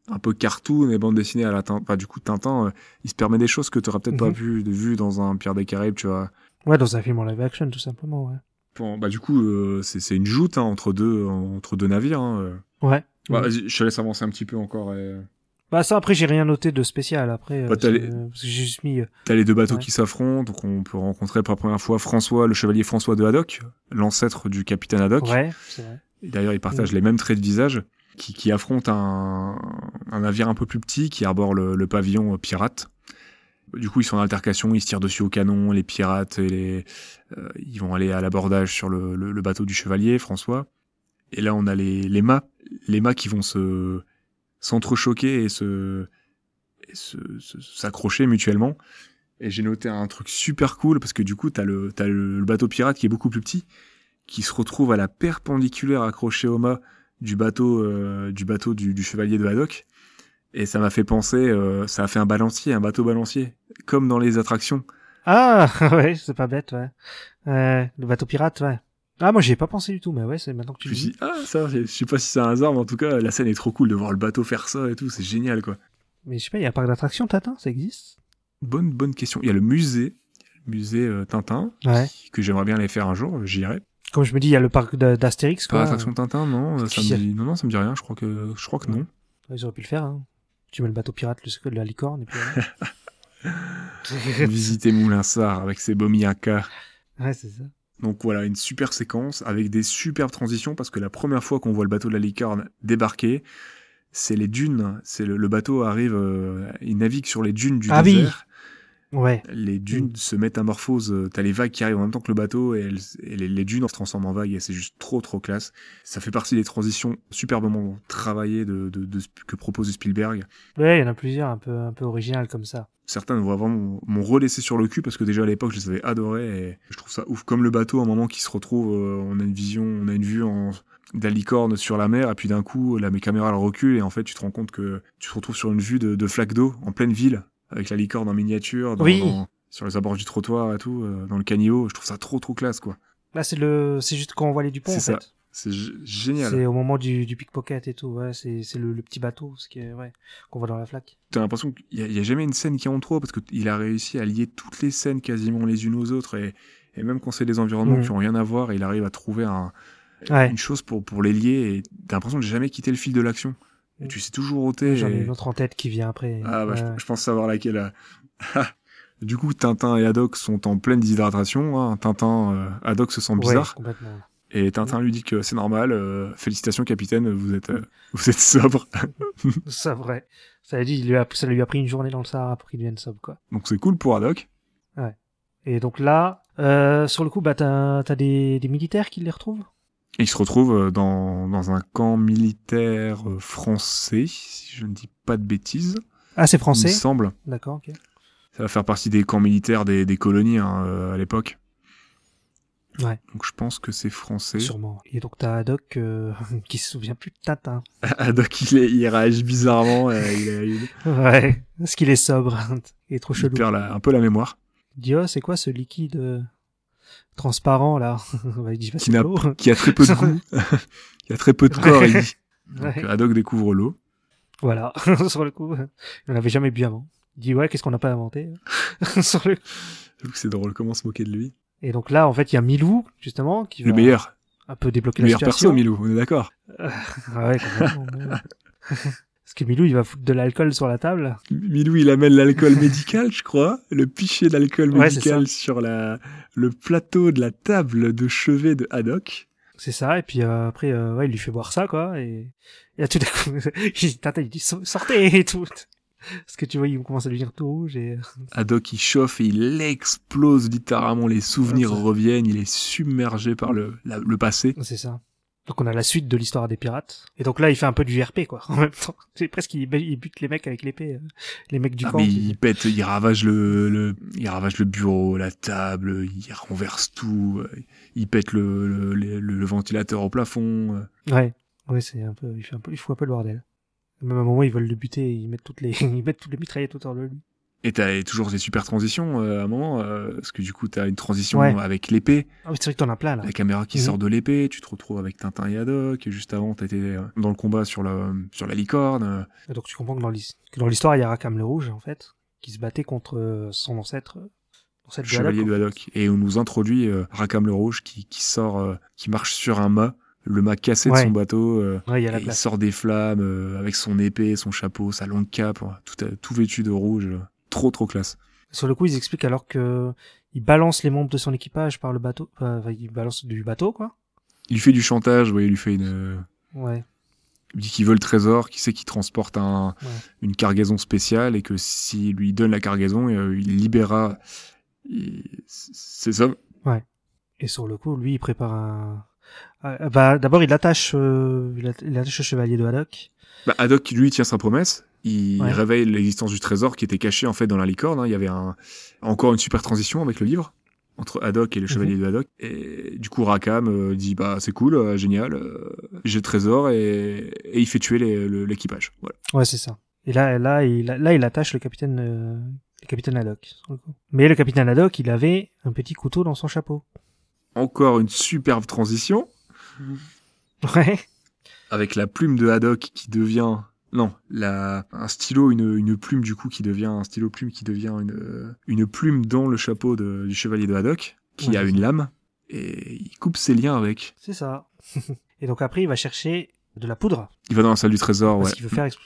Speaker 2: un peu cartoon et bande dessinée à la Tintin, enfin, du coup Tintin, euh, il se permet des choses que tu aurais peut-être pas
Speaker 1: Mhm.
Speaker 2: vu, vu dans un Pierre des Caraïbes, tu vois.
Speaker 1: Ouais, dans un film en live action tout simplement. Ouais.
Speaker 2: Bon, bah du coup, euh, c'est c'est une joute hein, entre deux entre deux navires. hein, euh.
Speaker 1: Ouais.
Speaker 2: Bah,
Speaker 1: Mhm.
Speaker 2: vas-y, je te laisse avancer un petit peu encore. et- euh.
Speaker 1: Bah ça après j'ai rien noté de spécial après euh,
Speaker 2: Bah, t'as
Speaker 1: c'est-
Speaker 2: les-
Speaker 1: euh, parce que j'ai juste mis euh,
Speaker 2: T'as les deux bateaux
Speaker 1: Ouais.
Speaker 2: qui s'affrontent, donc on peut rencontrer pour la première fois François, le chevalier François de Haddock, l'ancêtre du capitaine Haddock.
Speaker 1: ouais c'est vrai
Speaker 2: Et D'ailleurs, ils partagent les mêmes traits de visage, qui, qui affrontent un, un navire un peu plus petit qui arbore le, le pavillon euh, pirate. Du coup, ils sont en altercation, ils se tirent dessus au canon, les pirates, et les, euh, ils vont aller à l'abordage sur le, le- le bateau du chevalier, François. Et là, on a les, les mâts, les mâts qui vont se s'entrechoquer et se et se- se- s'accrocher mutuellement. Et j'ai noté un truc super cool parce que du coup, t'as le, t'as le, le bateau pirate qui est beaucoup plus petit, qui se retrouve à la perpendiculaire accrochée au mât du bateau, euh, du bateau du, du chevalier de Haddock. Et ça m'a fait penser, euh, ça a fait un balancier, un bateau balancier, comme dans les attractions.
Speaker 1: ah ouais c'est pas bête ouais Euh, le bateau pirate ouais ah moi j'y ai pas pensé du tout mais ouais c'est maintenant que
Speaker 2: Je
Speaker 1: tu
Speaker 2: me
Speaker 1: le
Speaker 2: suis
Speaker 1: dis
Speaker 2: dit, ah, ça, je sais pas si c'est un hasard, mais en tout cas, la scène est trop cool de voir le bateau faire ça et tout, c'est génial, quoi.
Speaker 1: mais je sais pas il y a un parc d'attractions Tintin ça existe
Speaker 2: Bonne, bonne question. Il y a le musée, le musée euh, Tintin,
Speaker 1: ouais
Speaker 2: que j'aimerais bien aller faire un jour, j'irai.
Speaker 1: comme je me dis il y a le parc d'a- d'Astérix
Speaker 2: Pas
Speaker 1: quoi
Speaker 2: attraction Tintin, non, euh,
Speaker 1: c'est
Speaker 2: ça me
Speaker 1: fier.
Speaker 2: dit, non, non, ça me dit rien, je crois que, je crois que non.
Speaker 1: Ouais, ils auraient pu le faire hein. tu mets le bateau pirate le secret de la licorne et puis voilà.
Speaker 2: Visiter Moulinsart avec ses beaux miakas.
Speaker 1: ouais c'est ça
Speaker 2: Donc voilà, une super séquence avec des superbes transitions parce que la première fois qu'on voit le bateau de la licorne débarquer, c'est les dunes. C'est le, le bateau arrive, euh, il navigue sur les dunes du
Speaker 1: Ah oui. Mm.
Speaker 2: désert.
Speaker 1: Ouais.
Speaker 2: Les dunes se métamorphosent. euh, T'as les vagues qui arrivent en même temps que le bateau et, elles- et les, les dunes se transforment en vagues et c'est juste trop trop classe. Ça fait partie des transitions superbement travaillées de, de- de- que propose Spielberg.
Speaker 1: Ouais, il y en a plusieurs un peu, un peu originales comme ça.
Speaker 2: Certains m'ont vraiment m'ont relaissé sur le cul parce que déjà à l'époque je les avais adorés et je trouve ça ouf. Comme le bateau, à un moment qui se retrouve, euh, on a une vision, on a une vue en de la licorne sur la mer et puis d'un coup la mes caméra elle recule et en fait tu te rends compte que tu te retrouves sur une vue de, de flaque d'eau en pleine ville avec la licorne en miniature dans-
Speaker 1: Oui.
Speaker 2: dans- sur les abords du trottoir et tout euh, dans le caniveau je trouve ça trop trop classe quoi
Speaker 1: Là, c'est le, c'est juste quand on voit les Dupont, en
Speaker 2: C'est ça.
Speaker 1: fait.
Speaker 2: c'est g- génial
Speaker 1: C'est au moment du, du pickpocket et tout. Ouais, c'est, c'est le, le petit bateau, ce qui est, ouais, qu'on voit dans la flaque.
Speaker 2: t'as l'impression qu'il y, a- il y a jamais une scène qui en trop parce que t- il a réussi à lier toutes les scènes quasiment les unes aux autres et, et même quand c'est des environnements
Speaker 1: Mhm.
Speaker 2: qui ont rien à voir il arrive à trouver un-
Speaker 1: Ouais.
Speaker 2: une chose pour, pour les lier et t'as l'impression de jamais quitter le fil de l'action et
Speaker 1: Mhm.
Speaker 2: tu sais toujours ôter
Speaker 1: J'en ai
Speaker 2: et-
Speaker 1: une autre en tête qui vient après.
Speaker 2: Ah bah,
Speaker 1: Ouais,
Speaker 2: je,
Speaker 1: ouais.
Speaker 2: je pense savoir laquelle. euh. du coup, Tintin et Haddock sont en pleine déshydratation. hein. Tintin, euh, Haddock se sent
Speaker 1: Ouais,
Speaker 2: bizarre.
Speaker 1: complètement.
Speaker 2: Et Tintin lui dit que c'est normal. euh, félicitations, capitaine, vous êtes, euh, vous êtes sobre.
Speaker 1: C'est vrai. Ça veut dire, il lui a, ça lui a pris une journée dans le Sahara pour qu'il devienne sobre, quoi.
Speaker 2: Donc c'est cool pour Haddock.
Speaker 1: Et donc là, euh, sur le coup, bah, t'as, t'as des, des militaires qui les retrouvent
Speaker 2: Et il se retrouve euh, dans, dans un camp militaire euh, français, si je ne dis pas de bêtises.
Speaker 1: Ah, c'est
Speaker 2: Il me
Speaker 1: français
Speaker 2: semble.
Speaker 1: D'accord, ok.
Speaker 2: Ça va faire partie des camps militaires des, des colonies hein, euh, à l'époque.
Speaker 1: Ouais.
Speaker 2: Donc je pense que c'est français.
Speaker 1: Sûrement. Et donc t'as Haddock euh, qui se souvient plus de Tintin.
Speaker 2: Haddock, il, est- il réagit bizarrement. euh, il a- il-
Speaker 1: Ouais. Parce qu'il est sobre. Il est trop
Speaker 2: il
Speaker 1: chelou.
Speaker 2: perd la- un peu la mémoire.
Speaker 1: Il dit, oh, c'est quoi ce liquide euh, transparent, là Bah, Il dit, bah,
Speaker 2: Qui
Speaker 1: c'est de
Speaker 2: n'a
Speaker 1: l'eau.
Speaker 2: qui a très peu de goût, qui a très peu de corps, il dit. Donc,
Speaker 1: Ouais.
Speaker 2: Haddock découvre l'eau.
Speaker 1: Voilà, sur le coup. On l'avait jamais bu avant. Il dit, ouais, qu'est-ce qu'on n'a pas inventé hein, Sur le coup.
Speaker 2: J'avoue que c'est drôle, comment se moquer de lui.
Speaker 1: Et donc là, en fait, il y a Milou, justement, qui
Speaker 2: Le
Speaker 1: va
Speaker 2: meilleur,
Speaker 1: un peu débloquer la
Speaker 2: le meilleur perso,
Speaker 1: situation.
Speaker 2: Milou, on est d'accord.
Speaker 1: Ah ouais, complètement, ouais. Parce que Milou, il va foutre de l'alcool sur la table.
Speaker 2: Milou, il amène l'alcool médical, je crois, le pichet d'alcool
Speaker 1: Ouais,
Speaker 2: médical sur la, le plateau de la table de chevet de Haddock.
Speaker 1: C'est ça, et puis euh, après, euh, ouais, il lui fait boire ça, quoi, et, et là, tout d'un coup, il dit, Tintin, il dit, So- sortez, et tout. Parce que tu vois, il commence à devenir tout rouge, et
Speaker 2: Haddock, il chauffe et il explose littéralement, les souvenirs
Speaker 1: Ouais, ça-
Speaker 2: reviennent, il est submergé par le, la- le passé.
Speaker 1: euh, c'est ça. Donc on a la suite de l'histoire des pirates. Et donc là, il fait un peu du RP, quoi, en même temps. C'est presque, il, il bute les mecs avec l'épée, euh, les mecs du
Speaker 2: Ah,
Speaker 1: camp.
Speaker 2: mais
Speaker 1: qui-
Speaker 2: il pète, il ravage le, le- il ravage le bureau, la table, il renverse tout, euh, il pète le, le, le- le ventilateur au plafond. euh.
Speaker 1: Ouais, ouais, c'est un peu, il fait un peu, il fout un peu le bordel. Même à un moment, ils veulent le buter, ils mettent toutes les, ils mettent toutes les mitraillettes autour de lui.
Speaker 2: Et t'as et toujours des super transitions euh, à un moment, euh, parce que du coup t'as une transition
Speaker 1: Ouais.
Speaker 2: avec l'épée,
Speaker 1: Ah oui, c'est vrai que t'en as plein, là.
Speaker 2: la caméra qui
Speaker 1: Mhm.
Speaker 2: sort de l'épée, tu te retrouves avec Tintin et Haddock, et juste avant t'étais euh, dans le combat sur, la sur la licorne. euh.
Speaker 1: Et donc tu comprends que dans l'his- que dans l'histoire, il y a Rakam le Rouge, en fait, qui se battait contre euh, son ancêtre, euh, ancêtre de
Speaker 2: Chevalier
Speaker 1: Haddock,
Speaker 2: de
Speaker 1: en fait.
Speaker 2: Haddock. Et on nous introduit euh, Rakam le Rouge qui, qui sort, euh, qui marche sur un mât, le mât cassé
Speaker 1: Ouais.
Speaker 2: de son bateau. euh,
Speaker 1: Ouais, il y a la
Speaker 2: et il
Speaker 1: place.
Speaker 2: sort des flammes euh, avec son épée, son chapeau, sa longue cape, hein, tout, euh, tout vêtu de rouge. euh, Trop, trop classe.
Speaker 1: Sur le coup, ils expliquent alors que il balance les membres de son équipage par le bateau, euh, enfin, enfin, il balance du bateau, quoi.
Speaker 2: Il lui fait du chantage, vous voyez, il lui fait une. euh,
Speaker 1: Ouais.
Speaker 2: Il dit qu'il veut le trésor, qu'il sait qu'il transporte un,
Speaker 1: Ouais.
Speaker 2: une cargaison spéciale et que s'il lui donne la cargaison, euh, il libérera il- ses hommes.
Speaker 1: Et sur le coup, lui, il prépare un. Ah, bah, d'abord, il attache, euh, il atta- il attache le chevalier de Haddock.
Speaker 2: Bah, Haddock, lui, tient sa promesse. Il
Speaker 1: Ouais.
Speaker 2: réveille l'existence du trésor qui était caché en fait dans la licorne. hein. Il y avait un... encore une super transition avec le livre entre Haddock et le chevalier de Haddock. Et du coup, Rakam euh, dit bah c'est cool, euh, génial, euh, j'ai le trésor et... et il fait tuer les- le- l'équipage. Voilà.
Speaker 1: Ouais, c'est ça. Et là, là, il, là, il attache le capitaine, euh, le capitaine Haddock. sur le coup. Mais le capitaine Haddock, il avait un petit couteau dans son chapeau.
Speaker 2: Encore une superbe transition
Speaker 1: Ouais.
Speaker 2: avec la plume de Haddock qui devient non, la, un stylo, une, une plume du coup qui devient un stylo plume qui devient une, euh, une plume dans le chapeau de- du chevalier de Haddock qui
Speaker 1: Ouais,
Speaker 2: a
Speaker 1: c'est
Speaker 2: une lame et il coupe ses liens avec.
Speaker 1: C'est ça. et donc après, il va chercher de la poudre
Speaker 2: Il va dans la salle du trésor, ouais.
Speaker 1: parce qu'il veut faire. expl-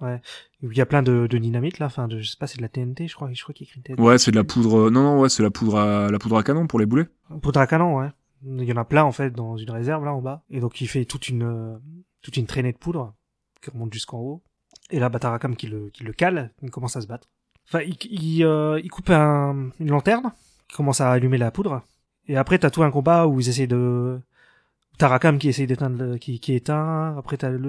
Speaker 1: Ouais. Il y a plein de, de dynamite là. Enfin, de, je sais pas, c'est de la TNT, je crois. Je crois qu'il écrit TNT.
Speaker 2: Ouais, c'est de la poudre. euh, Non, non, ouais, c'est la poudre à la poudre à canon pour les boulets.
Speaker 1: Poudre à canon, ouais. Il y en a plein en fait dans une réserve là en bas. Et donc il fait toute une euh, toute une traînée de poudre qui remonte jusqu'en haut. Et là, Batarakam qui le qui le cale, il commence à se battre. Enfin, il, il, euh, il coupe un- une lanterne, qui commence à allumer la poudre. Et après, t'as tout un combat où ils essayent de... T'as Rakam qui essaye d'éteindre, le- qui, qui éteint. Après, t'as le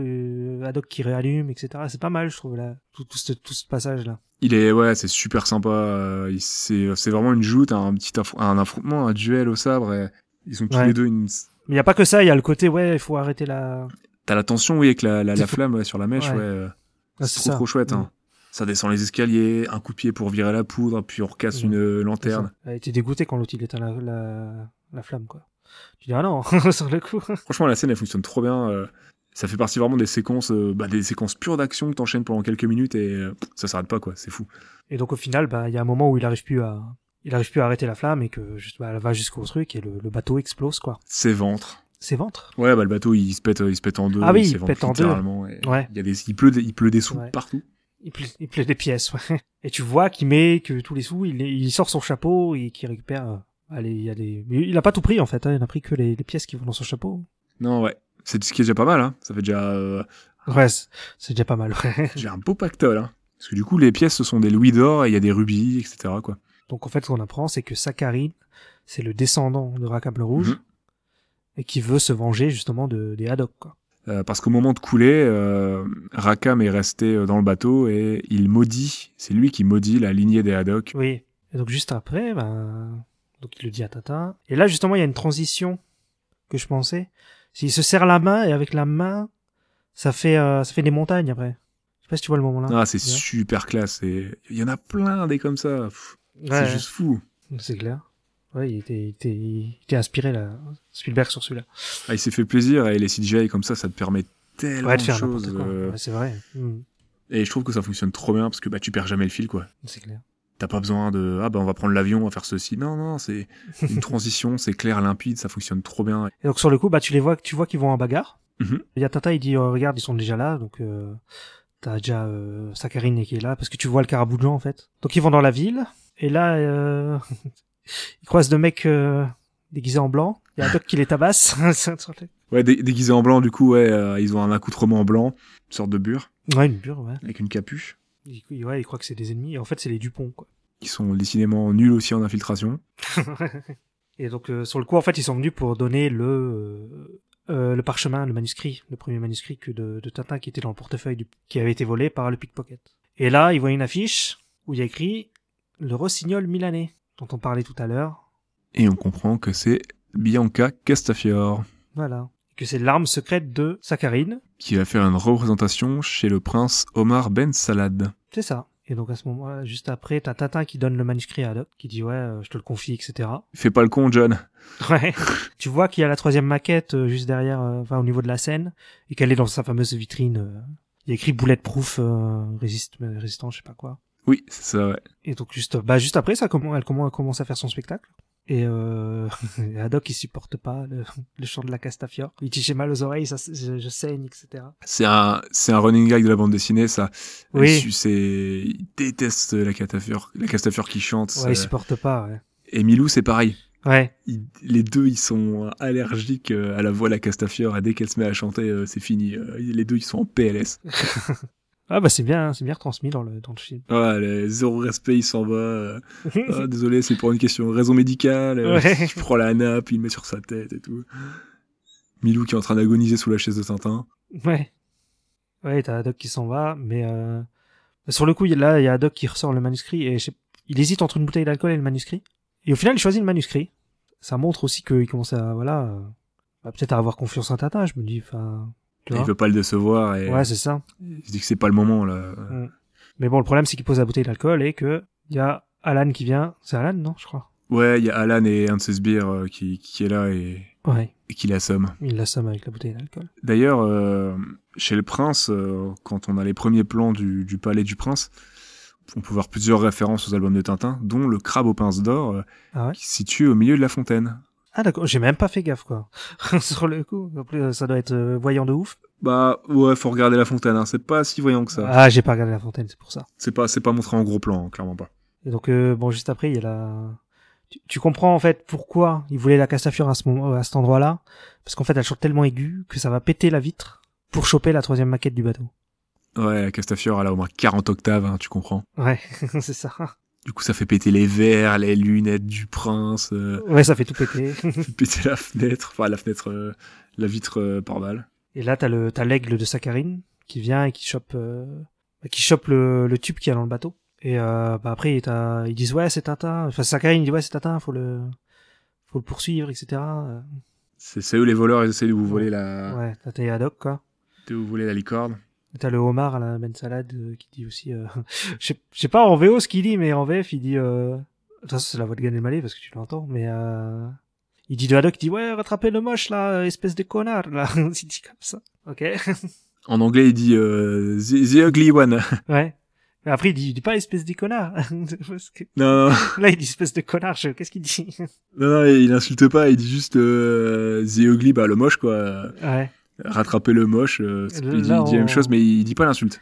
Speaker 1: euh, Haddock qui réallume, etc. C'est pas mal, je trouve, là, tout, tout ce, tout ce passage-là.
Speaker 2: Il est ouais, c'est super sympa. euh, il- C'est c'est vraiment une joute, un petit aff- un affrontement, un duel au sabre. et ils ont tous
Speaker 1: Ouais.
Speaker 2: les deux une.
Speaker 1: Mais y a pas que ça, il y a le côté, ouais, il faut arrêter la...
Speaker 2: T'as la tension oui avec la, la, la
Speaker 1: C'est fou.
Speaker 2: flamme ouais, sur la mèche.
Speaker 1: Ouais.
Speaker 2: Ouais. euh,
Speaker 1: Ah,
Speaker 2: c'est trop
Speaker 1: ça.
Speaker 2: trop chouette. Hein. Ça descend les escaliers, un coup de pied pour virer la poudre, puis on recasse
Speaker 1: Mm.
Speaker 2: une euh,
Speaker 1: C'est ça.
Speaker 2: lanterne.
Speaker 1: Elle était dégoûtée quand l'autre il éteint la, la, la flamme, quoi. Tu dis, ah non, sur le coup.
Speaker 2: Franchement, la scène elle fonctionne trop bien. euh, ça fait partie vraiment des séquences, euh, bah, des séquences pures d'action que t'enchaînes pendant quelques minutes et euh, pff, ça s'arrête pas quoi. C'est fou.
Speaker 1: Et donc, au final, bah, il y a un moment où il arrive plus à, il arrive plus à arrêter la flamme et que, juste, bah, elle va jusqu'au truc et le, le bateau explose, quoi.
Speaker 2: C'est ventre.
Speaker 1: Ses ventres.
Speaker 2: Ouais, bah le bateau il se pète, il se pète en deux.
Speaker 1: Ah oui,
Speaker 2: il
Speaker 1: il
Speaker 2: s'évente
Speaker 1: pète en deux.
Speaker 2: littéralement, et
Speaker 1: Ouais.
Speaker 2: Il y a des, il pleut, des- il pleut des sous
Speaker 1: Ouais.
Speaker 2: partout.
Speaker 1: Il pleut, il pleut des pièces, ouais. Et tu vois qu'il met, que tous les sous, il, il sort son chapeau et qu'il récupère, euh, allez, il y a des, mais il a pas tout pris, en fait, hein, il a pris que les, les pièces qui vont dans son chapeau.
Speaker 2: Non, ouais. C'est ce qui est déjà pas mal, hein. Ça fait déjà, euh,
Speaker 1: Ouais, c'est c'est déjà pas mal, ouais.
Speaker 2: j'ai un beau pactole, hein. Parce que du coup, les pièces, ce sont des louis d'or et il y a des rubis, etc., quoi.
Speaker 1: Donc, en fait, ce qu'on apprend, c'est que Sakharine, c'est le descendant de Rakam le Rouge.
Speaker 2: Mhm.
Speaker 1: et qui veut se venger justement de, des Haddock. Quoi.
Speaker 2: Euh, parce qu'au moment de couler, euh, Rakam est resté euh, dans le bateau et il maudit, c'est lui qui maudit la lignée des Haddock.
Speaker 1: Oui. Et donc juste après, ben, donc il le dit à Tintin. Et là justement, il y a une transition que je pensais. S'il se serre la main et avec la main, ça fait euh, ça fait des montagnes après. Je sais pas si tu vois le moment là.
Speaker 2: Ah, c'est super classe et il y en a plein des comme ça. Pff,
Speaker 1: Ouais,
Speaker 2: C'est juste fou.
Speaker 1: c'est clair. Ouais, il était, il était, il était inspiré là, Spielberg sur celui-là.
Speaker 2: Ah, il s'est fait plaisir et les CGI comme ça, ça te permet tellement
Speaker 1: Ouais, de
Speaker 2: de
Speaker 1: faire n'importe
Speaker 2: choses.
Speaker 1: quoi.
Speaker 2: euh,
Speaker 1: Ouais, c'est vrai. Mm,
Speaker 2: et je trouve que ça fonctionne trop bien parce que bah, tu perds jamais le fil, quoi.
Speaker 1: c'est clair.
Speaker 2: T'as pas besoin de ah ben on va prendre l'avion, on va faire ceci. Non non, c'est une transition, c'est clair, limpide, ça fonctionne trop bien.
Speaker 1: Et donc sur le coup, bah tu les vois, tu vois qu'ils vont en bagarre.
Speaker 2: Mhm.
Speaker 1: Il y a Tata, il dit euh, regarde, ils sont déjà là, donc euh, t'as déjà euh, Saccharine qui est là parce que tu vois le carabou de Jean, en fait. Donc ils vont dans la ville et là euh, ils croisent deux mecs euh, déguisés en blanc. Il y a un doc qui les tabasse. C'est un truc-
Speaker 2: Ouais, dé- déguisé en blanc du coup, ouais, euh, ils ont un accoutrement en blanc, une sorte de bure
Speaker 1: ouais, une bure, ouais.
Speaker 2: avec une capuche.
Speaker 1: Ils, ils- ouais, ils croient que c'est des ennemis et en fait c'est les Dupont quoi.
Speaker 2: Ils sont décidément nuls aussi en infiltration.
Speaker 1: Et donc euh, sur le coup, en fait, ils sont venus pour donner le euh, euh, le parchemin, le manuscrit, le premier manuscrit que de, de Tintin qui était dans le portefeuille du- qui avait été volé par le pickpocket. Et là, ils voient une affiche où il y a écrit le rossignol milanais dont on parlait tout à l'heure.
Speaker 2: Et on comprend que c'est Bianca Castafiore
Speaker 1: Voilà, que c'est l'arme secrète de Saccharine.
Speaker 2: qui va faire une représentation chez le prince Omar Ben Salad.
Speaker 1: C'est ça. Et donc à ce moment-là, juste après, t'as Tintin qui donne le manuscrit à Haddock, qui dit ouais, euh, je te le confie, etc.
Speaker 2: Fais pas le con, John.
Speaker 1: Ouais. tu vois qu'il y a la troisième maquette euh, juste derrière, euh, enfin au niveau de la scène, et qu'elle est dans sa fameuse vitrine. euh, il y a écrit bulletproof, euh, résist- euh, résistant, je sais pas quoi.
Speaker 2: Oui, c'est ça. Ouais.
Speaker 1: Et donc juste, bah juste après ça, comment elle commence, commence à faire son spectacle. Et euh, Haddock il supporte pas le, le chant de la Castafiore. Il dit j'ai mal aux oreilles, ça, je, je saigne, etc.
Speaker 2: C'est un, c'est un running gag de la bande dessinée, ça.
Speaker 1: Oui.
Speaker 2: C'est, il déteste la Castafiore, la Castafiore qui chante. ça-
Speaker 1: Ouais, il supporte pas. Ouais.
Speaker 2: Et Milou, c'est pareil.
Speaker 1: ouais.
Speaker 2: Ils- les deux, ils sont allergiques euh, à la voix de la Castafiore. Et dès qu'elle se met à chanter, euh, c'est fini. Euh, Les deux, ils sont en PLS.
Speaker 1: Ah bah c'est bien, c'est bien retransmis dans le dans le film.
Speaker 2: Ouais, le zéro respect, il s'en va. euh, Ah, désolé, c'est pour une question de raison médicale. euh,
Speaker 1: Ouais.
Speaker 2: Il prend la nappe, il le met sur sa tête et tout. Milou qui est en train d'agoniser sous la chaise de Tintin.
Speaker 1: Ouais. Ouais, t'as Haddock qui s'en va, mais euh, sur le coup, il- là, il y a Haddock qui ressort le manuscrit et je sais- il hésite entre une bouteille d'alcool et le manuscrit. Et au final, il choisit le manuscrit. Ça montre aussi qu'il commence à, voilà, euh, bah, peut-être à avoir confiance en Tata, je me dis, enfin, tu
Speaker 2: Et Il
Speaker 1: vois.
Speaker 2: veut pas euh, le décevoir et
Speaker 1: Ouais, c'est ça.
Speaker 2: il se dit que c'est pas le moment là.
Speaker 1: Mais bon, le problème, c'est qu'il pose la bouteille d'alcool et que il y a Alan qui vient. C'est Alan, non, je crois.
Speaker 2: Ouais, il y a Alan et un de ses sbires euh, qui, qui est là et,
Speaker 1: Ouais,
Speaker 2: et qui l'assomme.
Speaker 1: il l'assomme avec la bouteille d'alcool.
Speaker 2: D'ailleurs, euh, chez le prince, euh, quand on a les premiers plans du, du palais du prince, on peut voir plusieurs références aux albums de Tintin, dont le crabe aux pinces d'or euh,
Speaker 1: Ah ouais
Speaker 2: qui se situe au milieu de la fontaine.
Speaker 1: Ah d'accord, j'ai même pas fait gaffe, quoi. sur le coup, en plus, ça doit être euh, voyant de ouf.
Speaker 2: Bah ouais, faut regarder la fontaine, hein, c'est pas si voyant que ça.
Speaker 1: Ah, j'ai pas regardé la fontaine, c'est pour ça.
Speaker 2: C'est pas, c'est pas montré en gros plan, hein, clairement pas.
Speaker 1: Et donc, euh, bon, juste après, il y a la... Tu, tu comprends, en fait, pourquoi il voulait la Castafiore à, ce moment, euh, à cet endroit-là. Parce qu'en fait, elle chante tellement aiguë que ça va péter la vitre pour choper la troisième maquette du bateau.
Speaker 2: Ouais, la Castafiore, elle a au moins 40 octaves, hein, tu comprends.
Speaker 1: Ouais, c'est ça.
Speaker 2: Du coup, ça fait péter les verres, les lunettes du prince, euh,
Speaker 1: Ouais, ça fait tout péter.
Speaker 2: péter la fenêtre, enfin la fenêtre, euh, la vitre euh, par balle.
Speaker 1: Et là, t'as le, t'as l'aigle de Saccharine qui vient et qui chope, euh, qui chope le, le tube qui est dans le bateau. Et euh, bah après, t'as- ils disent ouais, c'est Tintin. Enfin, Saccharine dit ouais, c'est Tintin, faut le, faut le poursuivre, etc. Euh,
Speaker 2: C'est c'est eux les voleurs, ils essaient de vous voler la,
Speaker 1: Ouais, t'as tes Haddock quoi.
Speaker 2: de vous voler la licorne.
Speaker 1: Et T'as le homard à la Ben Salade euh, qui dit aussi, euh, je sais- je sais pas en VO ce qu'il dit, mais en VF il dit, euh... de toute façon c'est la voix de Gad Elmaleh parce que tu l'entends, mais euh... il dit de Haddock, il dit ouais, rattrapez le moche là, euh, espèce de connard là, il dit comme ça. Ok.
Speaker 2: En anglais, il dit euh, the, the ugly one.
Speaker 1: Ouais. Mais après, il dit, il dit pas espèce de connard. Parce que
Speaker 2: non, non,
Speaker 1: là, il dit espèce de connard. je- Qu'est-ce qu'il dit
Speaker 2: non, non, il insulte pas, il dit juste euh, the ugly, bah le moche quoi.
Speaker 1: Ouais.
Speaker 2: Rattraper le moche. euh, c'est-
Speaker 1: Là,
Speaker 2: il dit, il dit la
Speaker 1: on-
Speaker 2: même chose, mais il dit pas l'insulte.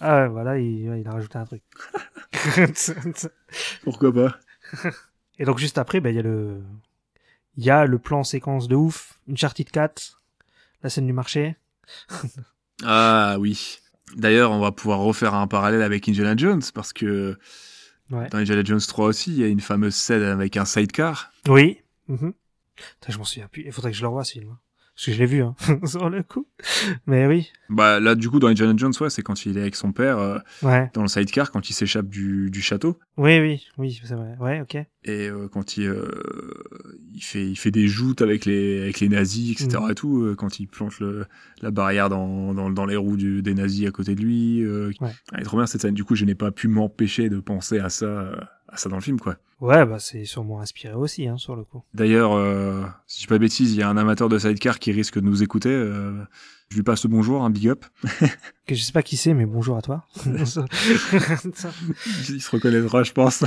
Speaker 1: Ah ouais, voilà, il, ouais, il a rajouté un truc.
Speaker 2: Pourquoi pas
Speaker 1: Et donc, juste après, ben, il y a le, il y a le plan séquence de ouf, une chartie de 4, la scène du marché.
Speaker 2: Ah oui. D'ailleurs, on va pouvoir refaire un parallèle avec Indiana Jones parce que
Speaker 1: Ouais.
Speaker 2: dans Indiana Jones 3 aussi, il y a une fameuse scène avec un sidecar.
Speaker 1: Oui. Mhm. Putain, je m'en souviens plus. Il faudrait que je le revoie, ce film. hein. Parce que je l'ai vu, hein. Sur le coup. Mais oui.
Speaker 2: Bah là, du coup, dans Indiana Jones, ouais, c'est quand il est avec son père euh,
Speaker 1: Ouais.
Speaker 2: dans le sidecar quand il s'échappe du, du château.
Speaker 1: Oui, oui, oui, c'est vrai. Ouais, ok.
Speaker 2: et euh, quand il euh, il fait il fait des joutes avec les avec les nazis etc
Speaker 1: Mm.
Speaker 2: et tout euh, quand il plante le la barrière dans dans, dans les roues du- des nazis à côté de lui euh,
Speaker 1: Ouais.
Speaker 2: elle est trop bien cette scène du coup je n'ai pas pu m'empêcher de penser à ça euh, à ça dans le film quoi
Speaker 1: Ouais, bah, c'est sûrement inspiré aussi, hein, sur le coup.
Speaker 2: d'ailleurs euh, si je dis pas de bêtises il y a un amateur de sidecar qui risque de nous écouter euh, je lui passe le bonjour un big up
Speaker 1: que je sais pas qui c'est, mais bonjour à toi. ok.
Speaker 2: il se reconnaîtra je pense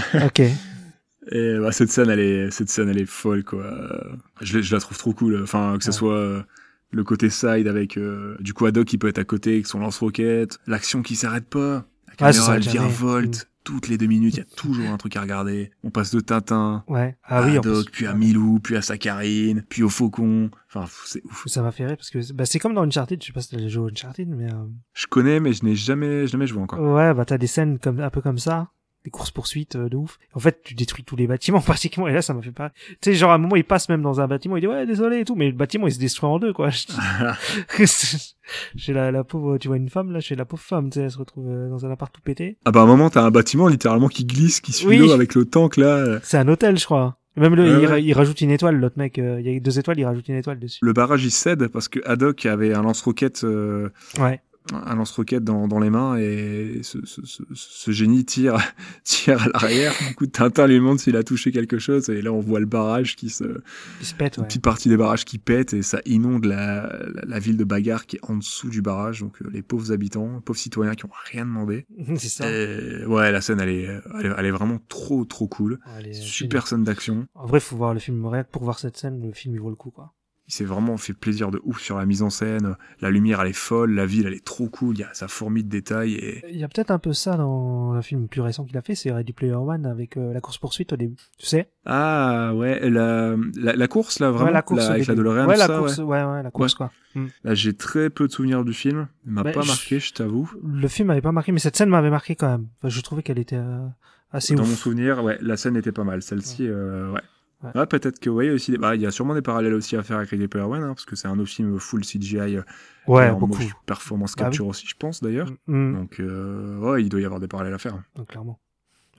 Speaker 2: Et bah, cette scène, elle est, cette scène, elle est folle, quoi. Euh, Je, la- je la trouve trop cool. Enfin, que ce
Speaker 1: Ouais.
Speaker 2: soit euh, le côté side avec, euh, du coup, Haddock qui peut être à côté avec son lance-roquette, l'action qui s'arrête pas, la
Speaker 1: Ah, ça
Speaker 2: caméra, elle
Speaker 1: s'arrête jamais.
Speaker 2: virevolte, toutes les deux minutes, il y a toujours un truc à regarder. On passe de Tintin,
Speaker 1: Ouais. Ah
Speaker 2: à
Speaker 1: oui, en
Speaker 2: Haddock,
Speaker 1: plus.
Speaker 2: puis à Milou, puis à Saccharine, puis au Faucon. Enfin, pff, c'est ouf.
Speaker 1: Ça m'a fait rire parce que bah, c'est comme dans Uncharted, je sais pas si t'as déjà joué à Uncharted, mais euh,
Speaker 2: Je connais, mais je n'ai jamais, jamais joué encore.
Speaker 1: ouais, bah t'as des scènes comme un peu comme ça, des courses poursuites de ouf. En fait, tu détruis tous les bâtiments pratiquement, et là ça m'a fait pas. Tu sais, genre à un moment il passe même dans un bâtiment, il dit ouais désolé et tout, mais le bâtiment il se détruit en deux quoi. Chez la, la pauvre, tu vois une femme là, chez la pauvre femme, tu sais, elle se retrouve euh, dans un appart tout pété.
Speaker 2: Ah bah, à un moment, t'as un bâtiment littéralement qui glisse, qui suit
Speaker 1: Oui.
Speaker 2: l'eau avec le tank, là. euh,
Speaker 1: C'est un hôtel, je crois. Même le,
Speaker 2: Ouais,
Speaker 1: il,
Speaker 2: ouais.
Speaker 1: ra- il rajoute une étoile, l'autre mec. euh, Il y a deux étoiles, il rajoute une étoile dessus.
Speaker 2: Le barrage, il cède parce que Haddock avait un lance-roquette, euh,
Speaker 1: Ouais.
Speaker 2: un lance-roquette dans, dans les mains et ce, ce- ce- ce génie tire, tire à l'arrière. Du coup, Tintin lui demande s'il a touché quelque chose et là, on voit le barrage qui se,
Speaker 1: Il se pète,
Speaker 2: une
Speaker 1: ouais.
Speaker 2: petite partie des barrages qui pète et ça inonde la, la, la ville de Bagarre qui est en dessous du barrage. Donc, euh, les pauvres habitants, les pauvres citoyens qui ont rien demandé.
Speaker 1: C'est ça.
Speaker 2: Et ouais, la scène, elle est, elle est, elle est vraiment trop, trop cool.
Speaker 1: Ouais, les-
Speaker 2: Super scène d'action.
Speaker 1: euh, En vrai, faut voir le film. Rien que pour voir cette scène, le film il vaut le coup, quoi.
Speaker 2: Il s'est vraiment fait plaisir de ouf sur la mise en scène. La lumière, elle est folle. La ville, elle est trop cool. Il y a sa fourmi de détails et
Speaker 1: Il y a peut-être un peu ça dans un film plus récent qu'il a fait, c'est Ready Player One avec euh, la course poursuite au début. Tu sais
Speaker 2: Ah ouais, la, la, la course là, vraiment,
Speaker 1: Ouais, la course
Speaker 2: là,
Speaker 1: au
Speaker 2: avec la
Speaker 1: début.
Speaker 2: DeLorean,
Speaker 1: ouais, la
Speaker 2: ça,
Speaker 1: course,
Speaker 2: ouais.
Speaker 1: ouais, ouais, la course, quoi.
Speaker 2: Là, j'ai très peu de souvenirs du film, il m'a
Speaker 1: Bah,
Speaker 2: pas
Speaker 1: je-
Speaker 2: marqué, je t'avoue.
Speaker 1: Le film m'avait pas marqué, mais cette scène m'avait marqué quand même. Enfin, je trouvais qu'elle était euh, assez
Speaker 2: Dans
Speaker 1: ouf.
Speaker 2: mon souvenir, ouais, la scène était pas mal, celle-ci, euh, ouais.
Speaker 1: Ouais.
Speaker 2: Ah, peut-être que ouais, aussi, des- bah, il y a sûrement des parallèles aussi à faire avec Ready Player One, hein, parce que c'est un autre film full CGI, euh,
Speaker 1: ouais,
Speaker 2: en
Speaker 1: beaucoup.
Speaker 2: motion performance
Speaker 1: Bah oui.
Speaker 2: capture aussi, je pense d'ailleurs.
Speaker 1: Mm, mm,
Speaker 2: Donc euh, ouais, il doit y avoir des parallèles à faire.
Speaker 1: donc, clairement.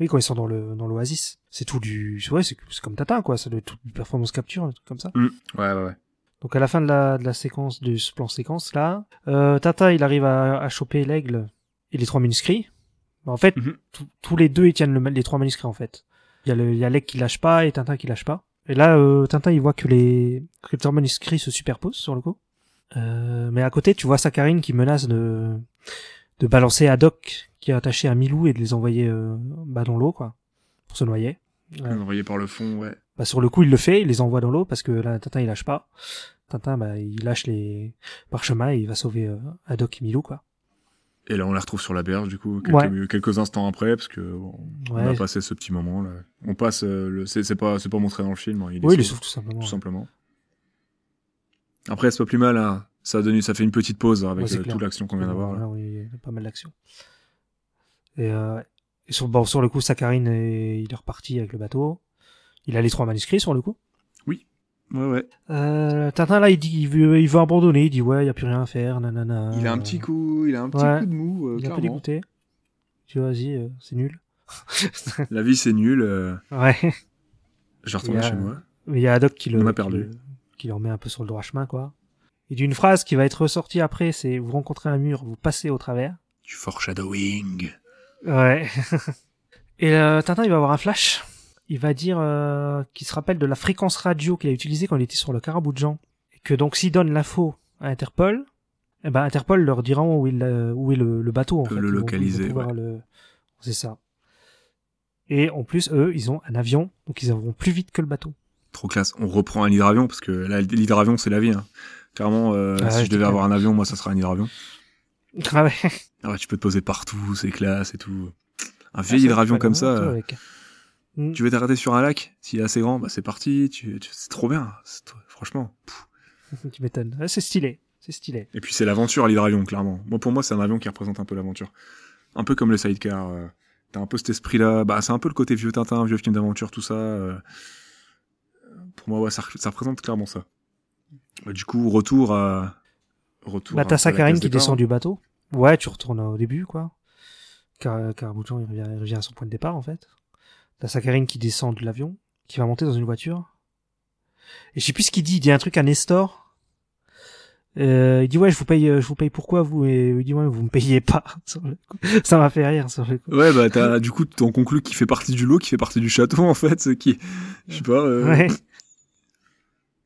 Speaker 1: Oui, quand ils sont dans le dans l'oasis, c'est tout du, ouais, c'est c'est comme Tata, quoi. Ça doit être tout du performance capture, un truc comme ça.
Speaker 2: Ouais, ouais, ouais.
Speaker 1: Donc à la fin de la, de la séquence, de ce plan séquence là, euh, Tata il arrive à, à choper l'aigle et les trois manuscrits. Mais en fait,
Speaker 2: Mhm.
Speaker 1: tous- tous les deux ils tiennent le ma- les trois manuscrits en fait. Il y a le- il y a l'aigle qui lâche pas et Tintin qui lâche pas. Et là, euh, Tintin il voit que les, que les trois manuscrits se superposent sur le coup. Euh, mais à côté, tu vois Saccharine qui menace de, de balancer Haddock qui est attaché à Milou et de les envoyer euh, bah, dans l'eau quoi, pour se noyer. Ouais.
Speaker 2: Envoyé par le fond, ouais.
Speaker 1: Bah, sur le coup, il le fait, il les envoie dans l'eau parce que là, Tintin, il lâche pas. Tintin, bah, il lâche les parchemins et il va sauver euh, Haddock et Milou, quoi.
Speaker 2: Et là, on la retrouve sur la berge, du coup, quelques,
Speaker 1: Ouais.
Speaker 2: quelques instants après, parce que bon, on
Speaker 1: Ouais.
Speaker 2: a passé ce petit moment là. On passe, euh, le... c'est c'est pas, c'est pas montré dans le film, hein, il est
Speaker 1: Oui, il les sauve
Speaker 2: sauvé.
Speaker 1: tout simplement.
Speaker 2: tout simplement. Après, c'est pas plus mal, hein. Ça, a donné, ça fait une petite pause avec
Speaker 1: Ouais, c'est
Speaker 2: euh,
Speaker 1: clair.
Speaker 2: toute l'action qu'on vient d'avoir. là.
Speaker 1: Voilà, oui, il y a pas mal d'action. Et, euh, et sur, bon, sur le coup, Sakharine, est- il est reparti avec le bateau. Il a les trois manuscrits sur le coup.
Speaker 2: Ouais, ouais.
Speaker 1: Euh, Tintin, là, il dit il veut, il veut abandonner. Il dit ouais, il n'y a plus rien à faire. Nanana.
Speaker 2: Il a un petit coup, il a un petit
Speaker 1: ouais.
Speaker 2: coup de mou, euh,
Speaker 1: Il est un peu
Speaker 2: clairement.
Speaker 1: dégoûté. Tu vois, vas-y, euh, c'est nul.
Speaker 2: La vie, c'est nul. euh,
Speaker 1: Ouais.
Speaker 2: je vais retourner
Speaker 1: Il y a-
Speaker 2: chez moi.
Speaker 1: Mais il y a Haddock qui le,
Speaker 2: On a
Speaker 1: qui
Speaker 2: perdu.
Speaker 1: le- qui le remet un peu sur le droit chemin, quoi. Il dit une phrase qui va être ressortie après, c'est vous rencontrez un mur, vous passez au travers.
Speaker 2: Du foreshadowing.
Speaker 1: Ouais. Et euh, Tintin, il va avoir un flash. Il va dire euh, qu'il se rappelle de la fréquence radio qu'il a utilisée quand il était sur le Caraboujan. Et que donc, s'il donne l'info à Interpol, eh ben, Interpol leur dira où, il, euh, où est le, le bateau. En
Speaker 2: Peut
Speaker 1: fait.
Speaker 2: le
Speaker 1: Ils vont- ils vont
Speaker 2: localiser,
Speaker 1: pouvoir le- C'est ça. Et en plus, eux, ils ont un avion, donc ils vont plus vite que le bateau.
Speaker 2: Trop classe. On reprend un hydravion parce que là, l'hydravion, c'est la vie. hein. Clairement, euh,
Speaker 1: Ah,
Speaker 2: si
Speaker 1: je
Speaker 2: je devais
Speaker 1: te-
Speaker 2: avoir un avion, moi, ça serait un hydravion.
Speaker 1: Ah ouais.
Speaker 2: Ah ouais, tu peux te poser partout, c'est classe et tout. Un
Speaker 1: Ah,
Speaker 2: vieil
Speaker 1: ça,
Speaker 2: hydravion
Speaker 1: tu
Speaker 2: comme
Speaker 1: vas
Speaker 2: ça,
Speaker 1: dans
Speaker 2: euh,
Speaker 1: le bateau avec. Mm.
Speaker 2: tu veux t'arrêter sur un lac, s'il est assez grand, bah c'est parti, tu, tu- c'est trop bien, c'est trop- franchement.
Speaker 1: Tu m'étonnes. Ah, C'est stylé. C'est stylé.
Speaker 2: Et puis c'est l'aventure, l'hydravion, clairement. Moi, pour moi, c'est un avion qui représente un peu l'aventure. Un peu comme le sidecar, euh, t'as un peu cet esprit-là, bah c'est un peu le côté vieux Tintin, vieux film d'aventure, tout ça. euh. Pour moi, ouais, ça, re- ça représente clairement ça. Bah, du coup, retour à... Retour
Speaker 1: Bah,
Speaker 2: un peu
Speaker 1: t'as
Speaker 2: à la
Speaker 1: Sakharine
Speaker 2: case
Speaker 1: qui
Speaker 2: départ.
Speaker 1: descend du bateau. Ouais, tu retournes au début, quoi. Car, Carabouchon, il revient, il revient à son point de départ, en fait. T'as Sakharine qui descend de l'avion, qui va monter dans une voiture. Et je sais plus ce qu'il dit. Il dit un truc à Nestor. Euh, il dit ouais, je vous paye, euh, je vous paye pourquoi vous Et il dit ouais, vous me payez pas. sur le coup. Ça m'a fait rire sur le coup.
Speaker 2: Ouais, bah t'as, du coup, t'en conclus qu'il fait partie du lot, qu'il fait partie du château, en fait, ce qui... Je sais pas... euh,
Speaker 1: Ouais.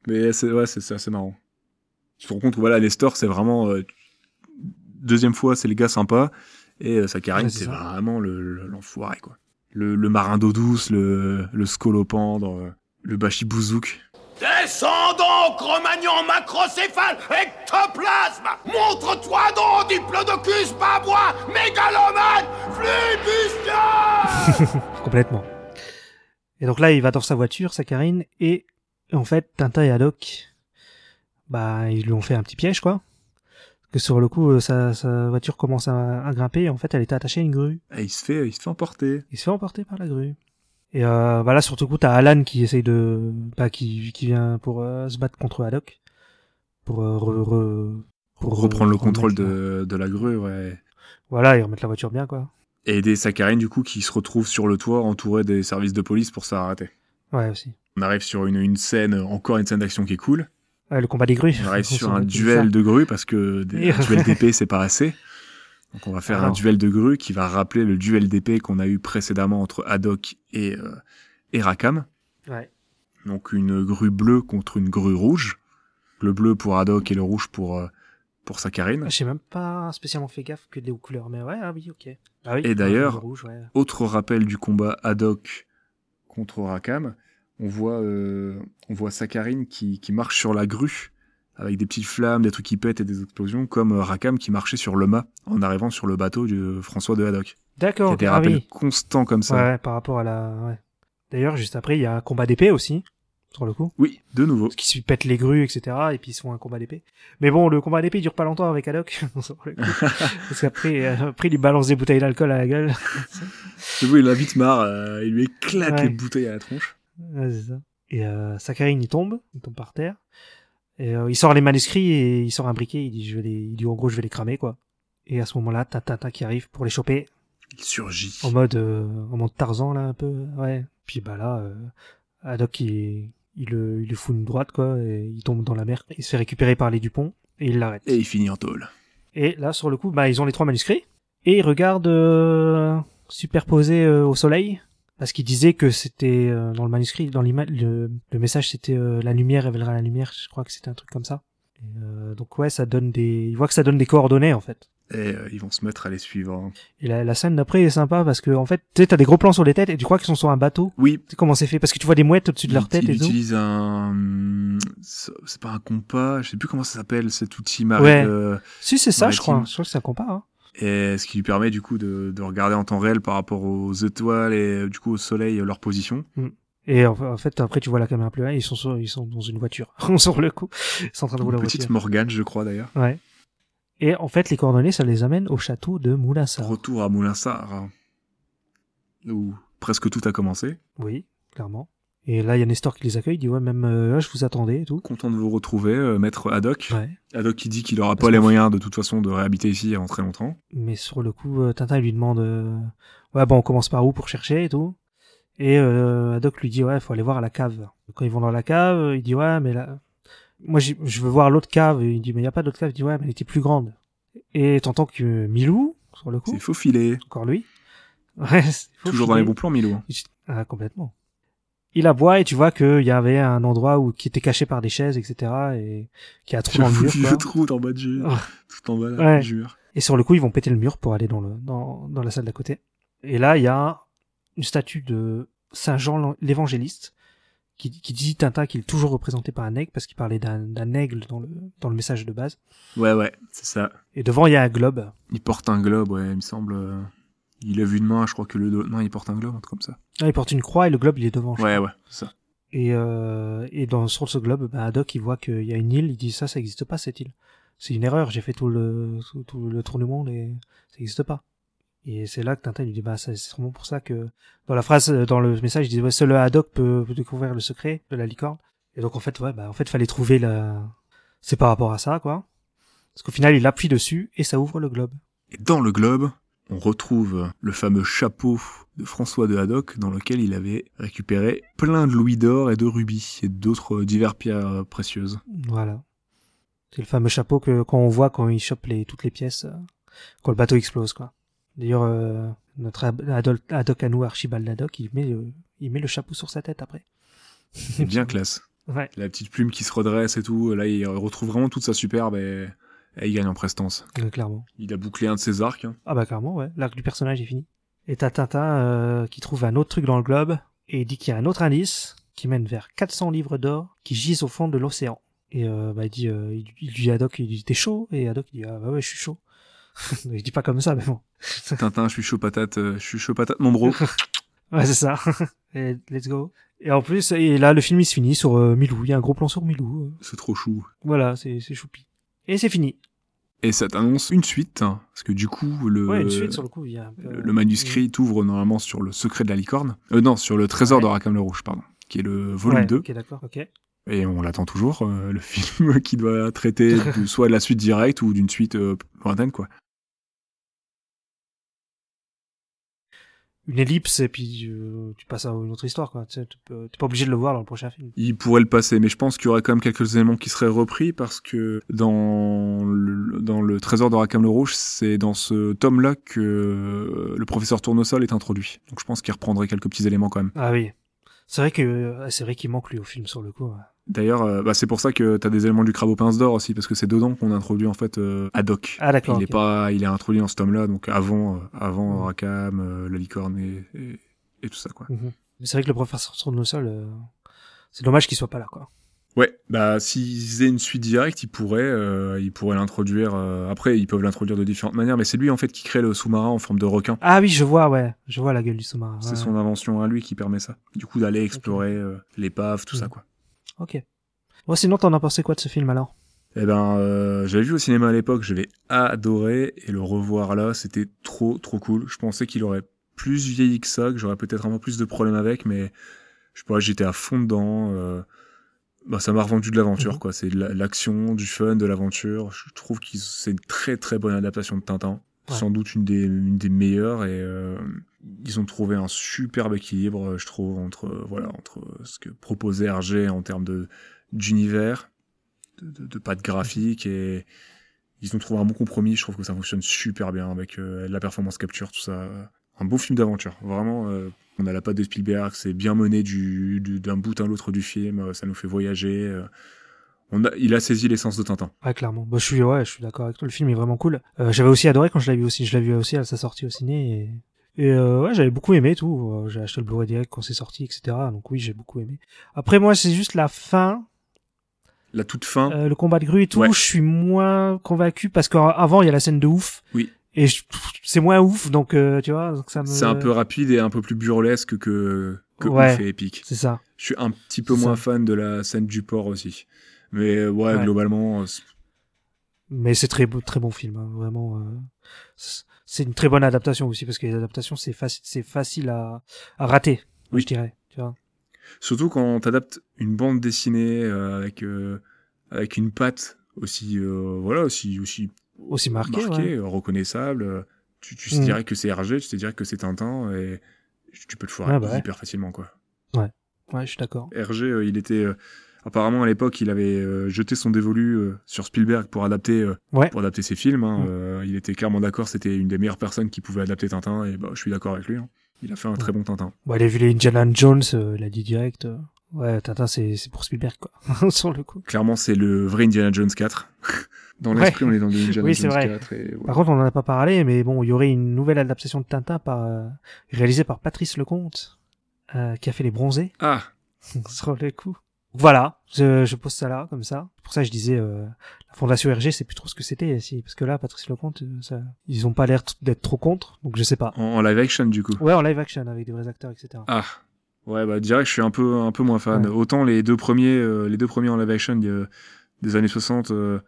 Speaker 2: Mais c'est ouais, c'est c'est assez marrant. Tu te rends compte que voilà, Nestor, c'est vraiment euh, deuxième fois, c'est le gars sympa et euh, Saccharine,
Speaker 1: Ouais, c'est
Speaker 2: c'est
Speaker 1: ça.
Speaker 2: vraiment le- le- l'enfoiré quoi. Le, le marin d'eau douce, le, le scolopendre, euh, le bachibouzouk.
Speaker 3: Descends donc, Romagnan macrocéphale, ectoplasme Montre-toi donc, diplodocus babois, mégalomane, flibusteur
Speaker 1: Complètement. Et donc là, il va dans sa voiture, Sakharine, et en fait, Tintin et Haddock, bah, ils lui ont fait un petit piège, quoi. Parce que sur le coup, euh, sa, sa voiture commence à, à grimper, et en fait, elle était attachée à une grue.
Speaker 2: Et Ah, il se fait, il se fait emporter.
Speaker 1: Il se fait emporter par la grue. Et euh, voilà, sur le coup, t'as Alan qui essaye de, bah, qui, qui vient pour euh, se battre contre Haddock, pour, euh, re- re-
Speaker 2: Pour reprendre le
Speaker 1: remettre
Speaker 2: contrôle
Speaker 1: la-
Speaker 2: de, de la grue, ouais.
Speaker 1: Voilà, et remettre la voiture bien, quoi.
Speaker 2: Et aider Saccharine, du coup, qui se retrouve sur le toit entouré des services de police pour s'arrêter.
Speaker 1: Ouais, aussi.
Speaker 2: On arrive sur une, une scène, encore une scène d'action qui est cool.
Speaker 1: Ouais, le combat des grues.
Speaker 2: On arrive sur un
Speaker 1: Ça.
Speaker 2: duel de grue parce que des,
Speaker 1: Et-
Speaker 2: un duel d'épée c'est pas assez. Donc on va faire un
Speaker 1: Alors.
Speaker 2: duel de grue qui va rappeler le duel d'épée qu'on a eu précédemment entre Haddock et, euh, et Rakam.
Speaker 1: Ouais.
Speaker 2: Donc une grue bleue contre une grue rouge. Le bleu pour Haddock et le rouge pour, euh, pour Saccharine.
Speaker 1: J'ai même pas spécialement fait gaffe que des couleurs, mais ouais, ah oui, ok. Ah oui,
Speaker 2: Et d'ailleurs-
Speaker 1: le rouge, ouais.
Speaker 2: Autre rappel du combat Haddock contre Rakam. On voit, euh, on voit Saccharine qui, qui marche sur la grue avec des petites flammes, des trucs qui pètent et des explosions, comme euh, Rakam qui marchait sur le mât en arrivant sur le bateau de François de Haddock. Il
Speaker 1: D'accord,
Speaker 2: y a des
Speaker 1: ah
Speaker 2: rappels
Speaker 1: oui.
Speaker 2: constants comme ça.
Speaker 1: Ouais, ouais, par rapport à la. ouais. D'ailleurs, juste après, il y a un combat d'épée aussi, sur le coup.
Speaker 2: Oui, de nouveau.
Speaker 1: Parce qu'ils se pètent les grues, etc. Et puis ils se font un combat d'épée. Mais bon, le combat d'épée dure pas longtemps avec Haddock. sur le coup. Parce qu'après, euh, après, il lui balance des bouteilles d'alcool à la gueule.
Speaker 2: C'est vous, il a vite marre, euh, il lui éclate
Speaker 1: Ouais.
Speaker 2: les bouteilles à la tronche.
Speaker 1: Ouais, c'est ça. Et euh, Saccharine, il tombe, il tombe par terre. Et euh, il sort les manuscrits et il sort un briquet. Il dit, je vais les... il dit en gros, je vais les cramer, quoi. Et à ce moment-là, t'as Tintin qui arrive pour les choper.
Speaker 2: Il surgit.
Speaker 1: en mode euh, en mode Tarzan là un peu ouais puis bah là euh, Haddock il il, euh, il lui fout une droite quoi et il tombe dans la mer il se fait récupérer par les Dupont et il l'arrête
Speaker 2: Et
Speaker 1: et...
Speaker 2: il finit en tôle.
Speaker 1: là sur le coup bah ils ont les trois manuscrits et ils regardent euh, superposés euh, au soleil parce qu'ils disaient que c'était euh, dans le manuscrit dans l'image le, le message c'était euh, la lumière révélera la lumière je crois que c'était un truc comme ça Et, euh, donc ouais ça donne des ils voient que ça donne des coordonnées en fait
Speaker 2: Et euh, ils vont se mettre à les suivre.
Speaker 1: et la, la scène d'après est sympa parce que en fait tu sais t'as des gros plans sur les têtes et tu crois qu'ils sont sur un bateau
Speaker 2: Oui,
Speaker 1: Tu sais comment c'est fait Parce que tu vois des mouettes au-dessus de leur
Speaker 2: il-
Speaker 1: tête
Speaker 2: il
Speaker 1: et tout.
Speaker 2: utilise un... C'est pas un compas, je sais plus comment ça s'appelle, cet outil marin.
Speaker 1: Ouais. Si, c'est ça,
Speaker 2: Ouais,
Speaker 1: je crois.
Speaker 2: qui-
Speaker 1: Je crois que ça compare. Hein.
Speaker 2: et ce qui lui permet du coup de, de regarder en temps réel par rapport aux étoiles et euh, du coup au soleil euh, leur position.
Speaker 1: Et en, en fait, après, tu vois la caméra plus loin, ils sont, sur- ils sont dans une voiture. On sort le coup. Ils sont en train de rouler
Speaker 2: Une
Speaker 1: la voiture.
Speaker 2: petite Morgane, je crois d'ailleurs.
Speaker 1: Ouais. Et en fait, les coordonnées, ça les amène au château de Moulassar.
Speaker 2: Retour à Moulinsar, où presque tout a commencé.
Speaker 1: Oui, clairement. Et là, il y a Nestor qui les accueille, il dit ouais, même euh, là, je vous attendais et tout.
Speaker 2: Content de vous retrouver, euh, maître Haddock.
Speaker 1: Ouais. Bah,
Speaker 2: Haddock qui dit qu'il n'aura
Speaker 1: Parce
Speaker 2: pas les
Speaker 1: que-
Speaker 2: moyens de toute façon de réhabiter ici avant très longtemps.
Speaker 1: Mais sur le coup, euh, Tintin il lui demande euh, ouais, bon, on commence par où pour chercher et tout. Et euh, Haddock lui dit ouais, faut aller voir à la cave. Quand ils vont dans la cave, euh, il dit ouais, mais là, moi, j'ai- je veux voir l'autre cave. Et il dit mais il y a pas d'autre cave. Il dit ouais, mais elle était plus grande. Et t'entends que euh, Milou, sur le coup,
Speaker 2: C'est faux filet.
Speaker 1: encore lui. Ouais, c'est- faut
Speaker 2: Toujours dans les
Speaker 1: filer.
Speaker 2: bons plans, Milou.
Speaker 1: Ah, complètement. Il aboie et tu vois qu'il y avait un endroit où, qui était caché par des chaises, etc. et qui a trou dans le mur.
Speaker 2: le
Speaker 1: quoi.
Speaker 2: trou en bas de jure.
Speaker 1: Oh.
Speaker 2: Tout en bas, là,
Speaker 1: Ouais.
Speaker 2: jure.
Speaker 1: Et sur le coup, ils vont péter le mur pour aller dans, le, dans, dans la salle d'à côté. Et là, il y a une statue de Saint Jean l'En- l'évangéliste qui, qui dit Tintin qu'il est toujours représenté par un aigle parce qu'il parlait d'un d'un aigle dans le, dans le message de base.
Speaker 2: Ouais, ouais, c'est ça.
Speaker 1: Et devant, il y a un globe.
Speaker 2: Il porte un globe, ouais, il me semble. euh, Il lève une main, je crois que le dos. Non, il porte un globe, un truc comme ça.
Speaker 1: Là, il porte une croix et le globe, il est devant. je
Speaker 2: Ouais, ouais, c'est ça.
Speaker 1: Et, euh, et dans, sur ce globe, bah, Haddock, il voit qu'il y a une île, il dit ça, ça n'existe pas cette île. C'est une erreur, j'ai fait tout le, tout, tout le tour du monde et ça n'existe pas. Et c'est là que Tintin lui dit, bah, ça- c'est sûrement pour ça que, dans la phrase, euh, dans le message, il dit, ouais, seul Haddock peut, peut découvrir le secret de la licorne. Et donc, en fait, ouais, bah, en fait, fallait trouver la, c'est par rapport à ça, quoi. Parce qu'au final, il appuie dessus et ça ouvre le globe.
Speaker 2: Et dans le globe, on retrouve le fameux chapeau de François de Haddock dans lequel il avait récupéré plein de louis d'or et de rubis et d'autres euh, divers pierres euh, précieuses.
Speaker 1: Voilà. C'est le fameux chapeau que quand on voit quand il chope les, toutes les pièces, euh, quand le bateau explose, quoi. D'ailleurs, euh, notre ad- adol- Haddock à nous, Archibald Haddock, il met, le, il met le chapeau sur sa tête après.
Speaker 2: C'est bien classe.
Speaker 1: Ouais.
Speaker 2: La petite plume qui se redresse et tout, là il retrouve vraiment toute sa superbe et, et il gagne en prestance.
Speaker 1: Euh, clairement.
Speaker 2: Il a bouclé un de ses arcs. hein.
Speaker 1: Ah bah clairement, ouais. L'arc du personnage est fini. Et t'as Tintin euh, qui trouve un autre truc dans le globe et il dit qu'il y a un autre indice qui mène vers 400 livres d'or qui gisent au fond de l'océan. Et euh, bah, il, dit, euh, il, il lui dit à Haddock, il dit t'es chaud Et Haddock il dit ah bah ouais je suis chaud. il dit pas comme ça mais bon.
Speaker 2: Tintin, je suis chaud patate, euh, je suis chaud patate, mon bro.
Speaker 1: Ouais, c'est ça. Et let's go. Et en plus, et là, le film il se finit sur euh, Milou. Il y a un gros plan sur Milou. Euh,
Speaker 2: C'est trop chou.
Speaker 1: Voilà, c'est c'est choupi. Et c'est fini.
Speaker 2: Et ça t'annonce une suite, hein, parce que du coup, le,
Speaker 1: Ouais, une suite sur le coup. Il y a un peu- euh,
Speaker 2: le manuscrit t'ouvre normalement sur le secret de la licorne. Euh, non, sur le trésor
Speaker 1: Ouais.
Speaker 2: d'Oracam le Rouge, pardon, qui est le
Speaker 1: Ouais,
Speaker 2: volume 2.
Speaker 1: Ok, d'accord. Ok.
Speaker 2: Et on l'attend toujours, euh, le film qui doit traiter de- soit de la suite directe ou d'une suite euh, lointaine, quoi.
Speaker 1: Une ellipse et puis euh, tu passes à une autre histoire quoi. Tu sais, tu peux- t'es pas obligé de le voir dans le prochain film.
Speaker 2: Il pourrait le passer, mais je pense qu'il y aurait quand même quelques éléments qui seraient repris parce que dans le, dans le trésor d'Oracam le Rouge, c'est dans ce tome-là que euh, le professeur Tournesol est introduit. Donc je pense qu'il reprendrait quelques petits éléments quand même.
Speaker 1: Ah oui. C'est vrai que euh, c'est vrai qu'il manque lui au film sur le coup. hein. ouais.
Speaker 2: D'ailleurs, euh, bah, c'est pour ça que t'as des éléments du crabe aux pinces d'or aussi, parce que c'est dedans qu'on introduit en fait euh, Haddock.
Speaker 1: Ah
Speaker 2: il
Speaker 1: d'accord.
Speaker 2: est
Speaker 1: ok.
Speaker 2: pas, il est introduit dans ce tome-là, donc avant, euh, avant Rakam, euh, la licorne et, et, et tout ça quoi.
Speaker 1: Mhm. Mais c'est vrai que le professeur sur nos sols, euh, c'est dommage qu'il soit pas là quoi.
Speaker 2: Ouais, bah s'ils faisaient une suite directe, ils pourraient, euh, ils pourraient l'introduire. euh, après, ils peuvent l'introduire de différentes manières, mais c'est lui en fait qui crée le sous-marin en forme de requin.
Speaker 1: Ah oui, je vois, ouais, je vois la gueule du sous-marin.
Speaker 2: C'est
Speaker 1: ouais.
Speaker 2: son invention à lui qui permet ça. Du coup, d'aller explorer euh, l'épave, tout ça
Speaker 1: Mhm.
Speaker 2: quoi.
Speaker 1: Ok. Bon, sinon, t'en as pensé quoi de ce film alors
Speaker 2: Eh ben, euh, j'avais vu au cinéma à l'époque, je l'ai adoré et le revoir là, c'était trop trop cool. Je pensais qu'il aurait plus vieilli que ça, que j'aurais peut-être un peu plus de problèmes avec, mais je sais pas, j'étais à fond dedans. euh, bah, ça m'a revendu de l'aventure,
Speaker 1: Mhm.
Speaker 2: quoi. C'est de la- l'action, du fun, de l'aventure. Je trouve que c'est une très très bonne adaptation de Tintin.
Speaker 1: Ouais.
Speaker 2: Sans doute une des, une des meilleures et euh, ils ont trouvé un superbe équilibre, euh, je trouve, entre, euh, voilà, entre euh, ce que proposait Hergé en termes de, d'univers, de, de, de pattes graphiques et ils ont trouvé un bon compromis. Je trouve que ça fonctionne super bien avec euh, la performance capture, tout ça. Un beau film d'aventure, vraiment. euh, on a la patte de Spielberg, c'est bien mené du, du- d'un bout à l'autre du film, euh, ça nous fait voyager. euh. on a, il a saisi l'essence de Tintin.
Speaker 1: Ouais, clairement. Bah, je suis, ouais, je suis d'accord avec toi. Le film est vraiment cool. Euh, j'avais aussi adoré quand je l'ai vu aussi. Je l'ai vu aussi à sa sortie au ciné. Et, et, euh, ouais, j'avais beaucoup aimé et tout. Euh, J'ai acheté le Blu-ray direct quand c'est sorti, etc. Donc oui, j'ai beaucoup aimé. Après, moi, c'est juste la fin,
Speaker 2: La toute fin,
Speaker 1: euh, le combat de grue et tout.
Speaker 2: Ouais.
Speaker 1: Je suis moins convaincu parce qu'avant, il y a la scène de ouf.
Speaker 2: Oui.
Speaker 1: Et je- c'est moins ouf, donc euh, tu vois, donc ça me.
Speaker 2: C'est un peu rapide et un peu plus burlesque que, que
Speaker 1: Ouais.
Speaker 2: ouf et épique.
Speaker 1: C'est ça.
Speaker 2: Je suis un petit peu
Speaker 1: C'est
Speaker 2: moins
Speaker 1: ça.
Speaker 2: fan de la scène du port aussi. Mais euh, ouais,
Speaker 1: Ouais.
Speaker 2: globalement, euh, c'est-
Speaker 1: Mais c'est très beau- très bon film, hein, vraiment. euh, c'est- c'est une très bonne adaptation aussi parce que les adaptations c'est facile, c'est facile à, à rater,
Speaker 2: Oui.
Speaker 1: je dirais. Tu vois.
Speaker 2: surtout quand t'adaptes une bande dessinée euh, avec, euh, avec une patte aussi, euh, voilà, aussi, aussi
Speaker 1: Aussi marqué.
Speaker 2: marquée,
Speaker 1: ouais.
Speaker 2: euh, reconnaissable, euh, tu, tu te
Speaker 1: Mm.
Speaker 2: dirais que c'est RG, tu te dirais que c'est Tintin et tu peux te foirer
Speaker 1: Ouais, bah ouais.
Speaker 2: hyper facilement quoi.
Speaker 1: Ouais, je suis d'accord.
Speaker 2: Hergé, euh, il était euh, apparemment à l'époque, il avait euh, jeté son dévolu euh, sur Spielberg pour adapter euh,
Speaker 1: Ouais.
Speaker 2: pour adapter ses films. hein.
Speaker 1: Mm.
Speaker 2: Euh, il était clairement d'accord, c'était une des meilleures personnes qui pouvait adapter Tintin et bah, je suis d'accord avec lui. hein. Il a fait un
Speaker 1: Mm.
Speaker 2: très bon Tintin.
Speaker 1: Bon, il a vu les Indiana Jones, euh, il a dit direct. euh, ouais, Tintin, c'est c'est pour Spielberg quoi, sur le coup.
Speaker 2: Clairement, c'est le vrai Indiana Jones 4. dans
Speaker 1: Ouais.
Speaker 2: l'esprit, on est dans le Indiana
Speaker 1: Oui, c'est
Speaker 2: Jones
Speaker 1: vrai.
Speaker 2: 4. Et, voilà.
Speaker 1: Par contre, on en a pas parlé, mais bon, il y aurait une nouvelle adaptation de Tintin par euh, réalisée par Patrice Lecomte, euh, qui a fait Les Bronzés.
Speaker 2: Ah,
Speaker 1: sur le coup. Voilà, je, je pose ça là, comme ça. Pour ça, je disais, euh, la Fondation RG, c'est plus trop ce que c'était, si, parce que là, Patrice Lecomte, euh, ça, ils ont pas l'air t- d'être trop contre, donc je sais pas.
Speaker 2: en, en live action du coup.
Speaker 1: Ouais, en live action, avec des vrais acteurs, etc.
Speaker 2: Ah. Ouais, bah direct, je suis un peu un peu moins fan.
Speaker 1: Ouais.
Speaker 2: Autant les deux premiers euh, les deux premiers en live action euh, des années 60 euh,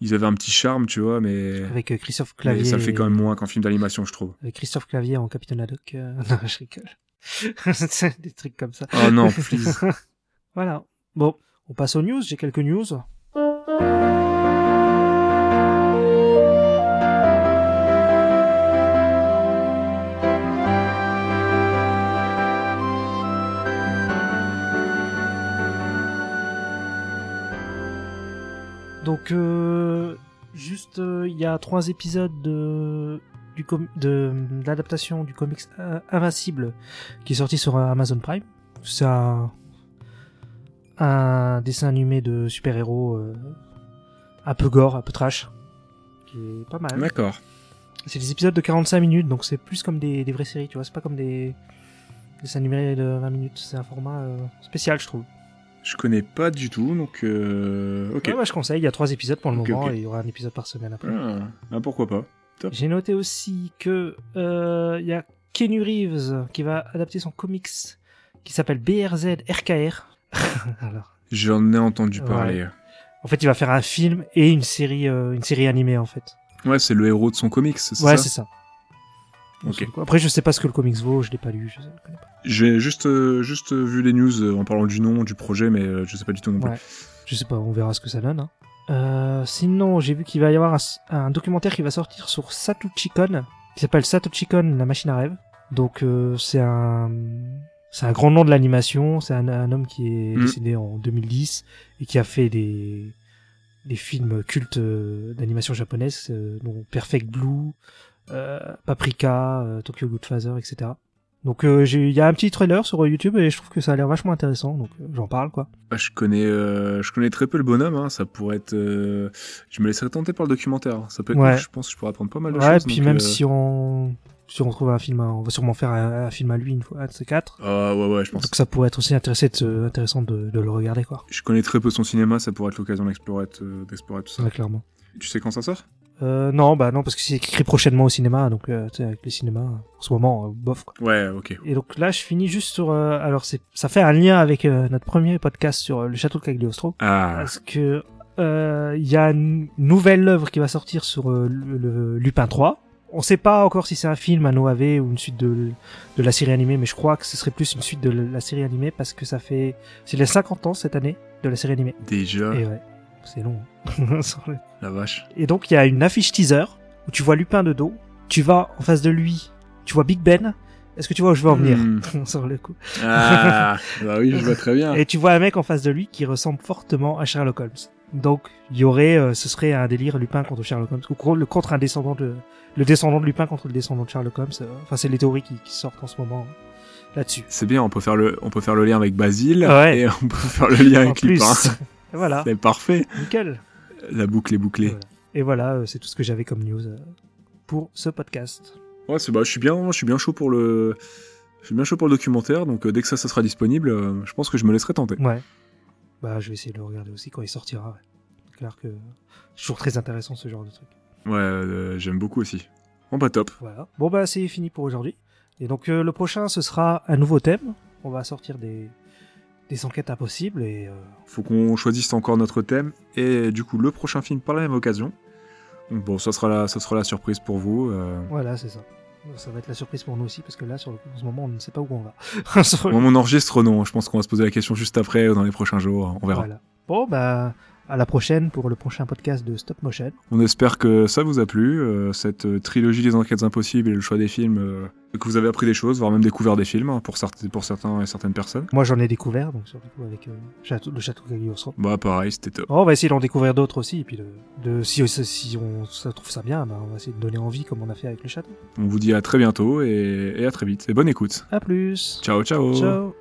Speaker 2: ils avaient un petit charme, tu vois, mais
Speaker 1: Avec euh, Christophe
Speaker 2: Mais
Speaker 1: Clavier.
Speaker 2: ça le fait quand même moins qu'en film d'animation, je trouve.
Speaker 1: Avec Euh, Christophe Clavier en Capitaine Haddock. euh, non, je rigole. C'est des trucs comme ça.
Speaker 2: Oh non, please.
Speaker 1: Voilà. Bon, on passe aux news, j'ai quelques news. Donc, euh, juste, euh, il y a trois épisodes de, du com- de, de l'adaptation du comics euh, Invincible qui est sorti sur euh, Amazon Prime. C'est un, un dessin animé de super-héros euh, un peu gore, un peu trash, qui est pas mal.
Speaker 2: D'accord.
Speaker 1: C'est des épisodes de 45 minutes, donc c'est plus comme des, des vraies séries, tu vois. C'est pas comme des des dessins animés de 20 minutes. C'est un format euh, spécial, je trouve.
Speaker 2: Je connais pas du tout, donc euh, ok.
Speaker 1: Ouais, ouais, je conseille. Il y a trois épisodes pour le
Speaker 2: Ok,
Speaker 1: moment
Speaker 2: ok.
Speaker 1: et il y aura un épisode par semaine après.
Speaker 2: Ah, bah pourquoi pas.
Speaker 1: J'ai noté aussi que euh, il y a Kenny Reeves qui va adapter son comics qui s'appelle BRZ RKR. Alors,
Speaker 2: J'en ai entendu
Speaker 1: Ouais.
Speaker 2: parler.
Speaker 1: en fait, il va faire un film et une série, euh, une série animée en fait.
Speaker 2: Ouais, c'est le héros de son comics, c'est
Speaker 1: Ouais,
Speaker 2: ça
Speaker 1: c'est ça.
Speaker 2: Ok.
Speaker 1: Après, je sais pas ce que le comics vaut, je l'ai pas lu. Je sais, je connais pas.
Speaker 2: J'ai juste, euh, juste euh, vu les news euh, en parlant du nom, du projet, mais euh, je sais pas du tout non plus.
Speaker 1: Ouais. Je sais pas, on verra ce que ça donne. hein. Euh, sinon, j'ai vu qu'il va y avoir un, un documentaire qui va sortir sur Satoshi Kon, qui s'appelle Satoshi Kon, la machine à rêve. Donc, euh, c'est un, c'est un grand nom de l'animation. C'est un, un homme qui est
Speaker 2: Mhm.
Speaker 1: décédé en 2010 et qui a fait des, des films cultes euh, d'animation japonaise, euh, dont Perfect Blue, euh, Paprika, euh, Tokyo Godfather, etc. Donc, euh, j'ai- il y a un petit trailer sur YouTube et je trouve que ça a l'air vachement intéressant. Donc, euh, j'en parle quoi.
Speaker 2: Bah, je, connais, euh, je connais très peu le bonhomme, hein, ça pourrait être. euh, Je me laisserais tenter par le documentaire. hein. Ça peut être,
Speaker 1: Ouais.
Speaker 2: Je pense que je pourrais apprendre pas mal de
Speaker 1: Ouais,
Speaker 2: choses.
Speaker 1: puis
Speaker 2: donc,
Speaker 1: même
Speaker 2: euh,
Speaker 1: si on si on trouve un film, à- on va sûrement faire un, un film à lui une fois, un de ces quatre.
Speaker 2: Ah ouais, ouais, je pense.
Speaker 1: Donc ça pourrait être aussi intéressé de se- intéressant de, de le regarder quoi.
Speaker 2: Je connais très peu son cinéma, ça pourrait être l'occasion d'explorer euh, d'explorer tout ça.
Speaker 1: Ouais, clairement.
Speaker 2: Tu sais quand ça sort
Speaker 1: Euh, non, bah non parce que c'est écrit prochainement au cinéma, donc euh, tu sais, avec les cinémas en ce moment euh, bof quoi.
Speaker 2: Ouais, ok.
Speaker 1: Et donc là, je finis juste sur euh, alors c'est ça fait un lien avec euh, notre premier podcast sur euh, le château de Cagliostro
Speaker 2: Ah,
Speaker 1: parce que euh, il y a une nouvelle œuvre qui va sortir sur euh, le, le Lupin 3. On sait pas encore si c'est un film, un OAV ou une suite de, de la série animée, mais je crois que ce serait plus une suite de la série animée parce que ça fait c'est les 50 ans cette année de la série animée.
Speaker 2: déjà,
Speaker 1: Et ouais, c'est long. hein. Sur le-
Speaker 2: la vache.
Speaker 1: et donc il y a une affiche teaser où tu vois Lupin de dos, tu vas en face de lui, tu vois Big Ben. Est-ce que tu vois où je veux en venir
Speaker 2: Hmm.
Speaker 1: Sur le coup.
Speaker 2: Ah, bah oui, je vois très bien.
Speaker 1: Et tu vois un mec en face de lui qui ressemble fortement à Sherlock Holmes. Donc, il y aurait, euh, ce serait un délire Lupin contre Sherlock Holmes, ou contre, le- contre un descendant de, le descendant de Lupin contre le descendant de Sherlock Holmes. euh, Enfin, c'est les théories qui, qui sortent en ce moment hein, là-dessus.
Speaker 2: C'est bien, on peut faire le, on peut faire le lien avec Basile
Speaker 1: Ouais.
Speaker 2: et on peut faire le lien
Speaker 1: en
Speaker 2: avec
Speaker 1: plus,
Speaker 2: Lupin.
Speaker 1: Et voilà,
Speaker 2: C'est parfait.
Speaker 1: nickel.
Speaker 2: La boucle est bouclée.
Speaker 1: Voilà. Et voilà, euh, c'est tout ce que j'avais comme news euh, pour ce podcast.
Speaker 2: Ouais, c'est bah, je suis bien, je suis bien chaud pour le, je suis bien chaud pour le documentaire. Donc euh, dès que ça, ça sera disponible, euh, je pense que je me laisserai tenter.
Speaker 1: Ouais. Bah, je vais essayer de le regarder aussi quand il sortira. Ouais. C'est clair que c'est toujours très intéressant ce genre de truc.
Speaker 2: Ouais, euh, j'aime beaucoup aussi. Bon bah top.
Speaker 1: Voilà. Bon bah c'est fini pour aujourd'hui. Et donc euh, le prochain ce sera un nouveau thème. On va sortir des, des enquêtes impossibles et euh,
Speaker 2: Faut qu'on choisisse encore notre thème et du coup le prochain film par la même occasion. Donc Bon, ça sera la, ça sera la surprise pour vous. euh.
Speaker 1: voilà c'est ça. Ça va être la surprise pour nous aussi parce que là sur le coup, en ce moment on ne sait pas où on va. Sur le-
Speaker 2: Au moment d'enregistre, non. Je pense qu'on va se poser la question juste après ou dans les prochains jours. On verra.
Speaker 1: Voilà. Bon bah à la prochaine pour le prochain podcast de Stop Motion.
Speaker 2: On espère que ça vous a plu, euh, cette euh, trilogie des enquêtes impossibles et le choix des films, euh, que vous avez appris des choses, voire même découvert des films hein, pour, certes- pour certains et certaines personnes.
Speaker 1: Moi j'en ai découvert donc surtout avec euh, Château- le château Cagliostro.
Speaker 2: Bah pareil, c'était top.
Speaker 1: Oh, on va essayer d'en découvrir d'autres aussi et puis de, de- si, si on ça trouve ça bien, bah, on va essayer de donner envie comme on a fait avec le château.
Speaker 2: On vous dit à très bientôt et, et à très vite. Et bonne écoute.
Speaker 1: À plus.
Speaker 2: Ciao, ciao.
Speaker 1: Ciao.